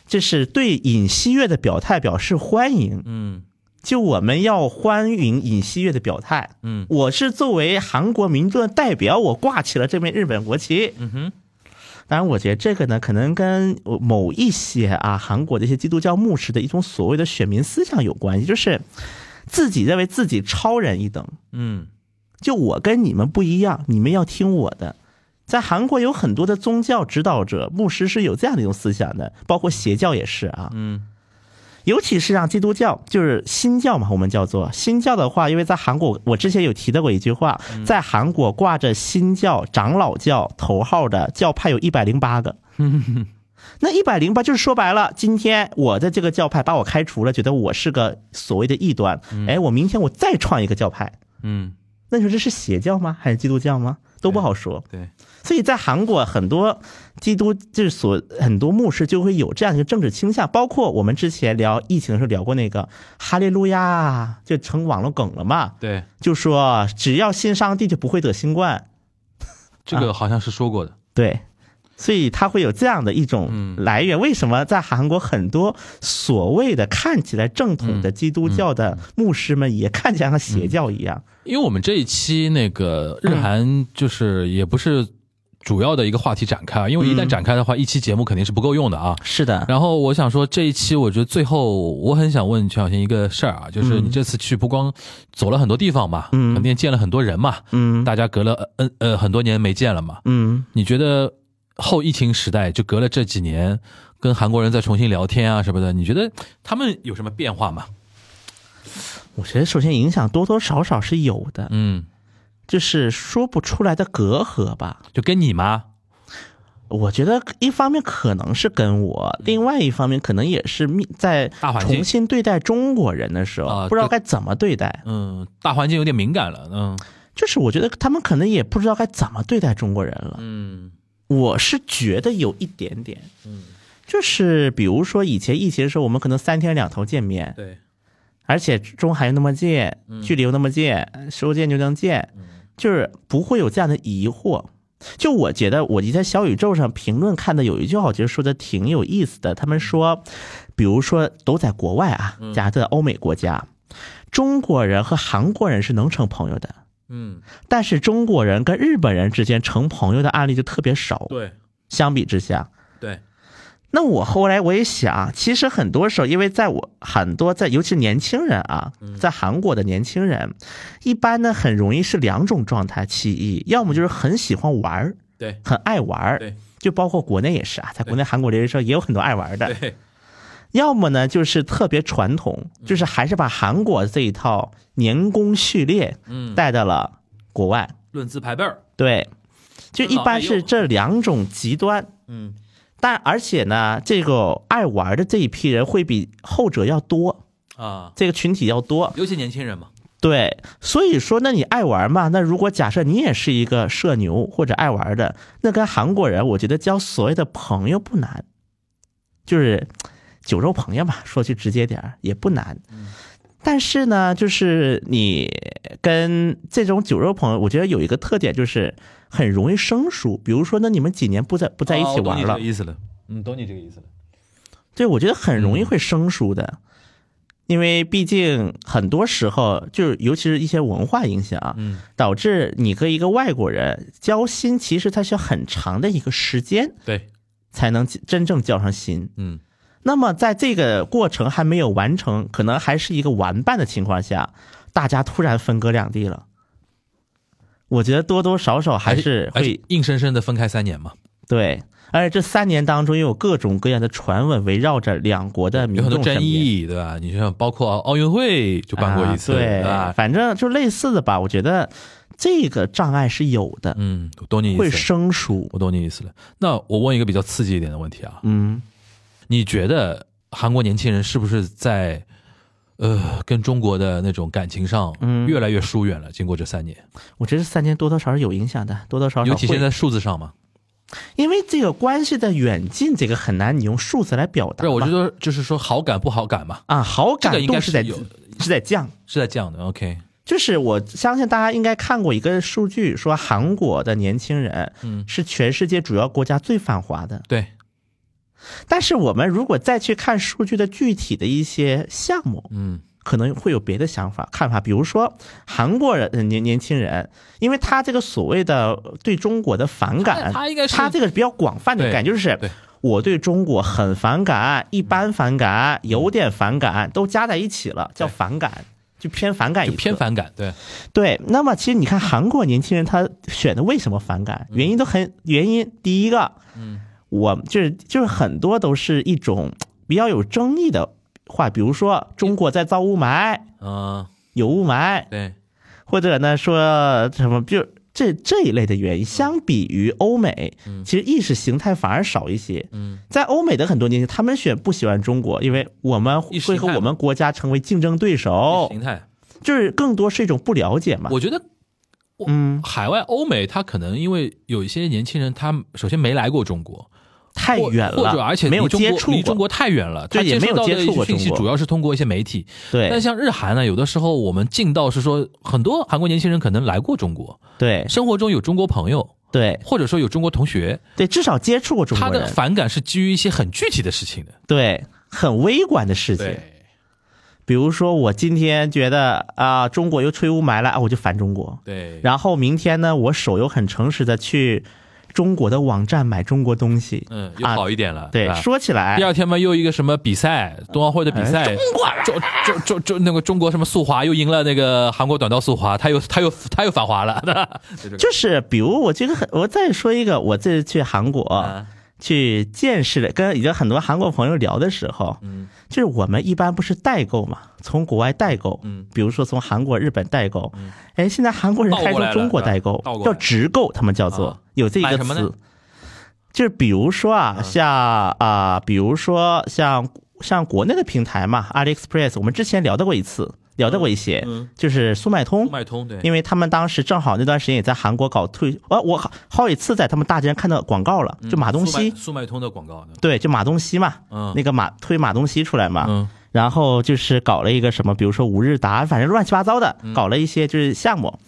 Speaker 6: 就是对尹锡悦的表态表示欢迎，
Speaker 5: 嗯
Speaker 6: 就我们要欢迎尹锡悦的表态，
Speaker 5: 嗯
Speaker 6: 我是作为韩国民众的代表，我挂起了这面日本国旗。
Speaker 5: 嗯哼，
Speaker 6: 当然，我觉得这个呢，可能跟某一些啊韩国的一些基督教牧师的一种所谓的选民思想有关系，就是自己认为自己超人一等，
Speaker 5: 嗯
Speaker 6: 就我跟你们不一样，你们要听我的。在韩国有很多的宗教指导者、牧师是有这样的一种思想的，包括邪教也是啊。
Speaker 5: 嗯
Speaker 6: 尤其是让基督教，就是新教嘛，我们叫做新教的话，因为在韩国，我之前有提到过一句话，在韩国挂着新教、长老教头号的教派有一百零八个。那一百零八就是说白了，今天我的这个教派把我开除了，觉得我是个所谓的异端，哎，我明天我再创一个教派，
Speaker 5: 嗯，
Speaker 6: 那你说这是邪教吗？还是基督教吗？都不好说。
Speaker 5: 对，
Speaker 6: 所以在韩国很多基督就是所很多牧师就会有这样一个政治倾向，包括我们之前聊疫情的时候聊过那个哈利路亚，就成网络梗了嘛，
Speaker 5: 对，
Speaker 6: 就说只要信上帝就不会得新冠，
Speaker 5: 这个好像是说过的。
Speaker 6: 对。所以他会有这样的一种来源。为什么在韩国很多所谓的看起来正统的基督教的牧师们也看起来像邪教一样？
Speaker 5: 因为我们这一期那个日韩就是也不是主要的一个话题展开
Speaker 6: 嗯
Speaker 5: 啊，因为一旦展开的话，一期节目肯定是不够用的啊。
Speaker 6: 是的，
Speaker 5: 然后我想说，这一期我觉得最后我很想问全小新一个事儿啊，就是你这次去不光走了很多地方嘛，
Speaker 6: 嗯
Speaker 5: 肯定见了很多人嘛，
Speaker 6: 嗯
Speaker 5: 大家隔了呃呃很多年没见了嘛，
Speaker 6: 嗯。
Speaker 5: 你觉得后疫情时代就隔了这几年，跟韩国人再重新聊天啊什么的，你觉得他们有什么变化吗？
Speaker 6: 我觉得首先影响多多少少是有的，
Speaker 5: 嗯，
Speaker 6: 就是说不出来的隔阂吧。
Speaker 5: 就跟你吗？
Speaker 6: 我觉得一方面可能是跟我，另外一方面可能也是面在
Speaker 5: 嗯大环境
Speaker 6: 重新对待中国人的时
Speaker 5: 啊
Speaker 6: 候，不知道
Speaker 5: 对
Speaker 6: 该怎么对待。
Speaker 5: 嗯，大环境有点敏感了，嗯
Speaker 6: 就是我觉得他们可能也不知道该怎么对待中国人了。
Speaker 5: 嗯
Speaker 6: 我是觉得有一点点，嗯，就是比如说以前疫情的时候，我们可能三天两头见面，
Speaker 5: 对，
Speaker 6: 而且中韩又那么近，距离又那么近，说见就能见，就是不会有这样的疑惑。就我觉得，我在小宇宙上评论看的有一句话，我觉得说的挺有意思的。他们说，比如说都在国外啊，假设欧美国家，中国人和韩国人是能成朋友的，
Speaker 5: 嗯
Speaker 6: 但是中国人跟日本人之间成朋友的案例就特别少。
Speaker 5: 对
Speaker 6: 相比之下，
Speaker 5: 对，
Speaker 6: 那我后来我也想，其实很多时候，因为在我很多在，尤其年轻人啊，
Speaker 5: 嗯
Speaker 6: 在韩国的年轻人，一般呢很容易是两种状态，其一，要么就是很喜欢玩儿，
Speaker 5: 对
Speaker 6: 很爱玩儿
Speaker 5: 对，
Speaker 6: 就包括国内也是啊，在国内韩国留学生也有很多爱玩儿的，
Speaker 5: 对，
Speaker 6: 要么呢就是特别传统，
Speaker 5: 嗯
Speaker 6: 就是还是把韩国这一套年功序列
Speaker 5: 嗯，
Speaker 6: 带到了国外，
Speaker 5: 论资排辈儿，
Speaker 6: 对，就
Speaker 5: 哦
Speaker 6: 一般是这两种极端。
Speaker 5: 嗯，
Speaker 6: 但而且呢，这个爱玩的这一批人会比后者要多，
Speaker 5: 啊，
Speaker 6: 这个群体要多。
Speaker 5: 尤其年轻人嘛，
Speaker 6: 对，所以说，那你爱玩嘛？那如果假设你也是一个社牛或者爱玩的，那跟韩国人，我觉得交所谓的朋友不难，就是酒肉朋友嘛，说句直接点儿也不难。但是呢，就是你跟这种酒肉朋友，我觉得有一个特点就是很容易生疏。比如说，那你们几年不在不在一
Speaker 5: 哦
Speaker 6: 起
Speaker 5: 我懂
Speaker 6: 玩
Speaker 5: 你
Speaker 6: 了
Speaker 5: 这个，意思了，嗯，懂你这个意思了，
Speaker 6: 对，我觉得很容易
Speaker 5: 嗯
Speaker 6: 会生疏的，因为毕竟很多时候就是，尤其是一些文化影响，啊
Speaker 5: 嗯，
Speaker 6: 导致你跟一个外国人交心，其实它需要很长的一个时间
Speaker 5: 对，
Speaker 6: 才能真正交上心。
Speaker 5: 嗯
Speaker 6: 那么在这个过程还没有完成，可能还是一个玩伴的情况下，大家突然分隔两地了。我觉得多多少少还是
Speaker 5: 而且
Speaker 6: 会
Speaker 5: 硬生生的分开三年嘛，
Speaker 6: 对，而且这三年当中又有各种各样的传闻围绕着两国的民
Speaker 5: 有很多
Speaker 6: 众身
Speaker 5: 争
Speaker 6: 边。
Speaker 5: 议，对吧？你像包括奥运会就办过一次，
Speaker 6: 啊
Speaker 5: 对
Speaker 6: 对，
Speaker 5: 吧？
Speaker 6: 反正就类似的吧。我觉得这个障碍是有的，
Speaker 5: 嗯，我懂你意
Speaker 6: 会
Speaker 5: 思了，
Speaker 6: 生疏。
Speaker 5: 我懂你意思了。那我问一个比较刺激一点的问题啊，
Speaker 6: 嗯，
Speaker 5: 你觉得韩国年轻人是不是在呃跟中国的那种感情上
Speaker 6: 嗯
Speaker 5: 越来越疏远了？经过这三年，
Speaker 6: 我觉得三年多多少少有影响的，多多少少
Speaker 5: 尤其
Speaker 6: 会
Speaker 5: 现在数字上嘛，
Speaker 6: 因为这个关系的远近，这个很难你用数字来表达
Speaker 5: 不
Speaker 6: 嘛。
Speaker 5: 是，我就说就是说好感不好感嘛，
Speaker 6: 啊，好
Speaker 5: 这个
Speaker 6: 感
Speaker 5: 应该
Speaker 6: 度
Speaker 5: 是
Speaker 6: 在
Speaker 5: 有
Speaker 6: 是在降。
Speaker 5: 是在这样的。OK，
Speaker 6: 就是我相信大家应该看过一个数据，说韩国的年轻人，
Speaker 5: 嗯
Speaker 6: 是全世界主要国家最反华的。
Speaker 5: 对，
Speaker 6: 但是我们如果再去看数据的具体的一些项目，
Speaker 5: 嗯
Speaker 6: 可能会有别的想法看法，比如说韩国人呃年年轻人，因为他这个所谓的对中国的反
Speaker 5: 他
Speaker 6: 感，
Speaker 5: 他应该是
Speaker 6: 他这个比较广泛的
Speaker 5: 对
Speaker 6: 感，就是
Speaker 5: 对
Speaker 6: 我对中国很反感、一般反感、有点反感，都加在一起了，叫反感，就偏反感一
Speaker 5: 就
Speaker 6: 侧
Speaker 5: 偏反感，对，
Speaker 6: 对，那么其实你看韩国年轻人他选的为什么反感，
Speaker 5: 嗯
Speaker 6: 原因都很原因。第一个，嗯，我就是就是很多都是一种比较有争议的话，比如说中国在造雾霾，
Speaker 5: 嗯、
Speaker 6: 有雾霰，
Speaker 5: 对，
Speaker 6: 或者呢说什么就。这这一类的原因，相比于欧美，
Speaker 5: 嗯
Speaker 6: 其实意识形态反而少一些。嗯，在欧美的很多年轻人，他们选不喜欢中国，因为我们
Speaker 5: 意识形
Speaker 6: 会
Speaker 5: 态
Speaker 6: 和我们国家成为竞争对手
Speaker 5: 形，态，
Speaker 6: 就是更多是一种不了解嘛。
Speaker 5: 我觉得。我
Speaker 6: 嗯，
Speaker 5: 海外欧美，他可能因为有一些年轻人，他首先没来过中国，
Speaker 6: 太
Speaker 5: 或
Speaker 6: 远
Speaker 5: 或
Speaker 6: 了，
Speaker 5: 者而且
Speaker 6: 没有
Speaker 5: 离中
Speaker 6: 接
Speaker 5: 国
Speaker 6: 触
Speaker 5: 离中国
Speaker 6: 过。
Speaker 5: 太远了，
Speaker 6: 对
Speaker 5: 他
Speaker 6: 也没有
Speaker 5: 到的
Speaker 6: 接触过
Speaker 5: 信息
Speaker 6: 中国
Speaker 5: 主要是通过一些媒体。但
Speaker 6: 对
Speaker 5: 像日韩呢，有的时候我们近到是说，很多韩国年轻人可能来过中国，
Speaker 6: 对
Speaker 5: 生活中有中国朋友，
Speaker 6: 对
Speaker 5: 或者说有中国同学，
Speaker 6: 对，至少接触过中
Speaker 5: 他
Speaker 6: 国
Speaker 5: 的
Speaker 6: 人，
Speaker 5: 反感是基于一些很具体的事情的。
Speaker 6: 对，很微观的事情。比如说，我今天觉得啊、中国又吹雾霾了啊，我就烦中国。
Speaker 5: 对，
Speaker 6: 然后明天呢，我手又很诚实的去中国的网站买中国东西。
Speaker 5: 嗯，又
Speaker 6: 啊
Speaker 5: 好一点了，
Speaker 6: 对，
Speaker 5: 吧
Speaker 6: 说起来
Speaker 5: 第，二天嘛，又一个什么比赛，冬奥会的比赛，
Speaker 6: 哎中国人
Speaker 5: 中中中中那个中国什么速滑又赢了那个韩国短道速滑，他又他又他又反滑了， [LAUGHS]
Speaker 6: 就是比如我这个很，我再说一个，我这次去韩国、
Speaker 5: 啊
Speaker 6: 去见识了，跟已经很多韩国朋友聊的时候，
Speaker 5: 嗯，
Speaker 6: 就是我们一般不是代购嘛，从国外代购，
Speaker 5: 嗯，
Speaker 6: 比如说从韩国、日本代购，哎，现在韩国人
Speaker 5: 倒过
Speaker 6: 开
Speaker 5: 来
Speaker 6: 始
Speaker 5: 了
Speaker 6: 中国代购
Speaker 5: 倒过，来
Speaker 6: 叫直购，他们叫做、
Speaker 5: 啊
Speaker 6: 有这一
Speaker 5: 买
Speaker 6: 个
Speaker 5: 什么呢嗯
Speaker 6: 词，就是比如说啊，像啊、比如说像像国内的平台嘛，AliExpress，我们之前聊到过一次，聊到过一些，
Speaker 5: 嗯
Speaker 6: 就是速卖通，
Speaker 5: 脉通对，
Speaker 6: 因为他们当时正好那段时间也在韩国搞退，呃，我好好几次在他们大街上看到广告了，就马东
Speaker 5: 速
Speaker 6: 锡，
Speaker 5: 速脉通的广告呢，
Speaker 6: 对，就马东锡嘛，
Speaker 5: 嗯
Speaker 6: 那个马推马东锡出来嘛，
Speaker 5: 嗯
Speaker 6: 然后就是搞了一个什么，比如说五日达，反正乱七八糟的，搞了一些就是项目。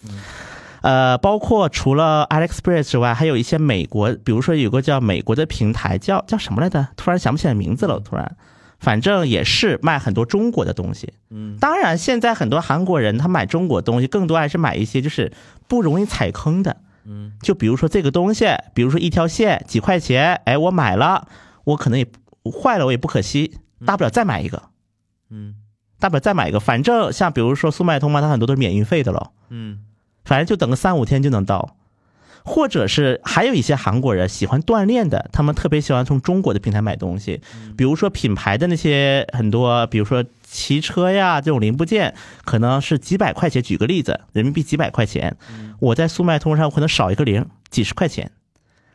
Speaker 6: 呃，包括除了 AliExpress 之外，还有一些美国，比如说有个叫美国的平台叫叫什么来着？突然想不起来名字了，突然，反正也是卖很多中国的东西。嗯，当然现在很多韩国人他买中国东西，更多还是买一些就是不容易踩坑的。嗯，就比如说这个东西，比如说一条线几块钱，哎，我买了，我可能也坏了，我也不可惜，大不了再买一个。
Speaker 5: 嗯
Speaker 6: 大不了再买一个，反正像比如说速卖通啊嘛，它很多都是免运费的喽，
Speaker 5: 嗯，
Speaker 6: 反正就等个三五天就能到。或者是还有一些韩国人喜欢锻炼的，他们特别喜欢从中国的平台买东西，比如说品牌的那些很多，比如说骑车呀这种零部件，可能是几百块钱，举个例子，人民币几百块钱，我在速卖通上可能少一个零，几十块钱，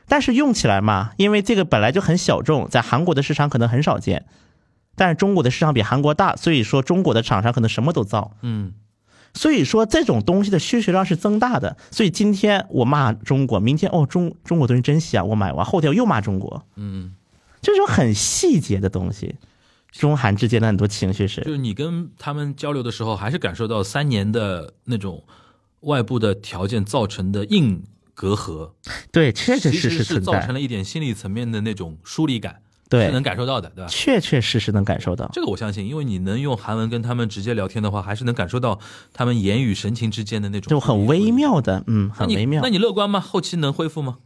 Speaker 6: 但是用起来嘛，因为这个本来就很小众，在韩国的市场可能很少见，但是中国的市场比韩国大，所以说中国的厂商可能什么都造。
Speaker 5: 嗯，
Speaker 6: 所以说这种东西的需求量是增大的。所以今天我骂中国，明天哦中中国东西真香，我买完，后天我又骂中国。嗯，这种很细节的东西，中韩之间的很多情绪
Speaker 5: 就是是你跟他们交流的时候，还是感受到三年的那种外部的条件造成的硬隔阂，
Speaker 6: 对，确确
Speaker 5: 其
Speaker 6: 实
Speaker 5: 实
Speaker 6: 实
Speaker 5: 是
Speaker 6: 存
Speaker 5: 造成
Speaker 6: 在，
Speaker 5: 了一点心理层面的那种疏离感，
Speaker 6: 对
Speaker 5: 是能感受到的，对吧？
Speaker 6: 确确实实能感受到。
Speaker 5: 这个我相信，因为你能用韩文跟他们直接聊天的话，还是能感受到他们言语神情之间的那种
Speaker 6: 就很微妙的，嗯，
Speaker 5: 那
Speaker 6: 很
Speaker 5: 你
Speaker 6: 微妙
Speaker 5: 那。你乐观吗？后期能恢复吗？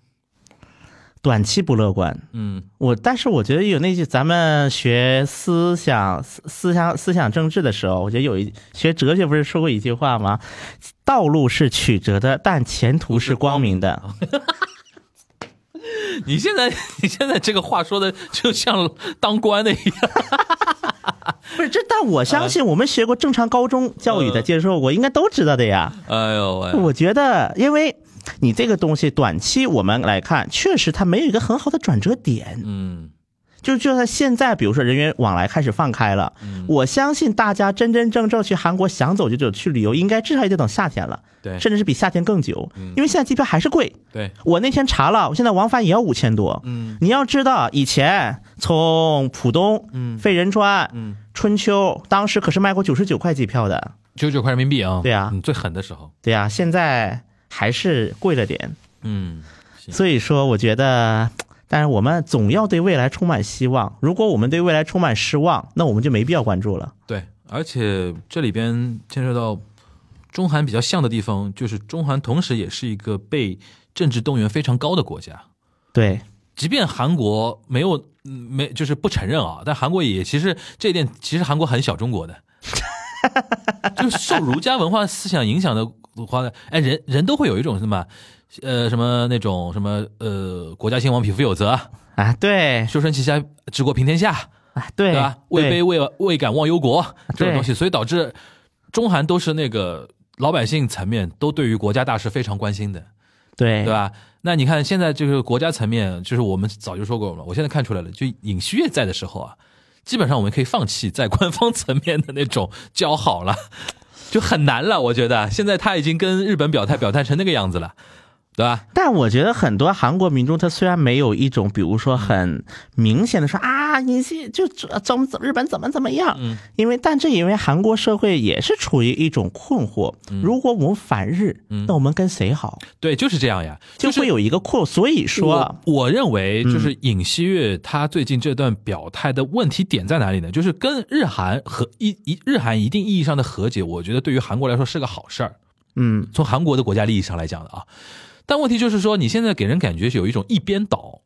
Speaker 6: 短期不乐观。
Speaker 5: 嗯
Speaker 6: 我但是我觉得有那句咱们学思想、思思想、思想政治的时候，我觉得有一学哲学不是说过一句话吗？道路是曲折的，但前途是光明的。
Speaker 5: 你现在你现在这个话说的就像当官的一
Speaker 6: [LAUGHS]
Speaker 5: 样，
Speaker 6: 不是这，但我相信我们学过正常高中教育的，
Speaker 5: 呃
Speaker 6: 接受过，应该都知道的呀。
Speaker 5: 哎呦喂，
Speaker 6: 我觉得，因为你这个东西短期我们来看，确实它没有一个很好的转折点。
Speaker 5: 嗯
Speaker 6: 就就算现在，比如说人员往来开始放开了，我相信大家真真正正去韩国想走就走去旅游，应该至少也得等夏天了，
Speaker 5: 对嗯
Speaker 6: 甚至是比夏天更久，因为现在机票还是贵。
Speaker 5: 对，
Speaker 6: 我那天查了，我现在往返也要五千多。嗯，你要知道，以前从浦东，嗯，飞仁川，嗯，春秋，当时可是卖过九十九块机票的。
Speaker 5: 九九块人民币啊，
Speaker 6: 对啊
Speaker 5: 嗯最狠的时候，
Speaker 6: 对呀、现在还是贵了点。
Speaker 5: 嗯
Speaker 6: 所以说，我觉得，但是我们总要对未来充满希望。如果我们对未来充满失望，那我们就没必要关注了。
Speaker 5: 对，而且这里边牵涉到中韩比较像的地方，就是中韩同时也是一个被政治动员非常高的国家，
Speaker 6: 对，
Speaker 5: 即便韩国没有嗯没就是不承认啊，但韩国也其实这一点，其实韩国很小中国的， [LAUGHS] 就是受儒家文化思想影响的话呢，哎，人人都会有一种什么呃什么那种什么呃国家兴亡，匹夫有责，
Speaker 6: 啊，对，
Speaker 5: 修身齐家，治国平天下，
Speaker 6: 啊，对，
Speaker 5: 对吧？位
Speaker 6: 对
Speaker 5: 卑未未敢忘忧国这
Speaker 6: 对
Speaker 5: 种东西，所以导致中韩都是那个老百姓层面都对于国家大事非常关心的。
Speaker 6: 对
Speaker 5: 对吧？那你看现在就是国家层面，就是我们早就说过了嘛，我现在看出来了，就尹锡悦在的时候啊，基本上我们可以放弃在官方层面的那种交好了，就很难了。我觉得现在他已经跟日本表态，表态成那个样子了，对吧？
Speaker 6: 但我觉得很多韩国民众，他虽然没有一种，比如说很明显的说啊，你是就怎怎么怎么日本怎么怎么样，
Speaker 5: 嗯
Speaker 6: 因为但这因为韩国社会也是处于一种困惑。
Speaker 5: 嗯
Speaker 6: 如果我们反日，那我们跟谁好，
Speaker 5: 对，就是这样呀，
Speaker 6: 就是会有一个困。所以说，
Speaker 5: 我我认为就是
Speaker 6: 嗯
Speaker 5: 尹锡悦他最近这段表态的问题点在哪里呢？就是跟日韩和一一日韩一定意义上的和解，我觉得对于韩国来说是个好事儿。
Speaker 6: 嗯，
Speaker 5: 从韩国的国家利益上来讲的啊。但问题就是说，你现在给人感觉是有一种一边倒，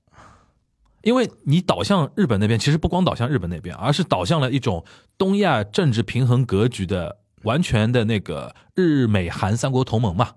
Speaker 5: 因为你倒向日本那边，其实不光倒向日本那边，而是倒向了一种东亚政治平衡格局的完全的那个日美韩三国同盟嘛。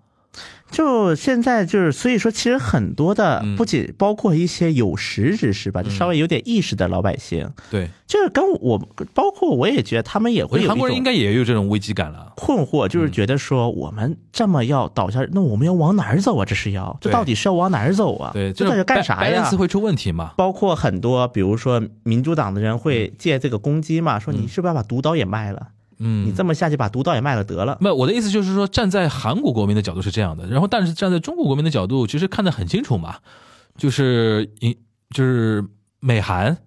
Speaker 6: 就现在就是，所以说其实很多的
Speaker 5: 嗯，
Speaker 6: 不仅包括一些有识之士吧，就稍微有点意识的老百姓，
Speaker 5: 对，
Speaker 6: 就是跟我，包括我也觉得他们也
Speaker 5: 我
Speaker 6: 会
Speaker 5: 觉得
Speaker 6: 有一
Speaker 5: 韩国人
Speaker 6: 种
Speaker 5: 应该也有这种危机感了。
Speaker 6: 困惑，
Speaker 5: 嗯
Speaker 6: 就是觉得说我们这么要倒下，那我们要往哪儿走啊？这是要，这
Speaker 5: 对
Speaker 6: 到底是要往哪儿走啊？
Speaker 5: 对，
Speaker 6: 这到底干啥呀
Speaker 5: 次？会出问题嘛？
Speaker 6: [LAUGHS] 包括很多，比如说民主党的人会借这个攻击嘛，说你是不是要把独岛也卖了？
Speaker 5: 嗯，
Speaker 6: 你这么下去把独岛也卖了得了？
Speaker 5: 没有，我的意思就是说，站在韩国国民的角度是这样的，然后但是站在中国国民的角度，其实看得很清楚嘛，就是一就是美韩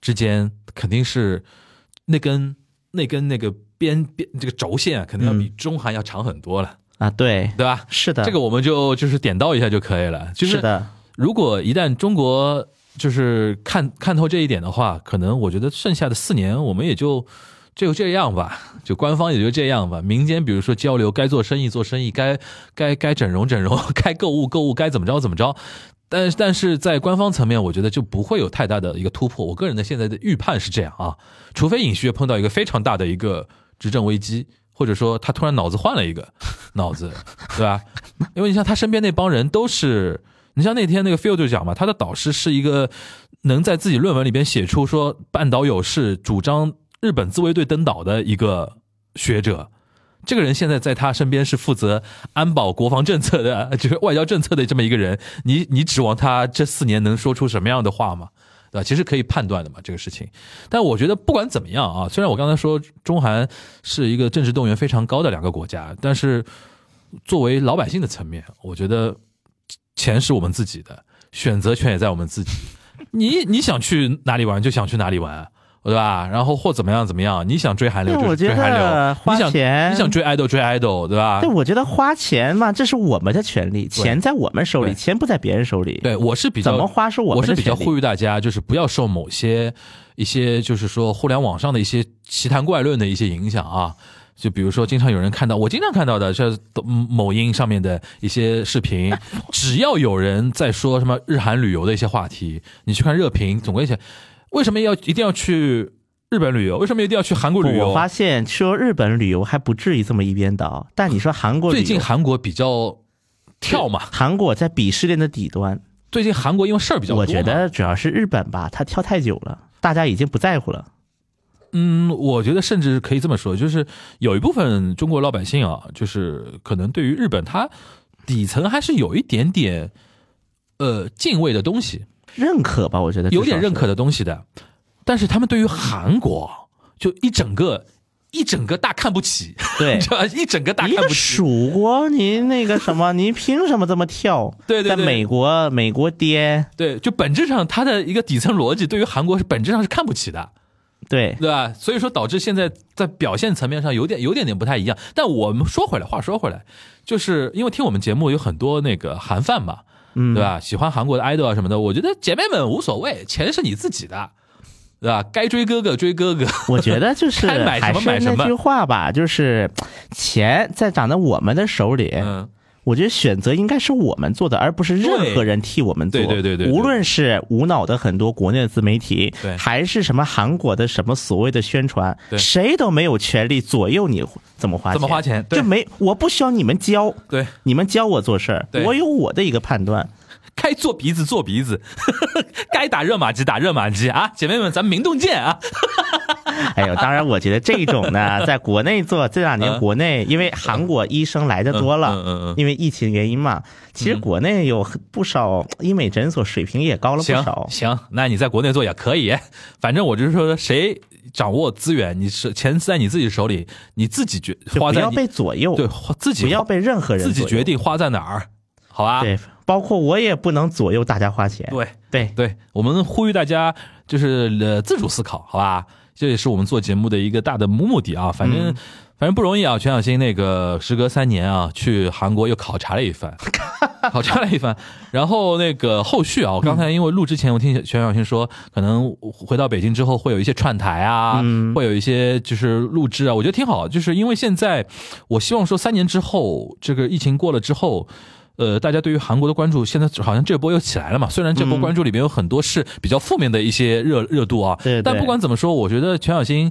Speaker 5: 之间肯定是那根那根那个边边这个轴线啊肯定要比中韩要长很多了，
Speaker 6: 啊，对，
Speaker 5: 对吧？
Speaker 6: 嗯是的，
Speaker 5: 这个我们就就是点到一下就可以了。就是啊
Speaker 6: 的，
Speaker 5: 如果一旦中国就是看看透这一点的话，可能我觉得剩下的四年我们也就就这样吧，就官方也就这样吧。民间比如说交流，该做生意做生意，该 [LAUGHS] 该该整容整容， [LAUGHS] 该购物购物，该怎么着怎么着。但但是在官方层面，我觉得就不会有太大的一个突破。我个人的现在的预判是这样啊，除非尹锡悦碰到一个非常大的一个执政危机，或者说他突然脑子换了一个脑子， [LAUGHS] 对吧？因为你像他身边那帮人都是，你像那天那个 Phil 就讲嘛，他的导师是一个能在自己论文里边写出说半岛有事，主张日本自卫队登岛的一个学者。这个人现在在他身边是负责安保国防政策的，呃就是外交政策的这么一个人，你你指望他这四年能说出什么样的话吗？对吧？其实可以判断的嘛，这个事情。但我觉得不管怎么样啊，虽然我刚才说中韩是一个政治动员非常高的两个国家，但是作为老百姓的层面，我觉得钱是我们自己的，选择权也在我们自己。你 [LAUGHS] 你想去哪里玩就想去哪里玩，对吧？然后或怎么样怎么样，你想追韩流
Speaker 6: 那
Speaker 5: 就
Speaker 6: 我
Speaker 5: 追
Speaker 6: 觉
Speaker 5: 韩
Speaker 6: 得
Speaker 5: 流，
Speaker 6: 花
Speaker 5: 你想
Speaker 6: 钱
Speaker 5: 你想追 idol 追 idol，对吧
Speaker 6: 对，？我觉得花钱嘛，这是我们的权利，钱在我们手里，
Speaker 5: 对
Speaker 6: 钱不在别人手里。
Speaker 5: 对，我是比较
Speaker 6: 怎么花是我
Speaker 5: 我
Speaker 6: 们的
Speaker 5: 是比较
Speaker 6: 权利
Speaker 5: 呼吁大家，就是不要受某些一些就是说互联网上的一些奇谈怪论的一些影响啊。就比如说，经常有人看到，我经常看到的，就是抖嗯某音上面的一些视频，只要有人在说什么日韩旅游的一些话题，你去看热评，总会写为什么要一定要去日本旅游，为什么一定要去韩国旅游
Speaker 6: 我？发现说日本旅游还不至于这么一边倒，但你说韩国旅
Speaker 5: 最
Speaker 6: 游
Speaker 5: 近韩国比较跳嘛，
Speaker 6: 韩国在鄙视链的底端，
Speaker 5: 最近韩国因为事儿比较多嘛，
Speaker 6: 我觉得主要是日本吧，它跳太久了，大家已经不在乎了。
Speaker 5: 嗯，我觉得甚至可以这么说，就是有一部分中国老百姓啊，就是可能对于日本，它底层还是有一点点呃敬畏的东西，
Speaker 6: 认可吧，我觉得
Speaker 5: 有点
Speaker 6: 至少
Speaker 5: 认
Speaker 6: 是
Speaker 5: 可的东西的。但是他们对于韩国，就一整个一整个大看不起，
Speaker 6: 对
Speaker 5: [LAUGHS]
Speaker 6: [LAUGHS]
Speaker 5: 你知道吧一整个大
Speaker 6: 一
Speaker 5: 看
Speaker 6: 个
Speaker 5: 不起。
Speaker 6: 蜀国，您那个什么，您凭什么这么跳？
Speaker 5: 对对
Speaker 6: 在
Speaker 5: 对
Speaker 6: 美国，美国爹，
Speaker 5: 对，就本质上它的一个底层逻辑，对于韩国是本质上是看不起的。 [LAUGHS]
Speaker 6: 对，
Speaker 5: 对吧？所以说导致现在在表现层面上有点有点点不太一样。但我们说回来，话说回来，就是因为听我们节目有很多那个韩范嘛，
Speaker 6: 嗯
Speaker 5: 对吧？喜欢韩国的 idol 啊什么的，我觉得姐妹们无所谓，钱是你自己的，对吧？该追哥哥追哥哥，
Speaker 6: 我觉得就是
Speaker 5: 该买什
Speaker 6: 还
Speaker 5: 么
Speaker 6: 是
Speaker 5: 买什
Speaker 6: 那句
Speaker 5: 么。
Speaker 6: 话吧，就是钱在长在我们的手里。
Speaker 5: 嗯，
Speaker 6: 我觉得选择应该是我们做的，而不是任何人替我们做。
Speaker 5: 对对对对对
Speaker 6: 无论是无脑的很多国内的自媒体
Speaker 5: 对，
Speaker 6: 还是什么韩国的什么所谓的宣传，
Speaker 5: 对
Speaker 6: 谁都没有权利左右你怎么花钱。
Speaker 5: 怎么花钱对
Speaker 6: 就没我不需要你们教，
Speaker 5: 对，
Speaker 6: 你们教我做事儿，
Speaker 5: 对
Speaker 6: 我有我的一个判断。
Speaker 5: 该做鼻子做鼻子， [LAUGHS] 该打热玛吉打热玛吉啊！姐妹们，咱们明洞见啊！[LAUGHS]
Speaker 6: 哎呦，当然，我觉得这种呢，在国内做这两
Speaker 5: 嗯
Speaker 6: 年，国内因为韩国医生来的多了，
Speaker 5: 嗯嗯嗯嗯嗯
Speaker 6: 因为疫情原因嘛，其实国内有很不少医美诊所水平也高了不
Speaker 5: 行
Speaker 6: 少。
Speaker 5: 行，那你在国内做也可以，反正我就是说，谁掌握资源，你是钱在你自己手里，你自己决
Speaker 6: 就
Speaker 5: 花
Speaker 6: 不
Speaker 5: 在
Speaker 6: 要
Speaker 5: 你
Speaker 6: 被左右，
Speaker 5: 对花自己
Speaker 6: 不要
Speaker 5: 花
Speaker 6: 被任何人
Speaker 5: 自己
Speaker 6: 左右
Speaker 5: 决。定花在哪儿，好吧？
Speaker 6: 对，包括我也不能左右大家花钱。
Speaker 5: 对
Speaker 6: 对
Speaker 5: 对，我们呼吁大家就是呃自主思考，好吧？这也是我们做节目的一个大的目的啊，反正、反正不容易啊。全小新那个时隔三年啊，去韩国又考察了一番，考察了一番，然后那个后续啊，我刚才因为录之前我听全小新说，可能回到北京之后会有一些串台啊，会有一些就是录制啊，我觉得挺好，就是因为现在我希望说三年之后，这个疫情过了之后。呃，大家对于韩国的关注，现在好像这波又起来了嘛。虽然这波关注里面有很多是比较负面的一些热热度啊，
Speaker 6: 嗯对对
Speaker 5: 但不管怎么说，我觉得全小新，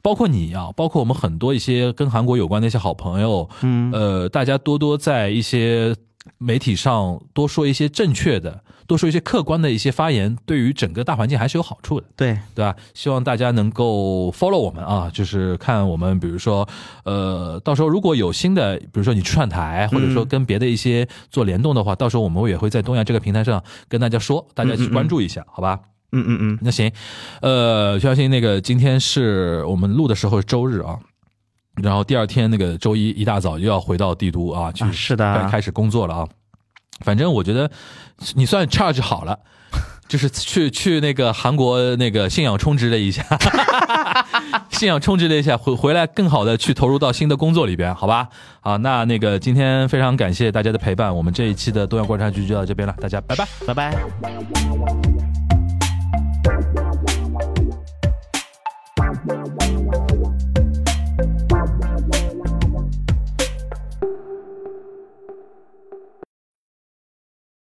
Speaker 5: 包括你啊，包括我们很多一些跟韩国有关的一些好朋友，嗯，呃，大家多多在一些媒体上多说一些正确的，多说一些客观的一些发言，对于整个大环境还是有好处的。
Speaker 6: 对，
Speaker 5: 对吧？希望大家能够 follow 我们啊，就是看我们，比如说，呃，到时候如果有新的，比如说你去串台，或者说跟别的一些做联动的话，到时候我们也会在东亚这个平台上跟大家说，大家去关注一下，好吧？
Speaker 6: 嗯嗯嗯，
Speaker 5: 那行，呃，徐小新，那个今天是我们录的时候是周日啊，然后第二天那个周一一大早又要回到帝都啊，去
Speaker 6: 啊是的
Speaker 5: 开开始工作了啊。反正我觉得你算 charge 好了。就是去去那个韩国那个信仰充值了一下， [LAUGHS] 信仰充值了一下，回回来更好的去投入到新的工作里边，好吧？好，那那个今天非常感谢大家的陪伴，我们这一期的东亚观察局就到这边了，大家拜拜。
Speaker 6: 拜拜。
Speaker 7: 「